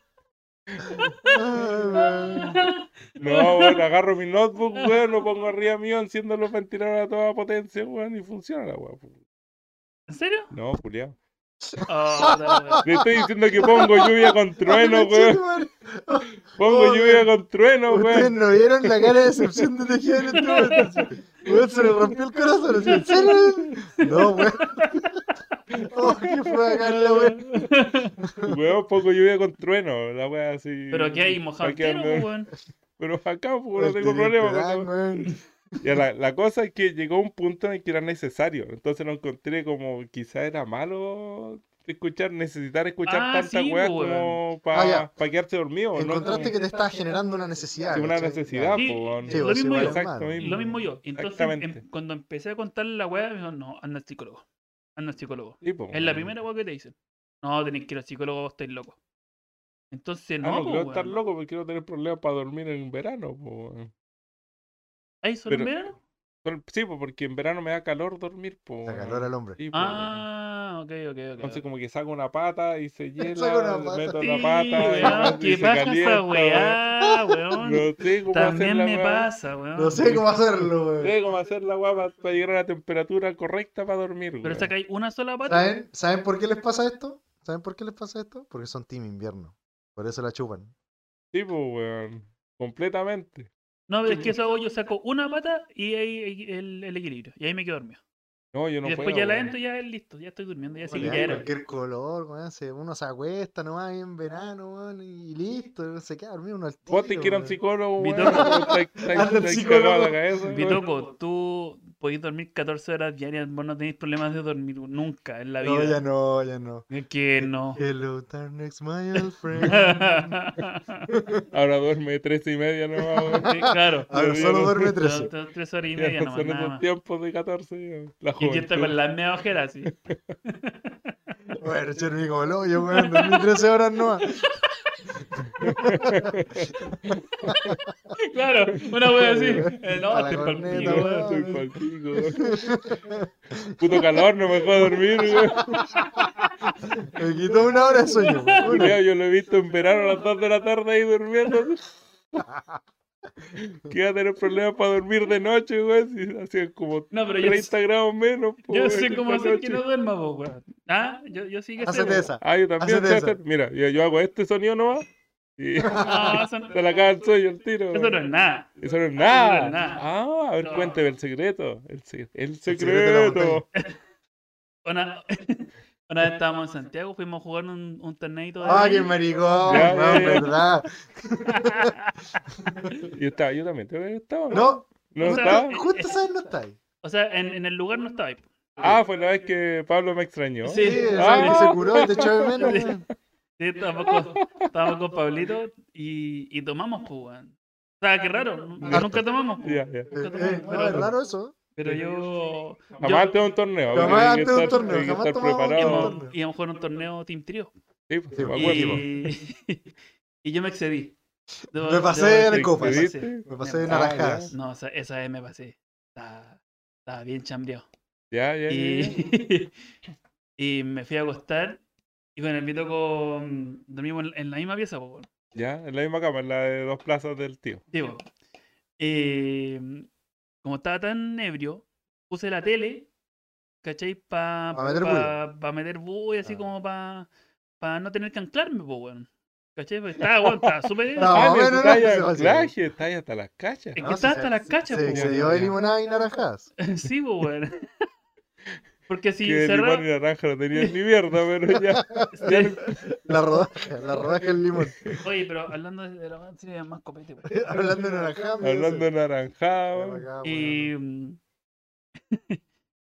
Speaker 3: No, weón, agarro mi notebook, weón, lo pongo arriba mío, enciendo los ventiladores a toda potencia, weón, y funciona la weón.
Speaker 1: ¿En serio?
Speaker 3: No, Julián.
Speaker 1: Oh, la weón.
Speaker 3: Le estoy diciendo que pongo lluvia con trueno,
Speaker 4: Ay,
Speaker 3: weón.
Speaker 4: conchetumare.
Speaker 3: Pongo
Speaker 4: Oh,
Speaker 3: lluvia
Speaker 4: weón.
Speaker 3: con trueno,
Speaker 4: Ustedes
Speaker 3: weón.
Speaker 4: no vieron la cara de decepción de Tejido en este momento. así. Weón, se le rompió el corazón. así, ¿En serio? No, weón. Oh, qué fue acá la weón.
Speaker 3: Weón, pongo lluvia con trueno, la weón así.
Speaker 1: Pero que hay mojado
Speaker 3: pa' quedarme
Speaker 1: entero, pues,
Speaker 3: dormido.
Speaker 1: weón.
Speaker 3: Pero acá, pues, no
Speaker 4: Este
Speaker 3: tengo problema. con la
Speaker 4: Nicolás, weón.
Speaker 3: Ya, la, la cosa es que llegó un punto en que era necesario. Entonces lo encontré como quizás era malo escuchar, necesitar escuchar
Speaker 1: Ah,
Speaker 3: tantas
Speaker 1: sí,
Speaker 3: weas
Speaker 1: po, weón.
Speaker 3: como
Speaker 4: Ah,
Speaker 3: para
Speaker 4: ya.
Speaker 3: quedarse dormido. ¿no?
Speaker 4: Encontraste que te estaba generando una necesidad.
Speaker 3: Sí, una
Speaker 4: ¿cachai?
Speaker 3: necesidad,
Speaker 1: Sí,
Speaker 3: po, weón.
Speaker 1: sí, Lo pues, mismo sí, yo.
Speaker 4: vale,
Speaker 3: Exacto,
Speaker 4: hermano.
Speaker 1: Lo mismo yo. Entonces, em-
Speaker 3: Exactamente.
Speaker 1: cuando empecé a contar la weá, me dijo, no, anda al psicólogo. Anda al psicólogo.
Speaker 3: Sí, po,
Speaker 1: Es la
Speaker 3: weón.
Speaker 1: primera weá que te dicen. No, tenés que ir al psicólogo, vos estáis loco. Entonces,
Speaker 3: Ah,
Speaker 1: no,
Speaker 3: no
Speaker 1: po,
Speaker 3: quiero estar
Speaker 1: weón.
Speaker 3: loco porque quiero tener problemas para dormir en verano. po, weón.
Speaker 1: ¿Ay, solo en
Speaker 3: pero-
Speaker 1: verano?
Speaker 3: Pero- Sí, po, porque en verano me da calor dormir. Po,
Speaker 4: La
Speaker 3: weón.
Speaker 4: calor al hombre.
Speaker 3: Sí, po, weón.
Speaker 1: Ah, ok, ok, ok,
Speaker 3: Entonces
Speaker 1: ok.
Speaker 3: como que saco una pata y se hiela,
Speaker 4: Saco una pata.
Speaker 3: meto
Speaker 1: Sí,
Speaker 3: la pata y
Speaker 1: weón,
Speaker 3: más- y
Speaker 1: ¿Qué
Speaker 3: se
Speaker 1: pasa
Speaker 3: calienta,
Speaker 1: esa
Speaker 3: weón.
Speaker 1: weá, weón?
Speaker 3: No sé cómo hacer
Speaker 1: También
Speaker 3: la
Speaker 1: me
Speaker 3: weá.
Speaker 1: pasa, weón.
Speaker 4: No sé cómo hacerlo, weón.
Speaker 3: sé cómo hacer la weá para llegar a la temperatura correcta para dormir,
Speaker 1: Pero
Speaker 3: weón.
Speaker 1: sacáis una sola pata.
Speaker 4: ¿Saben, ¿Saben por qué les pasa esto? ¿Saben por qué les pasa esto? Porque son team invierno. Por eso la chupan.
Speaker 3: Sí, pues, weón. Completamente.
Speaker 1: No, pero es que eso hago yo, saco una pata y ahí ahí el, el equilibrio. Y ahí me quedo dormido.
Speaker 3: No, yo no
Speaker 1: y después
Speaker 3: puedo.
Speaker 1: ya la
Speaker 3: weón.
Speaker 1: entro y ya listo, ya estoy durmiendo, ya sí,
Speaker 4: Le
Speaker 1: ya
Speaker 4: dan
Speaker 1: era.
Speaker 4: cualquier color, weón, se- uno se acuesta nomás ahí en verano, weón, y listo, se queda dormido uno al tiro.
Speaker 3: Vos te quieres un
Speaker 4: weón.
Speaker 3: psicólogo, weón.
Speaker 1: Vitoco.
Speaker 3: pero estáis- estáis-
Speaker 4: Anda el
Speaker 3: estáis cagados
Speaker 4: psicólogo.
Speaker 3: a la cabeza, weón.
Speaker 1: Vitoco, pues, tú podés dormir 14 horas diarias, vos no tenés problemas de dormir nunca en la
Speaker 4: No, ya
Speaker 1: vida.
Speaker 4: no, ya no. Eh,
Speaker 1: Es que no.
Speaker 4: Hello, darkness, my old friend.
Speaker 3: Ahora duerme tres y media nomás, weón.
Speaker 1: Sí, claro.
Speaker 4: Ahora solo duerme
Speaker 1: Son-
Speaker 4: 13.
Speaker 1: son Tres horas y
Speaker 3: Ya
Speaker 1: media
Speaker 3: no
Speaker 1: nomás,
Speaker 3: son
Speaker 1: nada
Speaker 3: esos
Speaker 1: más.
Speaker 3: tiempos de 14, weón. La
Speaker 1: Y yo estoy con
Speaker 3: juventud.
Speaker 1: las media ojeras, sí.
Speaker 4: Bueno, Chermi como el hoyo, weón, dormí 13 horas nomás.
Speaker 1: Claro, una wea así. Eh, No,
Speaker 4: A la
Speaker 1: estoy pa'l
Speaker 4: corneta,
Speaker 1: pico,
Speaker 3: Weón,
Speaker 1: weón.
Speaker 3: estoy pa'l pico, weón. Puto calor, no me puedo dormir, weón.
Speaker 4: Me quitó una hora de sueño, weón. una.
Speaker 3: Culiao, yo lo he visto en verano a las 2 de la tarde ahí durmiendo. que iba a tener problemas para dormir de noche, güey. Si hacían como
Speaker 1: No, pero yo,
Speaker 3: 30 grados menos. po,
Speaker 1: yo
Speaker 3: güey,
Speaker 1: sé cómo
Speaker 3: de
Speaker 1: hacer que
Speaker 3: noche.
Speaker 1: no duerma vos, weón. Ah, yo, yo sí que sé.
Speaker 4: Hacete
Speaker 1: weón.
Speaker 4: esa.
Speaker 3: Ah, yo también
Speaker 4: Hacete
Speaker 3: sé
Speaker 4: esa.
Speaker 3: hacer- Mira, yo, yo hago este sonido nomás. Y se
Speaker 1: No, eso no,
Speaker 3: la caga el sueño, el tiro.
Speaker 1: eso
Speaker 3: güey.
Speaker 1: no es nada.
Speaker 3: Eso no es
Speaker 1: nada.
Speaker 3: nada. Ah, a ver,
Speaker 1: No.
Speaker 3: cuénteme el secreto. El, se- el
Speaker 4: secreto de la
Speaker 3: secreto.
Speaker 1: Una, una vez estábamos en Santiago, fuimos a jugar un, un torneito de
Speaker 4: Ah,
Speaker 1: rally.
Speaker 4: qué maricón,
Speaker 3: Ya,
Speaker 4: weón,
Speaker 3: ya, ya.
Speaker 4: verdad.
Speaker 3: Yo, estaba, yo también tengo que haber estado,
Speaker 4: No,
Speaker 3: ¿No
Speaker 1: o sea,
Speaker 3: estaba?
Speaker 1: eh,
Speaker 4: justo sabes no está ahí.
Speaker 1: O sea, en, en el lugar no estaba ahí.
Speaker 3: Ah, fue la vez que Pablo me extrañó.
Speaker 1: Sí.
Speaker 4: Sí, sabes que
Speaker 3: Ah.
Speaker 4: se curó y te echó de menos,
Speaker 1: Sí.
Speaker 4: weón. Eh,
Speaker 1: Sí, estábamos con, estábamos con Pablito y, y tomamos, pues, weón. O sea, qué raro. n-
Speaker 4: Harto.
Speaker 1: Nunca tomamos, pues,
Speaker 3: Ya, ya.
Speaker 4: Eh, eh, no, es raro eso.
Speaker 1: pero yo...
Speaker 3: Jamás
Speaker 1: yo-
Speaker 3: antes de un torneo.
Speaker 4: Jamás
Speaker 3: güey, hay que
Speaker 4: antes de un
Speaker 3: estar-
Speaker 4: torneo,
Speaker 3: hay que
Speaker 4: jamás
Speaker 3: estar
Speaker 4: tomamos un
Speaker 3: preparado.
Speaker 4: torneo.
Speaker 1: Íbamos, íbamos a jugar un torneo Team Trio.
Speaker 3: Sí, pues,
Speaker 4: Sí,
Speaker 3: me
Speaker 4: y-
Speaker 3: acuerdo.
Speaker 1: Y, y yo me excedí. Debo-
Speaker 4: Me pasé
Speaker 1: debo
Speaker 4: de
Speaker 1: decir,
Speaker 4: copas.
Speaker 1: me
Speaker 3: ¿Viste?
Speaker 1: pasé.
Speaker 4: Me pasé de
Speaker 1: Ah,
Speaker 4: naranjadas.
Speaker 1: No, esa, esa vez me pasé. Estaba, estaba bien chambreado.
Speaker 3: Ya, ya, ya, ya.
Speaker 1: Y, y me fui a acostar. Y con el mitoco mm, dormimos en- en la misma pieza, po, weón.
Speaker 3: Ya, en la misma cama, en la de dos plazas del tío.
Speaker 1: Digo, eh, como estaba tan ebrio, puse la tele, ¿cachai? Para
Speaker 4: Pa meter
Speaker 1: meter bulla, así
Speaker 4: Ah.
Speaker 1: como para no tener que anclarme, pues, weón. ¿Cachai? Porque estaba, weón, estaba súper ebrio.
Speaker 4: No,
Speaker 3: Ah,
Speaker 4: bueno,
Speaker 3: tú
Speaker 4: no, pues,
Speaker 3: estás
Speaker 4: no,
Speaker 3: ya
Speaker 4: no,
Speaker 3: en
Speaker 4: sí.
Speaker 3: clase, estás ya hasta las cachas.
Speaker 1: Es que
Speaker 4: No, si
Speaker 1: estaba
Speaker 4: se-
Speaker 1: hasta las cachas,
Speaker 4: Se
Speaker 1: pues, weón.
Speaker 4: excedió de limonada y naranjas.
Speaker 1: Sí, pues, weón. Porque si
Speaker 3: que
Speaker 1: cerraba-
Speaker 3: limón y naranja no tenían ni mierda, pero ya. ya
Speaker 1: Sí.
Speaker 3: no-
Speaker 4: La rodaja, la rodaja del limón.
Speaker 1: Oye, pero hablando de de la sería más copete, weón.
Speaker 4: Ah, Hablando de naranjas. me
Speaker 3: hablando de
Speaker 4: parece.
Speaker 3: naranjado.
Speaker 4: Acá,
Speaker 1: Y. mm,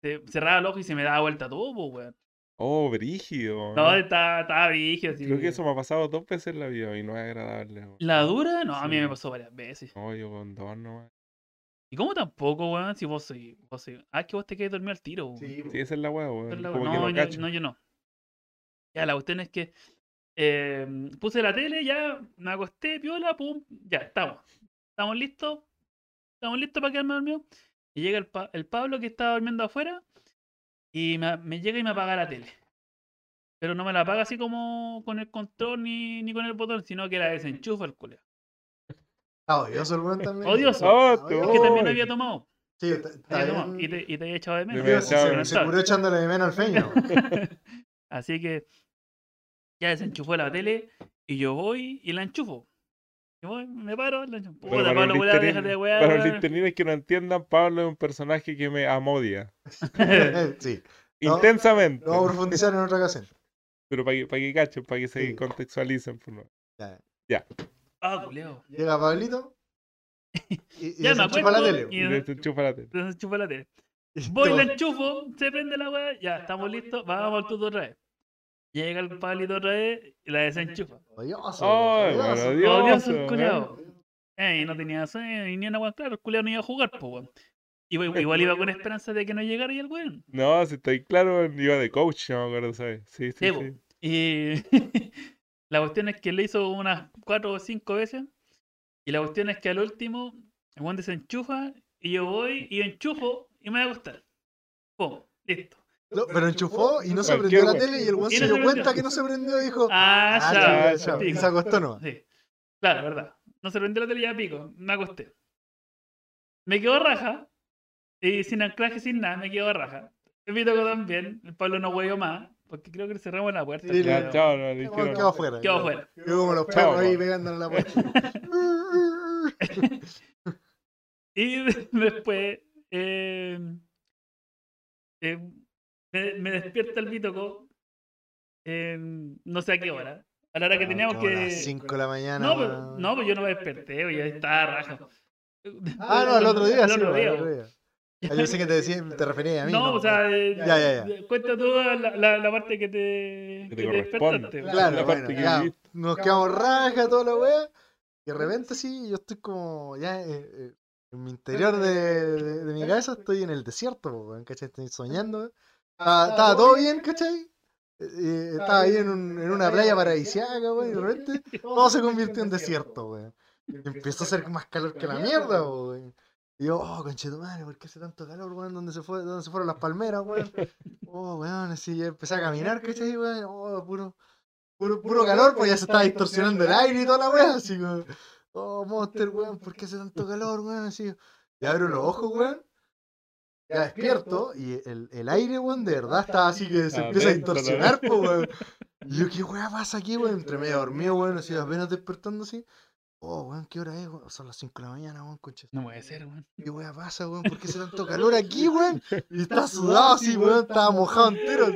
Speaker 1: se- cerraba el ojo y se me daba vuelta todo, pues, weón.
Speaker 3: Oh, brígido.
Speaker 1: No, estaba, estaba brígido, así.
Speaker 3: Creo que eso me ha pasado dos veces en la vida y no es agradable. weón.
Speaker 1: La dura, no, a mí
Speaker 3: Sí.
Speaker 1: me pasó varias veces.
Speaker 3: No, yo con dos nomás.
Speaker 1: ¿Y cómo tampoco, weón? Si vos soy. Vos soy... Ah, es que vos te quedas dormido al tiro, weón.
Speaker 4: bueno. Sí,
Speaker 3: Sí, esa es la weá,
Speaker 1: Esa es
Speaker 3: weón.
Speaker 1: la-
Speaker 3: Como
Speaker 1: no,
Speaker 3: que no
Speaker 1: yo-
Speaker 3: cacho.
Speaker 1: no, yo no. Ya, la cuestión es que eh, puse la tele, ya me acosté, piola, pum, ya, estamos. Estamos listos. Estamos listos para quedarme dormido. Y llega el, Pa- el Pablo que estaba durmiendo afuera y me, me llega y me apaga la tele. Pero no me la apaga así como con el control ni, ni con el botón, sino que la desenchufa el culeo.
Speaker 4: Ah, odioso el weón también.
Speaker 1: Odioso.
Speaker 3: Ah,
Speaker 4: Ah,
Speaker 3: te
Speaker 1: Es que también
Speaker 3: Uy.
Speaker 1: había tomado.
Speaker 4: Sí, está- está
Speaker 1: había tomado,
Speaker 4: bien.
Speaker 1: y, te, y te había echado de menos.
Speaker 3: Me había
Speaker 4: Odioso,
Speaker 3: echado
Speaker 1: pero
Speaker 3: de
Speaker 1: no
Speaker 4: Se se
Speaker 1: estaba.
Speaker 4: murió echándole de menos al feño.
Speaker 1: Así que ya desenchufó la tele y yo voy y la enchufo. Yo voy, me paro, la enchufo.
Speaker 3: Pero
Speaker 1: Puta,
Speaker 3: para
Speaker 1: Pablo,
Speaker 3: los
Speaker 1: weá, déjate de
Speaker 3: listerines-
Speaker 1: weá,
Speaker 3: para los
Speaker 1: weá.
Speaker 3: listerines que no entiendan, Pablo es un personaje que me amodia.
Speaker 4: Eh, Sí. No,
Speaker 3: Intensamente.
Speaker 4: Lo vamos a profundizar en otra ocasión.
Speaker 3: Pero para que, para que cachen, para que se
Speaker 4: Sí.
Speaker 3: contextualicen. por favor.
Speaker 4: Ya.
Speaker 1: Ah, culeo.
Speaker 4: Llega Pablito. Y, y
Speaker 1: Ya me
Speaker 4: desenchufa la
Speaker 1: acuerdo
Speaker 4: tele.
Speaker 1: y-
Speaker 3: Y desenchufa la tele.
Speaker 1: Desenchufa la tele.
Speaker 4: Y
Speaker 1: Voy,
Speaker 4: todo.
Speaker 1: la enchufo, se prende la weá, ya estamos listos, vamos al tuto otra vez. Llega el palito otra vez y la desenchufa.
Speaker 4: Odioso.
Speaker 3: Ay,
Speaker 4: odioso.
Speaker 3: bueno,
Speaker 1: Odioso
Speaker 3: odioso,
Speaker 1: el
Speaker 3: ¿eh?
Speaker 1: culiao. Eh, no tenía sueño y ni una weá, claro, el culeo no iba a jugar, po, weón. Igual, igual iba con esperanza de que no llegara y el weón.
Speaker 3: No, si estoy claro, iba de coach, no me acuerdo, ¿sabes? Sí, sí,
Speaker 1: Sí, po.
Speaker 3: sí.
Speaker 1: Y la cuestión es que le hizo unas cuatro o cinco veces. Y la cuestión es que al último, el weón desenchufa. Y yo voy y enchufo y me va a gustar. Pum, listo.
Speaker 4: Lo- pero enchufó y no se
Speaker 3: Cualquier
Speaker 4: prendió la
Speaker 3: weón.
Speaker 4: tele y el weón
Speaker 1: Y
Speaker 4: se
Speaker 1: no se
Speaker 4: dio
Speaker 1: prendió.
Speaker 4: cuenta que no se prendió y dijo.
Speaker 1: Ah,
Speaker 4: "Ah,
Speaker 1: ya.
Speaker 4: ya, ya,
Speaker 1: pico.
Speaker 4: Y se acostó nomás.
Speaker 1: Sí. Claro, verdad. No se prendió la tele ya pico. Me acosté. Me quedo raja. Y sin anclaje, sin nada, me quedo raja. El Vitoco también. El Pablo no huevo más. Porque creo que le cerramos la puerta.
Speaker 4: Sí,
Speaker 3: Ya,
Speaker 1: creo.
Speaker 3: chao, no, le
Speaker 4: El
Speaker 3: dijeron.
Speaker 4: weón Quedó afuera.
Speaker 1: Quedó afuera.
Speaker 4: Yo como los
Speaker 3: Chao,
Speaker 4: perros ahí
Speaker 3: weón.
Speaker 4: pegándole la puerta.
Speaker 1: Y después eh, eh, me, me despierta el Bitoco eh, no sé a qué hora. A la hora que teníamos
Speaker 4: Ah, Como a
Speaker 1: que.
Speaker 4: las 5 de la mañana.
Speaker 1: no, pues,
Speaker 4: weón.
Speaker 1: no, pues yo no me desperté, pues, ya estaba raja. eh,
Speaker 4: Ah, no, el otro día,
Speaker 1: El
Speaker 4: sí,
Speaker 1: otro
Speaker 4: weón, el
Speaker 1: día,
Speaker 4: otro
Speaker 1: pues.
Speaker 4: día. Ah, Yo sé que te decía, te refería a mí. pues.
Speaker 1: No, o sea, eh,
Speaker 4: Ya, ya,
Speaker 1: cuenta tú la, la, la parte que te,
Speaker 3: Que te
Speaker 1: que te
Speaker 3: corresponde.
Speaker 1: despertaste. pues.
Speaker 4: Claro,
Speaker 3: la parte
Speaker 4: bueno,
Speaker 3: que
Speaker 4: ya,
Speaker 3: viviste.
Speaker 4: nos quedamos raja, toda la wea. Y de repente sí, yo estoy como ya eh, eh, en mi interior de, de- de mi cabeza, estoy en el desierto, po, weón, ¿cachai? Estoy soñando. weón. Estaba, Ah, estaba todo bien, ¿cachai? Eh, eh, estaba ahí en, un- en una playa paradisíaca, weón, y de repente todo se convirtió en desierto, weón. Y Empezó a hacer más calor que la mierda, po, weón. Y yo, oh, conchetumare, ¿por qué hace tanto calor, weón? ¿Dónde se, fue, dónde se fueron las palmeras, weón? Oh, weón, así ya empecé a caminar, ¿cachai, weón? Oh, puro, puro, puro calor, pues ya se estaba distorsionando el aire y toda la weá, así como, oh, Monster, weón, ¿por qué hace tanto calor, weón? Así, y abro los ojos, weón, ya despierto, y el, el aire, weón, de verdad estaba así que se
Speaker 3: Ah,
Speaker 4: empieza a
Speaker 3: dentro, la
Speaker 4: distorsionar, pues, weón. Y yo, ¿qué weá pasa aquí, weón? Entre medio dormido, weón, así apenas despertando así. Oh, weón, ¿qué hora es, weón? Son las 5 de la mañana, weón, concha.
Speaker 1: No puede ser, weón.
Speaker 4: ¿Qué weá pasa, weón? ¿Por qué hace tanto calor aquí, weón? Y está sudado así, weón, estaba mojado entero.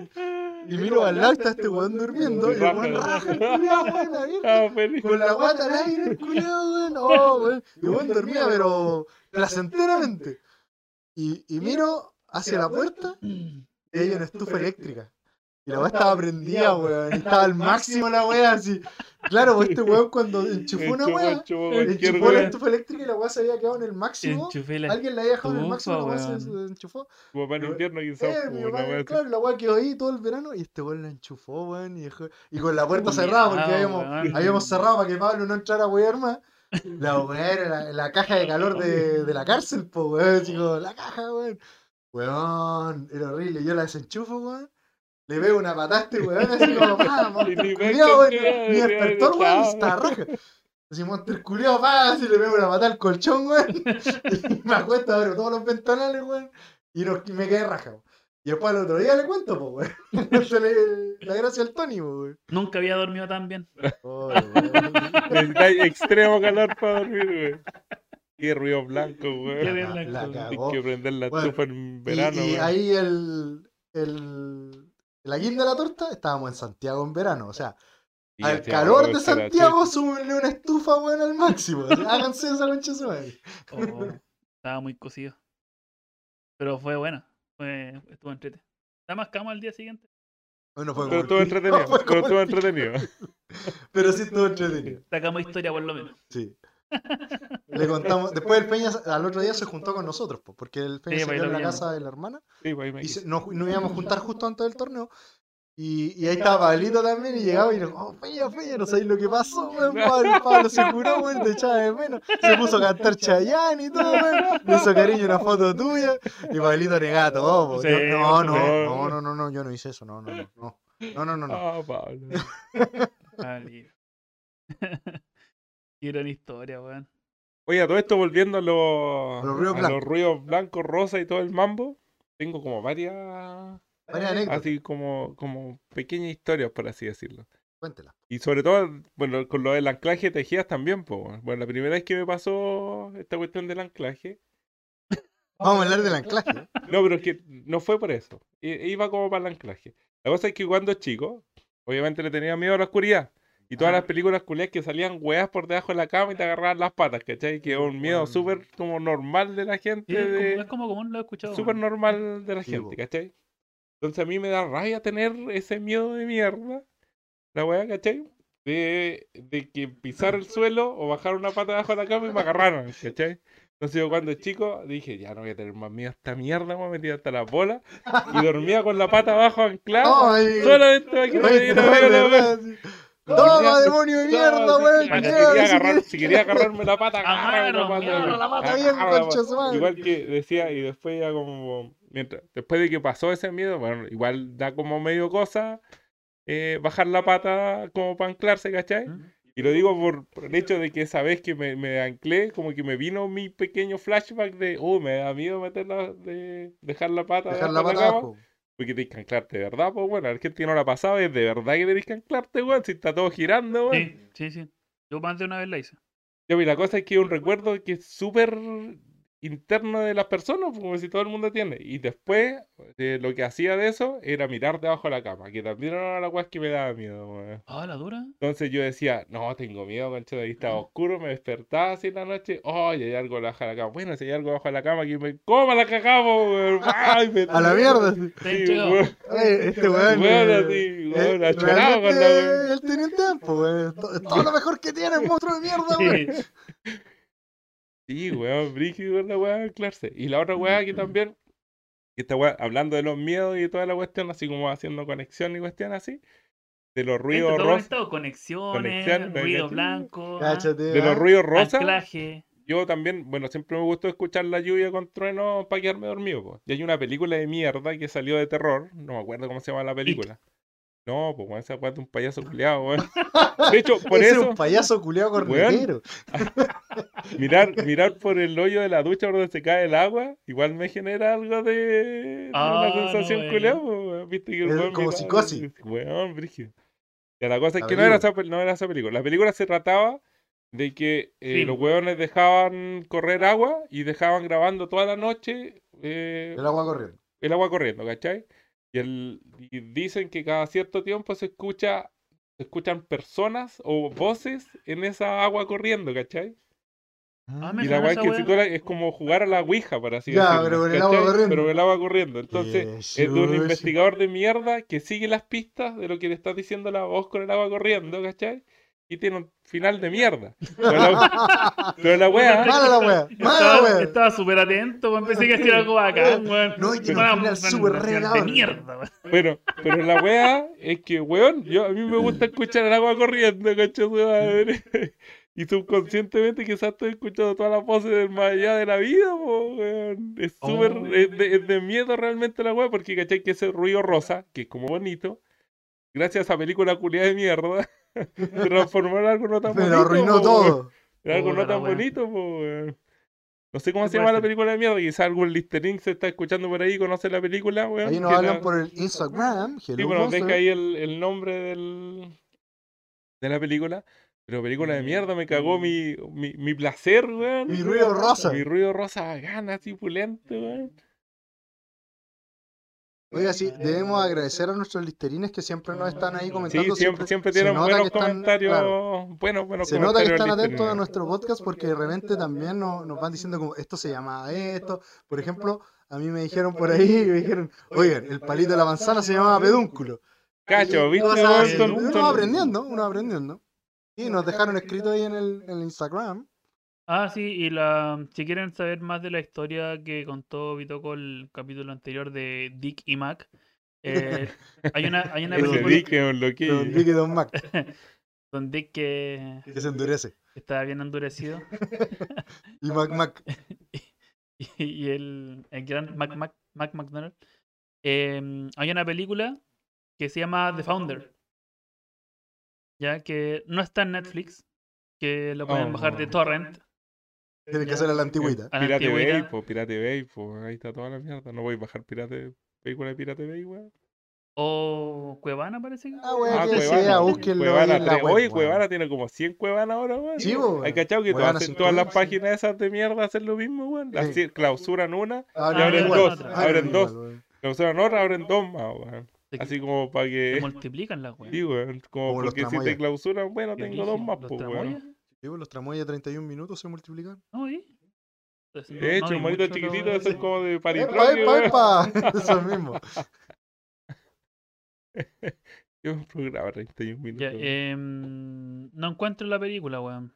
Speaker 4: Y miro al lado, está este weón durmiendo. Y el weón raja el culiao, weón, la virgen,
Speaker 3: Ah, feliz.
Speaker 4: Con la guata al aire, el culiao, weón. Oh, weón. Y el weón dormía, pero placenteramente. Y, y miro hacia la puerta y hay una estufa eléctrica. Y la weá estaba prendida, weón. y estaba al máximo Este la weá así. Claro, pues este weón cuando enchufó una
Speaker 3: Enchufó,
Speaker 4: weá,
Speaker 3: enchufó cualquier
Speaker 4: enchufó la
Speaker 3: weá.
Speaker 4: estufa eléctrica y la weá se había quedado en el máximo.
Speaker 1: Enchufé la.
Speaker 4: Alguien la había dejado en el máximo, la
Speaker 1: estufa,
Speaker 4: weá se
Speaker 1: weón.
Speaker 4: enchufó.
Speaker 3: Tu papá en invierno quizás
Speaker 4: Eh, mi
Speaker 3: una
Speaker 4: papá,
Speaker 3: weá así.
Speaker 4: claro, la weá quedó ahí todo el verano y este weón la enchufó, weón. Y, dejó- y con la puerta cerrada, porque
Speaker 1: Culeado,
Speaker 4: habíamos,
Speaker 1: weón.
Speaker 4: habíamos cerrado para que Pablo no entrara a wear más. La weá era la, la caja de calor de, de la cárcel, po, weón. Chico, la caja, weón. Weón, era horrible. Yo la desenchufo, weón. Le veo una patada a este weón así como, vamos,
Speaker 3: Y ni me
Speaker 4: culiao, weón.
Speaker 3: entendía,
Speaker 4: Mi
Speaker 3: weón,
Speaker 4: despertó, weón,
Speaker 3: chao.
Speaker 4: está raja. Así, Monster culiao, pa, así le pego una patada al colchón, weón. Y me acuesto, abro todos los ventanales, weón. Y, nos- y me quedé raja, weón. Y después al otro día le cuento, pues, weón. Esa le- la gracia al Tony, po, weón.
Speaker 1: Nunca había dormido tan bien.
Speaker 4: Oh, weón.
Speaker 3: Necesitáis extremo calor para dormir, güey. Qué ruido blanco,
Speaker 1: Qué
Speaker 3: güey.
Speaker 1: bien
Speaker 4: La- la
Speaker 1: blanco.
Speaker 4: cagó.
Speaker 3: Hay que prender la
Speaker 4: Bueno,
Speaker 3: tufa en
Speaker 4: Y-
Speaker 3: verano,
Speaker 4: y,
Speaker 3: güey.
Speaker 4: ahí el, el, la guinda de la torta, estábamos en Santiago en verano, o sea,
Speaker 3: Y
Speaker 4: Al
Speaker 3: hacía
Speaker 4: calor
Speaker 3: calor,
Speaker 4: de
Speaker 3: será
Speaker 4: Santiago, súmenle una estufa, weón, al máximo. Así, Háganse esa concha de su madre.
Speaker 1: Oh, estaba muy cocido. Pero fue buena. Fue, estuvo entrete. Nada más cama al día siguiente.
Speaker 4: Bueno, fue
Speaker 3: Pero estuvo
Speaker 4: como el pico,
Speaker 3: entretenido,
Speaker 4: fue
Speaker 3: pero estuvo
Speaker 4: como el pico,
Speaker 3: entretenido.
Speaker 4: Pero sí estuvo entretenido,
Speaker 1: Sacamos historia por lo menos.
Speaker 4: sí. Le contamos. Después el Peña al otro día se juntó con nosotros, po, porque el Peña
Speaker 1: Sí,
Speaker 4: se
Speaker 1: pues,
Speaker 4: quedó
Speaker 1: lo
Speaker 4: en la
Speaker 1: vimos.
Speaker 4: casa de la hermana
Speaker 3: Sí, güey, me
Speaker 4: y se- nos, nos íbamos a juntar justo antes del torneo. Y, y ahí estaba Pablito también y llegaba y nos oh, Peña, Peña, no sabéis lo que pasó, weón. Pablo, Pablo se curó, weón, te echaba de menos. Se puso a cantar Chayanne y todo, weón. Le hizo cariño una foto tuya. Y Pablito negaba todo, po.
Speaker 1: Sí,
Speaker 4: Yo, no, no,
Speaker 3: sí.
Speaker 4: no, no, no, no, yo no hice eso, no, no, no. No, no, no, no. no.
Speaker 3: Ah, Pablo.
Speaker 1: Vale. Qué gran historia, weón.
Speaker 3: Oye, a todo esto volviendo a los,
Speaker 4: A los ruidos
Speaker 3: a los
Speaker 4: blancos.
Speaker 3: ruidos blancos, rosa y todo el mambo, tengo como varias,
Speaker 4: Varias anécdotas,
Speaker 3: así como, como pequeñas historias, por así decirlo.
Speaker 4: cuéntela.
Speaker 3: Y sobre todo, bueno, con lo del anclaje de tejidas también, pues. Bueno, la primera vez que me pasó esta cuestión del anclaje,
Speaker 4: Vamos a hablar del anclaje.
Speaker 3: no, pero es que no fue por eso, I- iba como para el anclaje. La cosa es que cuando chico, obviamente le tenía miedo a la oscuridad. Y todas
Speaker 1: Ah.
Speaker 3: las películas culiadas que salían weas por debajo de la cama y te agarraban las patas, ¿cachai? Que es un miedo
Speaker 4: Bueno.
Speaker 3: súper como normal de la gente.
Speaker 1: Mm, Sí, es,
Speaker 3: de-
Speaker 1: como, es como común, lo he escuchado.
Speaker 3: súper
Speaker 1: weón.
Speaker 3: normal de la
Speaker 4: Sí,
Speaker 3: gente,
Speaker 4: po.
Speaker 3: ¿cachai? Entonces a mí me da rabia tener ese miedo de mierda, la weá, ¿cachai? De, de que pisar el suelo o bajar una pata debajo de la cama y me agarraron, ¿cachai? Entonces yo cuando chico dije, ya no voy a tener más miedo a esta mierda, me metí hasta las bolas y dormía con la pata abajo anclada.
Speaker 4: Ay,
Speaker 3: solamente para que no me
Speaker 4: ay,
Speaker 3: diera
Speaker 4: no,
Speaker 3: miedo, la
Speaker 4: de
Speaker 3: weá.
Speaker 4: verdad, sí. Toma, demonio de
Speaker 3: No,
Speaker 4: mierda,
Speaker 3: sí,
Speaker 4: weón.
Speaker 3: para que
Speaker 4: mierda,
Speaker 3: quería
Speaker 4: si
Speaker 3: agarrar-
Speaker 4: quieres.
Speaker 3: si quería agarrarme la pata, agárrame la
Speaker 1: Agárralo,
Speaker 3: pata,
Speaker 1: agárralo Ah, la
Speaker 4: pata bien,
Speaker 3: agárrame la
Speaker 4: concha su madre.
Speaker 3: ah, Igual que decía, y después ya como, mientras, después de que pasó ese miedo, bueno, igual da como medio cosa eh, bajar la pata como para anclarse, ¿cachai?
Speaker 1: ¿Mm?
Speaker 3: Y lo digo por, por el hecho de que esa vez que me, me anclé, como que me vino mi pequeño flashback de, oh, me da miedo meter la- de dejar la pata
Speaker 4: Dejar la
Speaker 3: debajo de
Speaker 4: pata
Speaker 3: cama".
Speaker 4: abajo.
Speaker 3: Porque tenés que anclarte, de verdad, pues bueno, la gente no la pasaba y de verdad que tenés que anclarte, weón, si está todo girando, weón.
Speaker 1: Sí, sí, sí. Yo más de una vez la hice.
Speaker 3: Ya, pues, la cosa es que es un recuerdo que es súper interno de las personas, pues, como si todo el mundo tiene. Y después, eh, lo que hacía de eso era mirar debajo de la cama, que también era una cosa que me daba miedo, weón.
Speaker 1: Ah, la dura.
Speaker 3: Entonces yo decía, no, tengo miedo, concha, ahí estaba oscuro, me despertaba así en la noche, oye, hay algo debajo de la cama. Bueno, si hay algo debajo de la cama, que me coma la cagamos, weón. Ay, me-
Speaker 4: A la mierda. sí.
Speaker 1: Te
Speaker 3: Sí,
Speaker 1: he entregado.
Speaker 3: weón.
Speaker 4: Oye, este weón.
Speaker 3: Weón,
Speaker 4: eh,
Speaker 3: así, weón,
Speaker 4: eh,
Speaker 3: achorado con la
Speaker 4: realmente
Speaker 3: weón.
Speaker 4: Él tenía un tiempo, weón. To- Todo lo mejor que tiene, el monstruo de mierda, weón.
Speaker 1: Sí.
Speaker 3: Sí, weón, brígido con la weá de anclarse. Y la otra weá que también, que esta weá, hablando de los miedos y toda la cuestión, así como haciendo conexión y cuestión así, de los
Speaker 1: Esto
Speaker 3: ruidos
Speaker 1: todo
Speaker 3: rosas,
Speaker 1: conectado, Conexiones,
Speaker 3: Conexiones,
Speaker 1: ruido
Speaker 3: ¿cachai?
Speaker 1: blanco, ah,
Speaker 4: Cáchate.
Speaker 3: de los
Speaker 4: ¿ah?
Speaker 3: ruidos rosas,
Speaker 1: anclaje.
Speaker 3: yo también, bueno, siempre me gustó escuchar la lluvia con trueno para quedarme dormido, po. Y hay una película de mierda que salió de terror, no me acuerdo cómo se llama la película. No, pues esa weá de un payaso culiado, weón. De hecho, por
Speaker 4: Ese es
Speaker 3: eso,
Speaker 4: un payaso culeado cornetero.
Speaker 3: mirar, mirar por el hoyo de la ducha por donde se cae el agua, igual me genera algo de, de
Speaker 1: Ah,
Speaker 3: una
Speaker 1: no,
Speaker 3: sensación
Speaker 1: bueno.
Speaker 3: culiao, po, weón. Viste que el
Speaker 4: Es
Speaker 3: weón
Speaker 4: como
Speaker 3: miraba,
Speaker 4: psicosis.
Speaker 3: Weón, brígido. Y la cosa es
Speaker 4: La
Speaker 3: que no era,
Speaker 4: película.
Speaker 3: esa, pel- no era esa película. La película se trataba de que eh,
Speaker 1: Sí.
Speaker 3: los weones dejaban correr agua y dejaban grabando toda la noche eh,
Speaker 4: El agua corriendo.
Speaker 3: el agua corriendo, ¿cachai? Y, el, y dicen que cada cierto tiempo se escucha se escuchan personas o voces en esa agua corriendo, ¿cachai?
Speaker 1: Ah,
Speaker 4: Mm.
Speaker 1: me
Speaker 3: Y
Speaker 1: suena
Speaker 3: la weá es
Speaker 1: esa
Speaker 3: que
Speaker 1: weá.
Speaker 3: si tú la- es como jugar a la Ouija, por así
Speaker 4: Ya,
Speaker 3: decirlo.
Speaker 4: pero con el agua
Speaker 3: ¿cachai?
Speaker 4: corriendo. Eh,
Speaker 3: Pero con el agua corriendo. Entonces, es de un
Speaker 4: Jesús.
Speaker 3: investigador de mierda que sigue las pistas de lo que le está diciendo la voz con el agua corriendo, ¿cachai? Y tiene un final de mierda. Pero la, pero la weá,
Speaker 4: Mala la wea, mala la
Speaker 1: Estaba-
Speaker 4: wea.
Speaker 1: Estaba súper atento, weón, pensé que iba a decir algo bacán, weón.
Speaker 4: No, y tiene
Speaker 1: Una
Speaker 4: un final súper
Speaker 1: sensación
Speaker 4: revelador.
Speaker 1: De mierda, weón.
Speaker 3: bueno, pero la weá es que, weón, yo, a mí me gusta escuchar el agua corriendo, ¿cachai? Y subconscientemente quizás estoy escuchando todas las voces del más allá de la vida, po, weón. Es
Speaker 1: Oh.
Speaker 3: súper, es de, es de miedo realmente la weá, porque cachai que ese ruido rosa, que es como bonito, gracias a esa película culiada de mierda, se transformó en algo no tan
Speaker 4: Me
Speaker 3: bonito.
Speaker 4: lo arruinó
Speaker 3: po, weón.
Speaker 4: todo.
Speaker 3: En algo
Speaker 1: Puta
Speaker 3: no
Speaker 1: la
Speaker 3: tan
Speaker 1: weá.
Speaker 3: bonito, po, weón. No sé cómo
Speaker 1: ¿Qué puede
Speaker 3: se llama la
Speaker 1: ser?
Speaker 3: película de mierda, quizás algún listening se está escuchando por ahí, conoce la película, weón.
Speaker 4: Ahí nos
Speaker 3: que
Speaker 4: hablan
Speaker 3: la-
Speaker 4: por el Instagram.
Speaker 3: Sí,
Speaker 4: Hello,
Speaker 3: bueno, nos deja
Speaker 4: Monster.
Speaker 3: ahí el, el nombre del, de la película. Pero película de
Speaker 1: Mm,
Speaker 3: mierda, me cagó
Speaker 1: mm.
Speaker 3: mi, mi, mi placer, weón.
Speaker 4: Mi ruido rosa.
Speaker 3: Mi ruido rosa bacán, así pulento, weón.
Speaker 4: Oiga, sí, debemos agradecer a nuestros listerines que siempre nos están ahí
Speaker 3: Sí,
Speaker 4: comentando.
Speaker 3: siempre, siempre,
Speaker 4: se
Speaker 3: tienen
Speaker 4: nota que
Speaker 3: buenos
Speaker 4: están-
Speaker 3: comentarios.
Speaker 4: claro.
Speaker 3: Buenos, buenos
Speaker 4: Se nota que
Speaker 3: comentarios
Speaker 4: están
Speaker 3: listos,
Speaker 4: atentos a
Speaker 3: weón.
Speaker 4: nuestro podcast porque de repente también nos, nos van diciendo como esto se llama esto. Por ejemplo, a mí me dijeron por ahí, me dijeron, oigan, el palito de la manzana se llamaba pedúnculo.
Speaker 3: Cacho, ¿viste?
Speaker 4: Cosas
Speaker 3: weón?
Speaker 4: así.
Speaker 3: Son-
Speaker 1: ¿no?
Speaker 4: uno
Speaker 3: son-
Speaker 4: va aprendiendo, uno va aprendiendo. Y nos dejaron escrito ahí en el, en el Instagram.
Speaker 1: Ah, sí, y la, si quieren saber más de la historia que contó Bitoco el capítulo anterior de Dick y Mac, eh, hay una, hay una
Speaker 4: Ese
Speaker 3: Ese
Speaker 1: película
Speaker 3: Dick es un loquillo.
Speaker 4: Don Vic y Don Mac,
Speaker 1: con Dick que
Speaker 4: que se endurece.
Speaker 1: estaba bien endurecido
Speaker 4: Y Mac Mac.
Speaker 1: y, y el, el gran Mac, Mac, Mac McDonald. em, hay una película que se llama The Founder, ya que no está en Netflix, que lo pueden bajar de
Speaker 3: Oh.
Speaker 1: torrent
Speaker 4: Tiene que hacer a la antigüita.
Speaker 1: a la
Speaker 3: Eh, Pirate
Speaker 1: antigüedad.
Speaker 3: Bay, po, Pirate Bay, po. Ahí está toda la mierda. No voy a bajar Pirate película de Pirate Bay, weón.
Speaker 1: o Cuevana parece que.
Speaker 4: Ah, weón,
Speaker 3: Ah,
Speaker 4: que
Speaker 3: Cuevana.
Speaker 4: sea, búsquenlo ahí
Speaker 3: Cuevana
Speaker 4: en la
Speaker 3: tres.
Speaker 4: web,
Speaker 3: Oye,
Speaker 4: weón.
Speaker 3: Cuevana tiene como 100 Cuevanas ahora, weón.
Speaker 4: Sí, weón.
Speaker 3: Hay cachado que
Speaker 4: Cuevana
Speaker 3: todas, hacen
Speaker 4: sin
Speaker 3: todas las
Speaker 4: cruz, sí.
Speaker 3: páginas esas de mierda hacen lo mismo, weón. Las
Speaker 4: Sí.
Speaker 3: cien- clausuran una,
Speaker 4: Abren
Speaker 1: abren
Speaker 4: Ah, igual,
Speaker 1: dos,
Speaker 3: abren dos.
Speaker 4: igual, weón.
Speaker 3: clausuran otra, abren dos más, weón.
Speaker 1: Se-
Speaker 3: Así como para
Speaker 1: se
Speaker 3: que.
Speaker 1: multiplican las weas.
Speaker 3: Sí, weón. Como
Speaker 4: Como los
Speaker 3: porque si te
Speaker 4: tramoyas.
Speaker 3: clausuran, bueno,
Speaker 1: Qué
Speaker 3: tengo dos
Speaker 1: brígido.
Speaker 3: más,
Speaker 1: ¿Los
Speaker 3: pues,
Speaker 1: tramoyas?
Speaker 3: weón.
Speaker 4: Sí, pues, los tramos de 31 minutos se multiplican.
Speaker 1: No, ¿y? Entonces, Pues, no-
Speaker 3: De
Speaker 1: no
Speaker 3: hecho,
Speaker 1: vi
Speaker 3: un monito
Speaker 1: mucho
Speaker 3: chiquitito,
Speaker 1: lo-
Speaker 3: eso es como de
Speaker 4: ¡Epa,
Speaker 3: paritroque,
Speaker 4: epa,
Speaker 3: weón.
Speaker 4: epa! Eso mismo.
Speaker 3: Yo un programa 31
Speaker 1: Ya,
Speaker 3: minutos. weón.
Speaker 1: em, no encuentro la película, weón.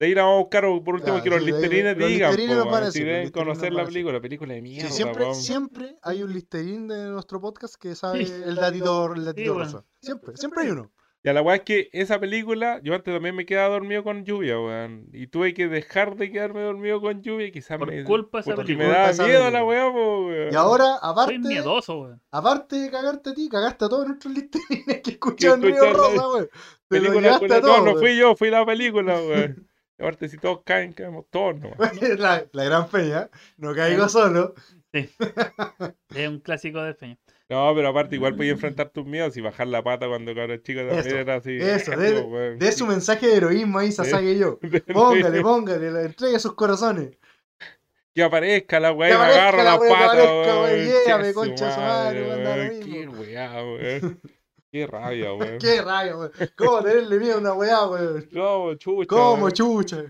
Speaker 3: De ahí la vamos a buscar o por último
Speaker 4: Ya,
Speaker 3: que los
Speaker 4: sí, de ahí-
Speaker 3: listerines
Speaker 4: los
Speaker 3: digan.
Speaker 4: listerines
Speaker 3: po,
Speaker 4: nos van a
Speaker 3: weón, Si
Speaker 4: decir, los
Speaker 3: deben
Speaker 4: listerines nos
Speaker 3: conocer
Speaker 4: van a
Speaker 3: la
Speaker 4: decir.
Speaker 3: película, película de
Speaker 4: Sí,
Speaker 3: mierda.
Speaker 4: siempre,
Speaker 3: weón.
Speaker 4: siempre hay un listerín de nuestro podcast que sabe
Speaker 1: Sí.
Speaker 4: el datito, el datito
Speaker 1: bueno.
Speaker 4: rosa. Siempre, siempre hay uno.
Speaker 3: Ya la weá es que esa película, yo antes también me quedaba dormido con lluvia, weón. Y tuve que dejar de quedarme dormido con lluvia, y quizás
Speaker 1: Por
Speaker 3: me.
Speaker 1: culpa de esa
Speaker 3: Pues, porque me
Speaker 1: película.
Speaker 3: daba
Speaker 4: Por culpa de esa
Speaker 3: miedo la
Speaker 4: película.
Speaker 3: weá, po, weón.
Speaker 4: Y ahora,
Speaker 1: Soy
Speaker 4: aparte,
Speaker 1: miedoso, weón.
Speaker 4: aparte de cagarte a ti, cagaste a todos nuestros listerines que escuchan
Speaker 3: Que
Speaker 4: Río
Speaker 3: escuchan-
Speaker 4: Rosa, güey. Te lo
Speaker 3: Película
Speaker 4: llevaste
Speaker 3: culia-
Speaker 4: a todos.
Speaker 3: No, no
Speaker 4: güey.
Speaker 3: fui yo, fui la película, weón. Y Aparte, si todos caen, caemos todos, no.
Speaker 4: la, la gran peña, no caigo solo.
Speaker 1: Es un clásico de Peña.
Speaker 3: No, pero aparte, igual podía enfrentar tus miedos y bajar la pata cuando cabros chicos también
Speaker 4: Eso,
Speaker 3: era así.
Speaker 4: eso,
Speaker 3: "Cacho, weón".
Speaker 4: De su mensaje de heroísmo ahí, Sasage y yo. Póngale, póngale, la entregue a sus corazones.
Speaker 3: Que aparezca la weá y
Speaker 4: Que
Speaker 3: me
Speaker 4: aparezca
Speaker 3: agarra
Speaker 4: la
Speaker 3: la
Speaker 4: weá, que
Speaker 3: pata,
Speaker 4: aparezca, weón,
Speaker 3: weón.
Speaker 4: llégame,
Speaker 3: Che, su
Speaker 4: concha de su madre, weón, da lo
Speaker 3: weón. Qué
Speaker 4: mismo.
Speaker 3: weá, weón. Qué rabia, weón.
Speaker 4: Qué raya, güey. ¿Cómo tenerle miedo a una weá, güey?
Speaker 3: No, chucha.
Speaker 4: ¿Cómo,
Speaker 3: weón.
Speaker 4: chucha?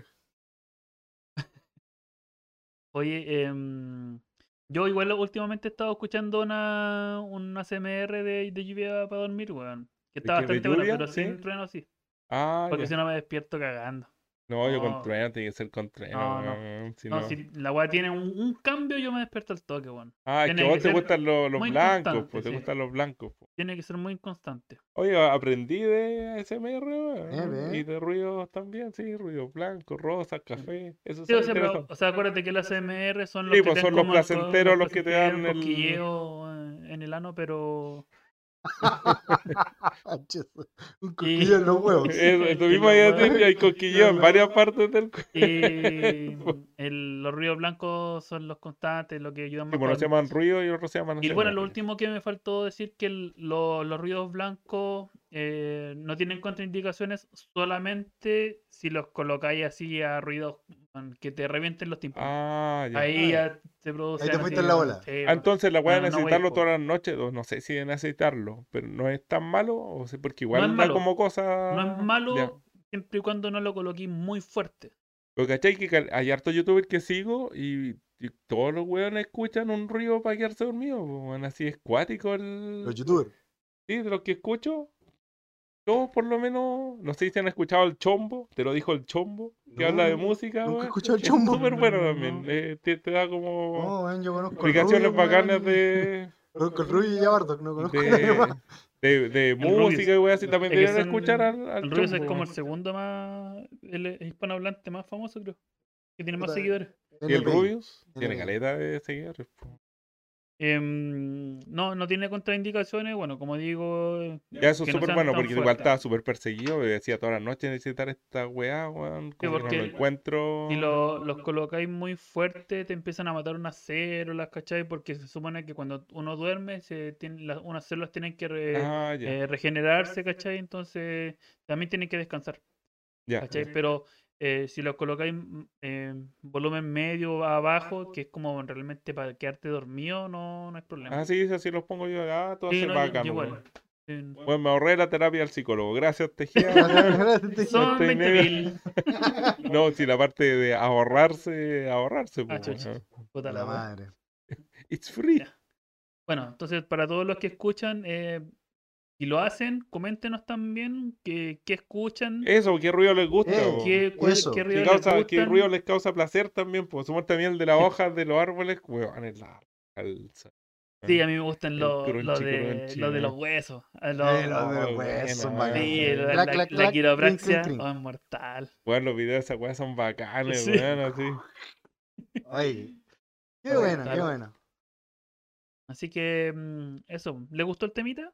Speaker 1: Oye, em, yo igual últimamente he estado escuchando una, una CMR de, de lluvia para dormir, weón. Que está
Speaker 3: qué? ¿De
Speaker 1: bastante buena,
Speaker 3: lluvia?
Speaker 1: pero sin
Speaker 3: Sí.
Speaker 1: trueno sí.
Speaker 3: Ah,
Speaker 1: Porque
Speaker 3: ya.
Speaker 1: si no me despierto cagando.
Speaker 3: No, yo
Speaker 1: No.
Speaker 3: con trueno, tiene que ser con trueno,
Speaker 1: No, no.
Speaker 3: weón, si
Speaker 1: No,
Speaker 3: no-
Speaker 1: si la weá tiene un, un cambio, yo me despierto al toque, weón.
Speaker 3: Ah, es que
Speaker 1: tiene
Speaker 3: a vos
Speaker 1: que
Speaker 3: te
Speaker 1: ser
Speaker 3: gustan los, los
Speaker 1: muy
Speaker 3: blancos,
Speaker 1: constante,
Speaker 3: pues, te
Speaker 1: sí.
Speaker 3: gustan los blancos. po.
Speaker 1: Tiene que ser muy constante.
Speaker 3: Oye, aprendí de ASMR, weón,
Speaker 4: Eh, ve.
Speaker 3: y de ruidos también, sí, ruidos blancos, rosas, café, eso
Speaker 1: Sí, o
Speaker 3: sí,
Speaker 1: sea, pero-
Speaker 3: interesante.
Speaker 1: o sea, acuérdate que las CMR son los
Speaker 3: Sí,
Speaker 1: que
Speaker 3: pues
Speaker 1: te dan
Speaker 3: son los
Speaker 1: como el co-
Speaker 3: placenteros los que te dan
Speaker 1: placenteros,
Speaker 3: el-
Speaker 1: cosquilleo, eh, en el ano, pero
Speaker 4: Un cosquillo en los huevos.
Speaker 1: pues,
Speaker 3: Eso, eso mismo
Speaker 1: la
Speaker 3: iba a
Speaker 1: weá-
Speaker 3: decir que hay cosquilleo en
Speaker 4: la
Speaker 3: varias partes del cuerpo.
Speaker 1: eh, el- los ruidos blancos son los constantes, lo que ayudan más.
Speaker 3: Bueno,
Speaker 1: para
Speaker 3: se
Speaker 1: dormir.
Speaker 3: llaman ruido y otros se llaman
Speaker 1: Y bueno, lo
Speaker 3: ASMR.
Speaker 1: último que me faltó decir que el- lo- los ruidos blancos eh, no tienen contraindicaciones solamente si los colocáis así a ruidos mm, que te revienten los tiempos.
Speaker 3: Ah, ya.
Speaker 1: Ahí ya se produce.
Speaker 4: Ahí te fuiste en la bola.
Speaker 1: eh,
Speaker 3: Ah, entonces la weá
Speaker 1: No, no,
Speaker 3: de
Speaker 1: no, wey,
Speaker 3: necesitarlo
Speaker 1: po.
Speaker 3: todas las noches, o no sé si de necesitarlo, pero no es tan malo, o sea, porque igual
Speaker 1: es
Speaker 3: da
Speaker 1: malo.
Speaker 3: como cosa.
Speaker 1: No es malo
Speaker 3: Ah, ya.
Speaker 1: siempre y cuando no lo coloquéis muy fuerte.
Speaker 3: Porque cachai que cal- hay harto youtuber que sigo y, y todos los weones escuchan un ruido para quedarse dormido, po, weón, así es cuático el.
Speaker 4: Los youtubers.
Speaker 3: Sí, de los que escucho, todos por lo menos, no sé si han escuchado el chombo, te lo dijo el chombo, que
Speaker 4: No,
Speaker 3: habla de
Speaker 4: no,
Speaker 3: música,
Speaker 4: Nunca he
Speaker 3: weón.
Speaker 4: escuchado el
Speaker 3: Es
Speaker 4: chombo.
Speaker 3: súper bueno también,
Speaker 1: No.
Speaker 3: eh, te, te da como
Speaker 4: No, weón, Oh, yo conozco al
Speaker 3: explicaciones
Speaker 4: Rubio,
Speaker 3: bacanas
Speaker 4: weón,
Speaker 3: de.
Speaker 4: Conozco el Rubio y a Bardock, no conozco a nadie
Speaker 3: de,
Speaker 4: más.
Speaker 3: de, de música y weas así también
Speaker 1: Es que
Speaker 3: deberían
Speaker 1: son-
Speaker 3: escuchar al, al
Speaker 1: El Rubius es
Speaker 3: chombo,
Speaker 1: como el
Speaker 3: weón.
Speaker 1: segundo más. El el hispanohablante más famoso, creo. Que tiene más
Speaker 4: Puta,
Speaker 1: seguidores.
Speaker 3: Y el
Speaker 4: NPI.
Speaker 3: Rubius tiene
Speaker 4: NPI.
Speaker 3: caleta de seguidores. po.
Speaker 1: Em, no, no tiene contraindicaciones. Bueno, como digo, eh,
Speaker 3: Ya eso es
Speaker 1: Que no
Speaker 3: súper
Speaker 1: sean
Speaker 3: bueno
Speaker 1: tan
Speaker 3: porque igual
Speaker 1: fuertes.
Speaker 3: estaba súper perseguido. Y decía todas las noches necesitar esta weá, weón. Como que
Speaker 1: porque-
Speaker 3: no lo encuentro.
Speaker 1: si lo- los colocáis muy fuerte, te empiezan a matar unas células, ¿cachai? Porque se supone que cuando uno duerme, se tiene, las- unas células tienen que re-
Speaker 3: Ah, ya.
Speaker 1: eh, regenerarse, ¿cachai? Entonces, también tienen que descansar.
Speaker 3: ya.
Speaker 1: ¿cachai? Pero eh, si lo colocáis mm, eh, volumen medio a abajo, que es como realmente para quedarte dormido, no, no hay problema.
Speaker 3: Ah, sí, sí, así los pongo yo acá. Todo
Speaker 1: Sí,
Speaker 3: se
Speaker 1: no, yo-
Speaker 3: bacán,
Speaker 1: yo
Speaker 3: weón.
Speaker 1: igual. Sí.
Speaker 3: Bueno, me ahorré la terapia al psicólogo. Gracias, Tejía. weón.
Speaker 1: Son
Speaker 3: pues, estoy
Speaker 1: 20
Speaker 3: negro.
Speaker 1: mil.
Speaker 3: no, si la parte de ahorrarse, ahorrarse. po,
Speaker 1: Ah, chucha.
Speaker 3: weón.
Speaker 1: Puta la
Speaker 4: La
Speaker 1: wea.
Speaker 4: madre.
Speaker 3: It's free.
Speaker 1: Ya. Bueno, entonces para todos los que escuchan, eh, si lo hacen, coméntenos también que, que escuchan,
Speaker 3: Eso, qué ruido les gusta.
Speaker 4: Eh,
Speaker 3: po.
Speaker 1: qué, cuál-
Speaker 4: eso.
Speaker 1: qué
Speaker 4: Que
Speaker 1: ruido
Speaker 3: ¿Qué,
Speaker 1: les
Speaker 3: Eh, oh, causa, qué
Speaker 1: gustan.
Speaker 3: ruido les causa placer también? Pues supongo también el de las hojas de los árboles, weón, es la calza.
Speaker 1: Sí, a mí me gustan
Speaker 3: El
Speaker 1: los los
Speaker 3: crunchy,
Speaker 1: de,
Speaker 3: crunchy,
Speaker 1: los de
Speaker 3: eh.
Speaker 1: los huesos. a los-
Speaker 4: Eh, los de los
Speaker 3: bueno,
Speaker 4: huesos,
Speaker 3: bueno,
Speaker 4: bacán.
Speaker 1: sí,
Speaker 3: eh,
Speaker 1: la,
Speaker 4: Clac,
Speaker 1: la-
Speaker 4: clac,
Speaker 1: la
Speaker 4: clac,
Speaker 1: quiropraxia,
Speaker 4: clink, clink,
Speaker 1: oh, es mortal.
Speaker 3: Weón, los videos de esas weas son bacanes,
Speaker 1: Sí.
Speaker 3: weón, así.
Speaker 4: clink. Ay, qué
Speaker 1: Bueno,
Speaker 4: bueno, qué
Speaker 1: claro.
Speaker 4: bueno.
Speaker 1: Así que mm, eso, ¿le gustó el temita?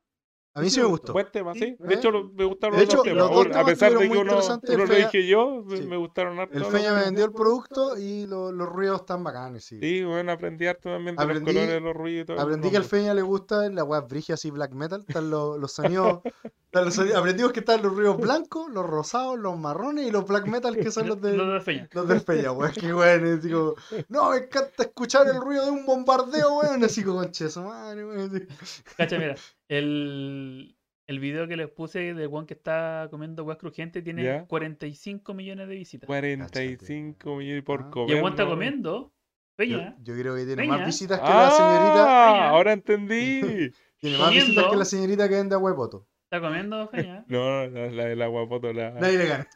Speaker 4: A mí sí me gustó.
Speaker 3: Buen tema, sí.
Speaker 4: ¿Eh?
Speaker 3: De hecho, lo- me gustaron
Speaker 4: De
Speaker 3: los
Speaker 4: hecho,
Speaker 3: dos temas.
Speaker 4: los dos
Speaker 3: weón, a
Speaker 4: temas
Speaker 3: pesar de que
Speaker 4: estuvieron muy
Speaker 3: uno,
Speaker 4: interesantes,
Speaker 3: uno
Speaker 4: el
Speaker 3: lo
Speaker 4: Feña-
Speaker 3: dije yo, me-
Speaker 4: sí.
Speaker 3: me gustaron harto.
Speaker 4: El
Speaker 3: los
Speaker 4: Feña me
Speaker 3: temas.
Speaker 4: vendió el producto y lo- los ruidos están bacanes. Sí.
Speaker 3: Sí, bueno, aprendí harto también de
Speaker 4: Aprendí-
Speaker 3: los colores, de los ruidos y todo. eso,
Speaker 4: Aprendí que al
Speaker 3: hombre.
Speaker 4: Feña le gusta la weá brigia así black metal, están los, los sonidos, están los sonidos- Aprendimos que están los ruidos blancos, los rosados, los marrones y los black metal que son los
Speaker 1: Los
Speaker 4: de
Speaker 1: de Feña.
Speaker 4: los del Feña, weón. Que weón, es digo, no me encanta escuchar el ruido de un bombardeo, weón. Así como conche su madre, weón. así.
Speaker 1: Cacha, mira, el, el video que les puse del one que está comiendo hueás crujientes tiene
Speaker 3: Ya.
Speaker 1: 45 millones de visitas.
Speaker 3: 45 millones por
Speaker 4: Ah.
Speaker 3: comer.
Speaker 1: y el one está
Speaker 3: weón.
Speaker 1: comiendo
Speaker 4: Yo,
Speaker 1: Feña.
Speaker 4: yo creo que tiene
Speaker 1: Feña.
Speaker 4: más visitas que la señorita.
Speaker 3: Ah,
Speaker 1: Feña.
Speaker 3: ahora entendí.
Speaker 4: Tiene más visitas
Speaker 1: comiendo.
Speaker 4: que la señorita que vende a huepoto.
Speaker 1: Está comiendo Feña.
Speaker 3: No, no, la del aguapoto, la,
Speaker 4: Nadie le gana.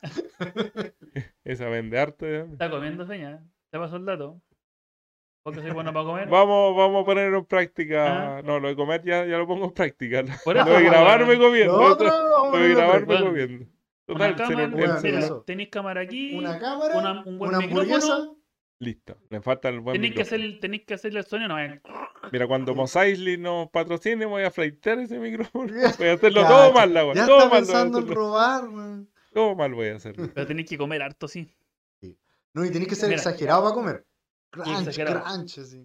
Speaker 3: esa vende harto. ya.
Speaker 1: Está comiendo Feña. Te paso el dato. Porque soy bueno para comer.
Speaker 3: Vamos, vamos a ponerlo en práctica.
Speaker 1: Ah.
Speaker 3: No, lo de comer ya, ya lo pongo en práctica. Lo
Speaker 1: Por
Speaker 3: de
Speaker 1: eso,
Speaker 3: grabarme
Speaker 1: weón.
Speaker 4: Lo
Speaker 3: comiendo.
Speaker 4: otro,
Speaker 3: Lo
Speaker 4: vamos a
Speaker 3: de
Speaker 4: ponerlo en
Speaker 3: grabarme
Speaker 1: Bueno.
Speaker 3: comiendo. Total,
Speaker 1: Una
Speaker 3: el celu-
Speaker 1: cámara,
Speaker 3: el
Speaker 4: bueno,
Speaker 1: mira,
Speaker 3: celular.
Speaker 4: eso.
Speaker 1: tenéis cámara aquí,
Speaker 4: una
Speaker 1: una,
Speaker 4: cámara, una,
Speaker 1: un buen
Speaker 4: hamburguesa.
Speaker 1: micrófono,
Speaker 3: Listo, me falta el buen
Speaker 1: tenéis que,
Speaker 3: micrófono.
Speaker 1: hacer, tenéis que hacerle el sonido, no eh, vayan.
Speaker 3: Mira, cuando Mos Eisley nos patrocine, voy a fleitear ese micrófono. Voy a hacerlo
Speaker 4: Ya,
Speaker 3: todo mal, la weón.
Speaker 4: Ya
Speaker 3: Todo mal, lo
Speaker 4: está
Speaker 3: voy a
Speaker 4: pensando en
Speaker 3: hacerlo.
Speaker 4: robar, weón.
Speaker 3: Todo mal voy a hacerlo.
Speaker 1: Pero tenéis que comer harto, sí.
Speaker 4: No, y tenés que ser
Speaker 1: Mira.
Speaker 4: exagerado para comer. Crunch,
Speaker 1: exagerado.
Speaker 4: crunch, así.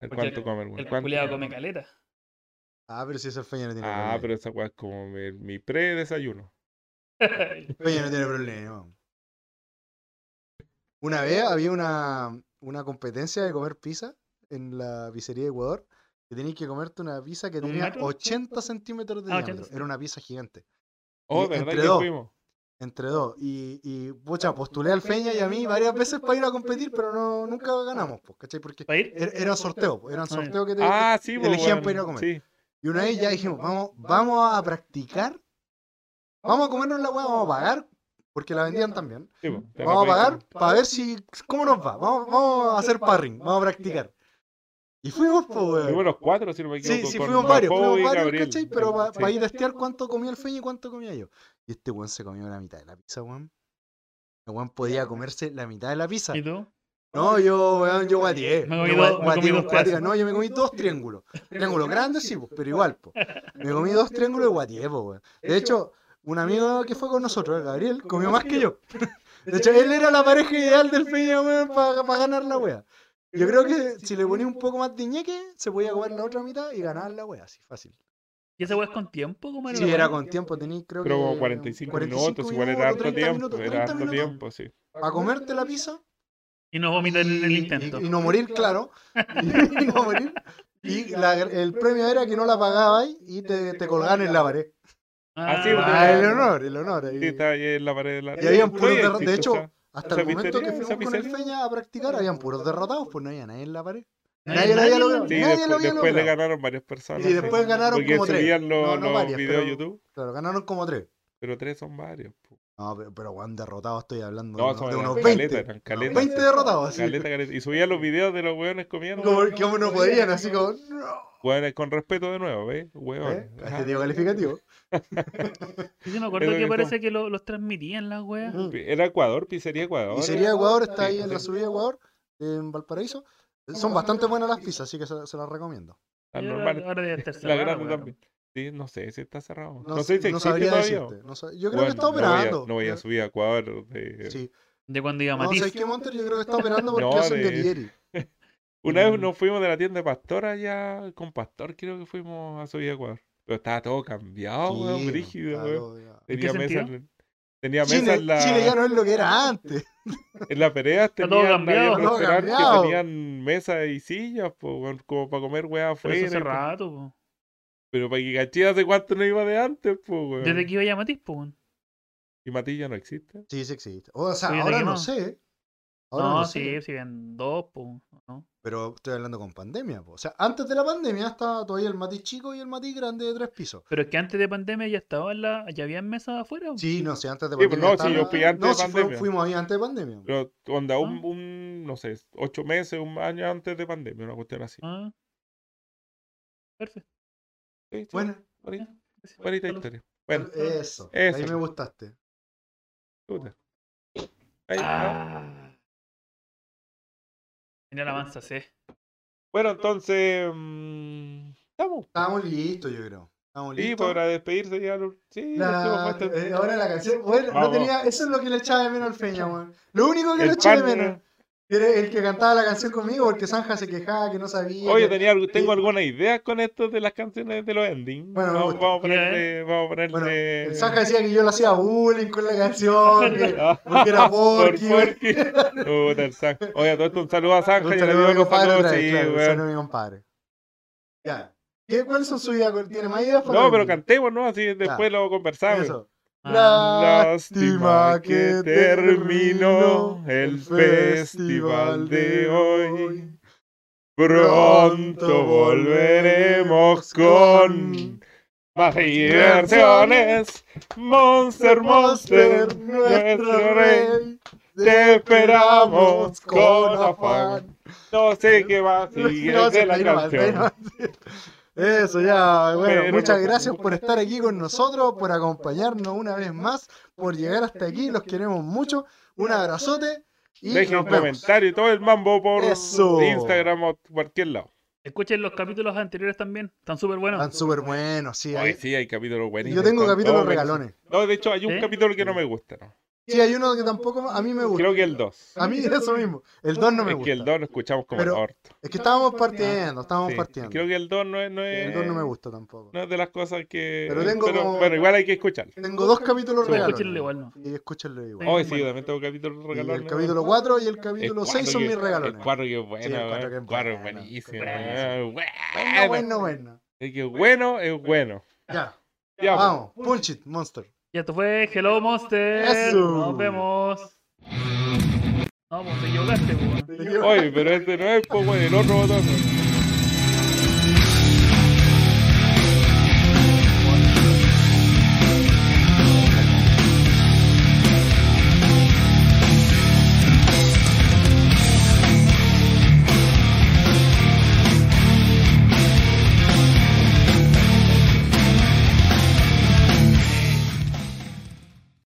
Speaker 3: ¿El
Speaker 1: Porque
Speaker 3: ¿Cuánto comer,
Speaker 1: El
Speaker 3: weón? ¿Cuánto?
Speaker 1: culiado come caleta.
Speaker 4: Ah, pero si ese Feña no tiene
Speaker 3: Ah, pero
Speaker 4: problema.
Speaker 3: esa weá es como mi, mi pre-desayuno.
Speaker 4: Feña no tiene problema. Una vez había una, una competencia de comer pizza en la pizzería de Ecuador. Que tenías que comerte una pizza que
Speaker 1: ¿Un
Speaker 4: tenía
Speaker 1: metro?
Speaker 4: 80 centímetros de
Speaker 1: Ah, 80
Speaker 4: diámetro. Era una pizza gigante.
Speaker 3: Oh,
Speaker 4: Y
Speaker 3: de verdad
Speaker 4: entre
Speaker 3: que
Speaker 4: dos.
Speaker 3: fuimos.
Speaker 4: Entre dos. Y, y pucha, postulé al Feña y a mí varias veces para ir a competir, pero no, nunca ganamos, pues, ¿cachai? Porque
Speaker 1: ¿Para ir?
Speaker 4: er- era sorteo, pues, eran
Speaker 1: Ah, ya.
Speaker 4: sorteos que te
Speaker 3: Ah, sí, pues,
Speaker 4: elegían
Speaker 3: weón,
Speaker 4: para ir a comer.
Speaker 3: Sí.
Speaker 4: Y una vez ya dijimos, vamos, vamos a practicar, vamos a comernos la hueá, vamos a pagar, porque la vendían también.
Speaker 3: sí, pues, te la
Speaker 4: ¿Mm? Vamos a
Speaker 3: podéis
Speaker 4: pagar
Speaker 3: comer.
Speaker 4: para ver si cómo nos va, vamos, vamos a hacer parring, vamos a practicar. Y fuimos, pues,
Speaker 3: Fuimos
Speaker 4: weón.
Speaker 3: los cuatro, si no me equivoco.
Speaker 4: Sí, sí,
Speaker 3: con
Speaker 4: fuimos varios,
Speaker 3: Jacobo y
Speaker 4: fuimos varios,
Speaker 3: Gabriel.
Speaker 4: ¿cachai? Pero para
Speaker 3: Sí.
Speaker 4: ir a testear cuánto comía el feño y cuánto comía yo. Y este weón se comió la mitad de la pizza, weón. El weón podía comerse la mitad de la pizza.
Speaker 1: ¿Y tú?
Speaker 4: No, yo, weón, yo guateé.
Speaker 1: Me comí
Speaker 4: Yo
Speaker 1: dos-
Speaker 4: gua-
Speaker 1: me
Speaker 4: guateé
Speaker 1: comí
Speaker 4: con
Speaker 1: dos
Speaker 4: cuática.
Speaker 1: pedazos.
Speaker 4: No, yo me comí dos triángulos. Triángulos grandes, sí, po, pero igual, po. Me comí dos triángulos de guateé, po, weón. De hecho, un amigo que fue con nosotros, el Gabriel, comió más que yo. De hecho, él era la pareja ideal del Peña, weón, para ganar la wea. Yo creo que si le ponía un poco más de ñeque, se podía comer la otra mitad y ganar la wea, así, fácil.
Speaker 1: ¿Y esa hueá es con tiempo? ¿Cómo
Speaker 4: Sí,
Speaker 1: la
Speaker 4: era
Speaker 1: hueá?
Speaker 4: con tiempo, tenía creo que...
Speaker 3: Pero como 45,
Speaker 4: 45
Speaker 3: minutos, igual era harto
Speaker 4: 30
Speaker 3: tiempo.
Speaker 4: minutos,
Speaker 3: era
Speaker 4: 30
Speaker 3: harto
Speaker 4: minutos
Speaker 3: tiempo, sí.
Speaker 4: Para comerte la pizza,
Speaker 1: Y nos vomitan en el
Speaker 4: y-
Speaker 1: intento.
Speaker 4: Y, y no morir, claro. Y, no morir. Y la- el premio era que no la pagabas y te, te colgaban en la pared.
Speaker 3: Ah, sí,
Speaker 4: Ah,
Speaker 3: porque-
Speaker 4: el honor, el honor. ahí.
Speaker 3: Sí, estaba ahí en la pared de la.
Speaker 4: Y había un
Speaker 3: Sí,
Speaker 4: puro
Speaker 3: sí,
Speaker 4: terra- de
Speaker 3: sí,
Speaker 4: hecho,
Speaker 3: o sea,
Speaker 4: Hasta
Speaker 3: esa
Speaker 4: el momento
Speaker 3: pizzería,
Speaker 4: que
Speaker 3: esa
Speaker 4: fuimos con el
Speaker 3: pizzería.
Speaker 4: Feña a practicar, habían puros derrotados, pues no había nadie en la pared.
Speaker 1: Nadie-
Speaker 4: Nadie lo había
Speaker 1: nadie lo-
Speaker 4: logrado.
Speaker 3: Sí,
Speaker 4: Nadie lo
Speaker 3: después,
Speaker 4: había
Speaker 3: después le
Speaker 4: logrado.
Speaker 3: ganaron varias personas.
Speaker 4: Y después ganaron
Speaker 3: Porque
Speaker 4: como tres.
Speaker 3: subían los,
Speaker 4: No, no
Speaker 3: los
Speaker 4: varias,
Speaker 3: videos de
Speaker 4: pero-
Speaker 3: YouTube,
Speaker 4: Claro, ganaron como tres.
Speaker 3: pero tres son varios. po.
Speaker 4: No, pero, pero weón, derrotado estoy hablando
Speaker 3: No,
Speaker 4: de,
Speaker 3: son
Speaker 4: de
Speaker 3: eran
Speaker 4: unos
Speaker 3: caleta,
Speaker 4: 20.
Speaker 3: eran caleta.
Speaker 4: 20 derrotados, así.
Speaker 3: Caleta, caleta. Y subía los videos de los hueones comiendo.
Speaker 4: Como que como no podían, así como. No.
Speaker 3: Hueones, con respeto de nuevo, ¿ves?
Speaker 4: ¿Eh?
Speaker 3: Hueones. Ajá.
Speaker 4: Este tío calificativo.
Speaker 1: Sí, sí, me acuerdo
Speaker 3: Pero
Speaker 1: que
Speaker 3: que
Speaker 1: parece que lo- los transmitían las weas.
Speaker 4: Mm.
Speaker 3: Era Ecuador, pizzería Ecuador.
Speaker 4: Y sería Ecuador, está ahí
Speaker 3: Sí,
Speaker 4: en la
Speaker 3: sí.
Speaker 4: subida de Ecuador, en Valparaíso. Son bastante buenas las pizzas, así que se, se las recomiendo.
Speaker 3: Ah,
Speaker 1: Y ahora-
Speaker 3: normal.
Speaker 1: Ahora debe estar
Speaker 3: La
Speaker 1: cerrada,
Speaker 3: grande
Speaker 1: weón.
Speaker 3: también. Sí, no sé si está cerrado. No,
Speaker 4: No,
Speaker 3: sé si
Speaker 4: no
Speaker 3: existe
Speaker 4: sabría
Speaker 3: todavía.
Speaker 4: decirte. no sab- Yo creo
Speaker 3: Bueno,
Speaker 4: que está
Speaker 3: no voy a-
Speaker 4: operando.
Speaker 3: No voy a
Speaker 4: Yo-
Speaker 3: subir a Ecuador. de-
Speaker 4: Sí.
Speaker 1: De cuando iba
Speaker 4: No,
Speaker 1: Matiz.
Speaker 4: ¿sabes qué, Monter? Yo creo que está operando porque
Speaker 3: No,
Speaker 4: hacen
Speaker 3: de-
Speaker 4: delivery.
Speaker 3: Una vez
Speaker 1: Mm.
Speaker 3: nos fuimos de la tienda de Pastora ya con Pastor, creo que fuimos a subir a Ecuador. Pero estaba todo cambiado,
Speaker 4: Sí,
Speaker 3: Ah, weón,
Speaker 4: no,
Speaker 3: brígido,
Speaker 4: está
Speaker 3: weón.
Speaker 4: todo ya.
Speaker 1: ¿En qué
Speaker 3: Tenía mesa,
Speaker 1: sentido?
Speaker 3: en, tenía mesa
Speaker 4: Chile,
Speaker 3: en la,
Speaker 4: Chile ya no es lo que era antes.
Speaker 3: en la Perea,
Speaker 1: todo
Speaker 3: tenían había
Speaker 1: cambiado.
Speaker 3: un
Speaker 4: Todo
Speaker 3: restaurante que
Speaker 4: cambiado.
Speaker 3: tenían mesa y sillas, po, weón, como para comer weá
Speaker 1: Pero
Speaker 3: afuera.
Speaker 1: eso
Speaker 3: y
Speaker 1: hace
Speaker 3: todo.
Speaker 1: rato, po.
Speaker 3: Pero para que cachí hace cuánto no iba de antes, po, weón.
Speaker 1: Desde que iba ya Matiz, po. weón.
Speaker 3: Y Matilla no existe.
Speaker 4: Sí, sí existe. O sea,
Speaker 1: Oye, ¿de
Speaker 4: ahora
Speaker 1: qué
Speaker 4: no
Speaker 1: no?
Speaker 4: sé. Ahora
Speaker 1: No,
Speaker 4: sé.
Speaker 1: sí, sí, eran dos, po. ¿no?
Speaker 4: Pero estoy hablando con pandemia. po. O sea, antes de la pandemia estaba todavía el matiz chico y el matiz grande de tres pisos.
Speaker 1: Pero es que antes de pandemia ya estaba en la. Ya había mesas afuera. po.
Speaker 4: Sí, no sé, antes de
Speaker 3: Sí, pero
Speaker 4: pandemia.
Speaker 3: no, sí, yo fui antes
Speaker 4: no,
Speaker 3: de
Speaker 4: sí, fue-
Speaker 3: pandemia.
Speaker 4: fuimos ahí antes de pandemia. po.
Speaker 3: Pero onda, un,
Speaker 1: Ah.
Speaker 3: un, no sé, ocho meses, un año antes de pandemia, una cuestión así.
Speaker 1: Ah. Perfecto.
Speaker 3: Sí, sí,
Speaker 4: Bueno, eh,
Speaker 3: bonita,
Speaker 1: gracias.
Speaker 3: bonita
Speaker 1: Salud.
Speaker 3: historia. Bueno,
Speaker 4: eso.
Speaker 3: Eso.
Speaker 4: Ahí me gustaste.
Speaker 3: puta. Ahí, ah.
Speaker 1: Ah. Tenía la mansa C.
Speaker 3: Bueno, entonces. mm, estamos.
Speaker 4: Estábamos listos, yo creo. Estábamos
Speaker 3: Sí,
Speaker 4: listos.
Speaker 3: para despedirse ya. lo- Sí,
Speaker 4: La-
Speaker 3: nos fuimos hasta-
Speaker 4: eh, ahora la canción. Bueno, no
Speaker 3: Vamos.
Speaker 4: tenía. Eso es lo que le echaba de menos al Feña, weón. Lo único que
Speaker 3: el
Speaker 4: le echaba de
Speaker 3: pan-
Speaker 4: menos. Era el que cantaba la canción conmigo porque Sanja se quejaba que no sabía.
Speaker 3: Oye,
Speaker 4: que-
Speaker 3: tenía, algo- tengo algunas ideas con esto de las canciones de los endings.
Speaker 4: eh, Bueno, me
Speaker 3: vamos,
Speaker 4: gusta.
Speaker 3: vamos a
Speaker 1: Ya,
Speaker 3: ponerle. Vamos a ponerle.
Speaker 4: Bueno, el Sanja decía que yo le hacía bullying con la canción. que- porque era
Speaker 3: Por
Speaker 4: Porky. weón.
Speaker 3: Ah, Porky. Puta, el Sanja. Oye, a todo esto un saludo a Sanja.
Speaker 4: Un
Speaker 3: y a la
Speaker 4: saludo a mi
Speaker 3: Diego,
Speaker 4: compadre
Speaker 3: saludos,
Speaker 4: otra vez,
Speaker 3: sí,
Speaker 4: claro, un
Speaker 3: weón.
Speaker 4: saludo a mi compadre. Ya. ¿Qué, ¿Cuáles son sus ideas? ¿Tiene más ideas? para
Speaker 3: No, pero
Speaker 4: mí?
Speaker 3: cantemos, ¿no? Así después lo conversamos.
Speaker 4: Eso.
Speaker 1: Ah,
Speaker 3: Lástima que terminó el festival de hoy. Pronto volveremos con más diversiones. Monster, Monster, nuestro rey. Te esperamos con afán. No sé qué va a seguir
Speaker 4: No,
Speaker 3: de
Speaker 4: se
Speaker 3: la
Speaker 4: imagina más,
Speaker 3: canción. pues,
Speaker 4: ¿no? Eso ya, bueno,
Speaker 3: Pero-
Speaker 4: muchas gracias por estar aquí con nosotros, por acompañarnos una vez más, por llegar hasta aquí, los queremos mucho, un abrazote y
Speaker 3: Dejen
Speaker 4: nos
Speaker 3: un
Speaker 4: vemos.
Speaker 3: comentario y todo el mambo por
Speaker 4: Eso.
Speaker 3: Instagram o cualquier lado.
Speaker 1: Escuchen los capítulos anteriores también. Están súper buenos.
Speaker 4: Están súper buenos, sí.
Speaker 3: Ay,
Speaker 4: Hay,
Speaker 3: sí, hay capítulos buenísimos.
Speaker 4: yo tengo
Speaker 3: Están
Speaker 4: capítulos
Speaker 3: todos
Speaker 4: regalones.
Speaker 3: buenísimos. No, de hecho, hay un
Speaker 1: ¿Sí?
Speaker 3: capítulo que no me gusta. ¿no?
Speaker 4: Sí, hay uno que tampoco a mí me gusta.
Speaker 3: Creo que el 2.
Speaker 4: A mí eso mismo. El 2 no me
Speaker 3: es que el
Speaker 4: gusta.
Speaker 3: 2 lo escuchamos como
Speaker 4: Pero-
Speaker 3: el orto.
Speaker 4: Es que estábamos partiendo, estábamos
Speaker 3: Sí,
Speaker 4: partiendo.
Speaker 3: Creo que el 2 no es, no es-
Speaker 4: El 2 no me gusta tampoco.
Speaker 3: no es de las cosas que.
Speaker 4: Pero tengo como-
Speaker 3: bueno, igual hay que escucharlo.
Speaker 4: Tengo dos capítulos
Speaker 3: Sí,
Speaker 4: regalones.
Speaker 1: Escúchenlo igual, ¿no?
Speaker 4: Y escúchenlo igual.
Speaker 3: Hoy sí, yo también tengo capítulos
Speaker 4: Y
Speaker 3: regalones.
Speaker 4: el capítulo 4 y el
Speaker 3: Eh,
Speaker 4: capítulo 6 son mis regalones.
Speaker 3: El 4 que es bueno,
Speaker 4: Sí, el cuatro
Speaker 3: weón.
Speaker 4: que es
Speaker 3: Cuatro
Speaker 4: bueno.
Speaker 3: buenísimo.
Speaker 4: Buenísimo.
Speaker 3: weón. Bueno,
Speaker 4: Bueno, bueno, bueno.
Speaker 3: Es que bueno es bueno.
Speaker 4: Ya,
Speaker 3: Ya, pues.
Speaker 4: vamos. Punch it, monster.
Speaker 1: Y esto fue Hello Monster.
Speaker 4: Eso.
Speaker 1: Nos vemos. No, pues te equivocaste, weón.
Speaker 3: Oye, pero este no es, pues, bueno, el otro botón.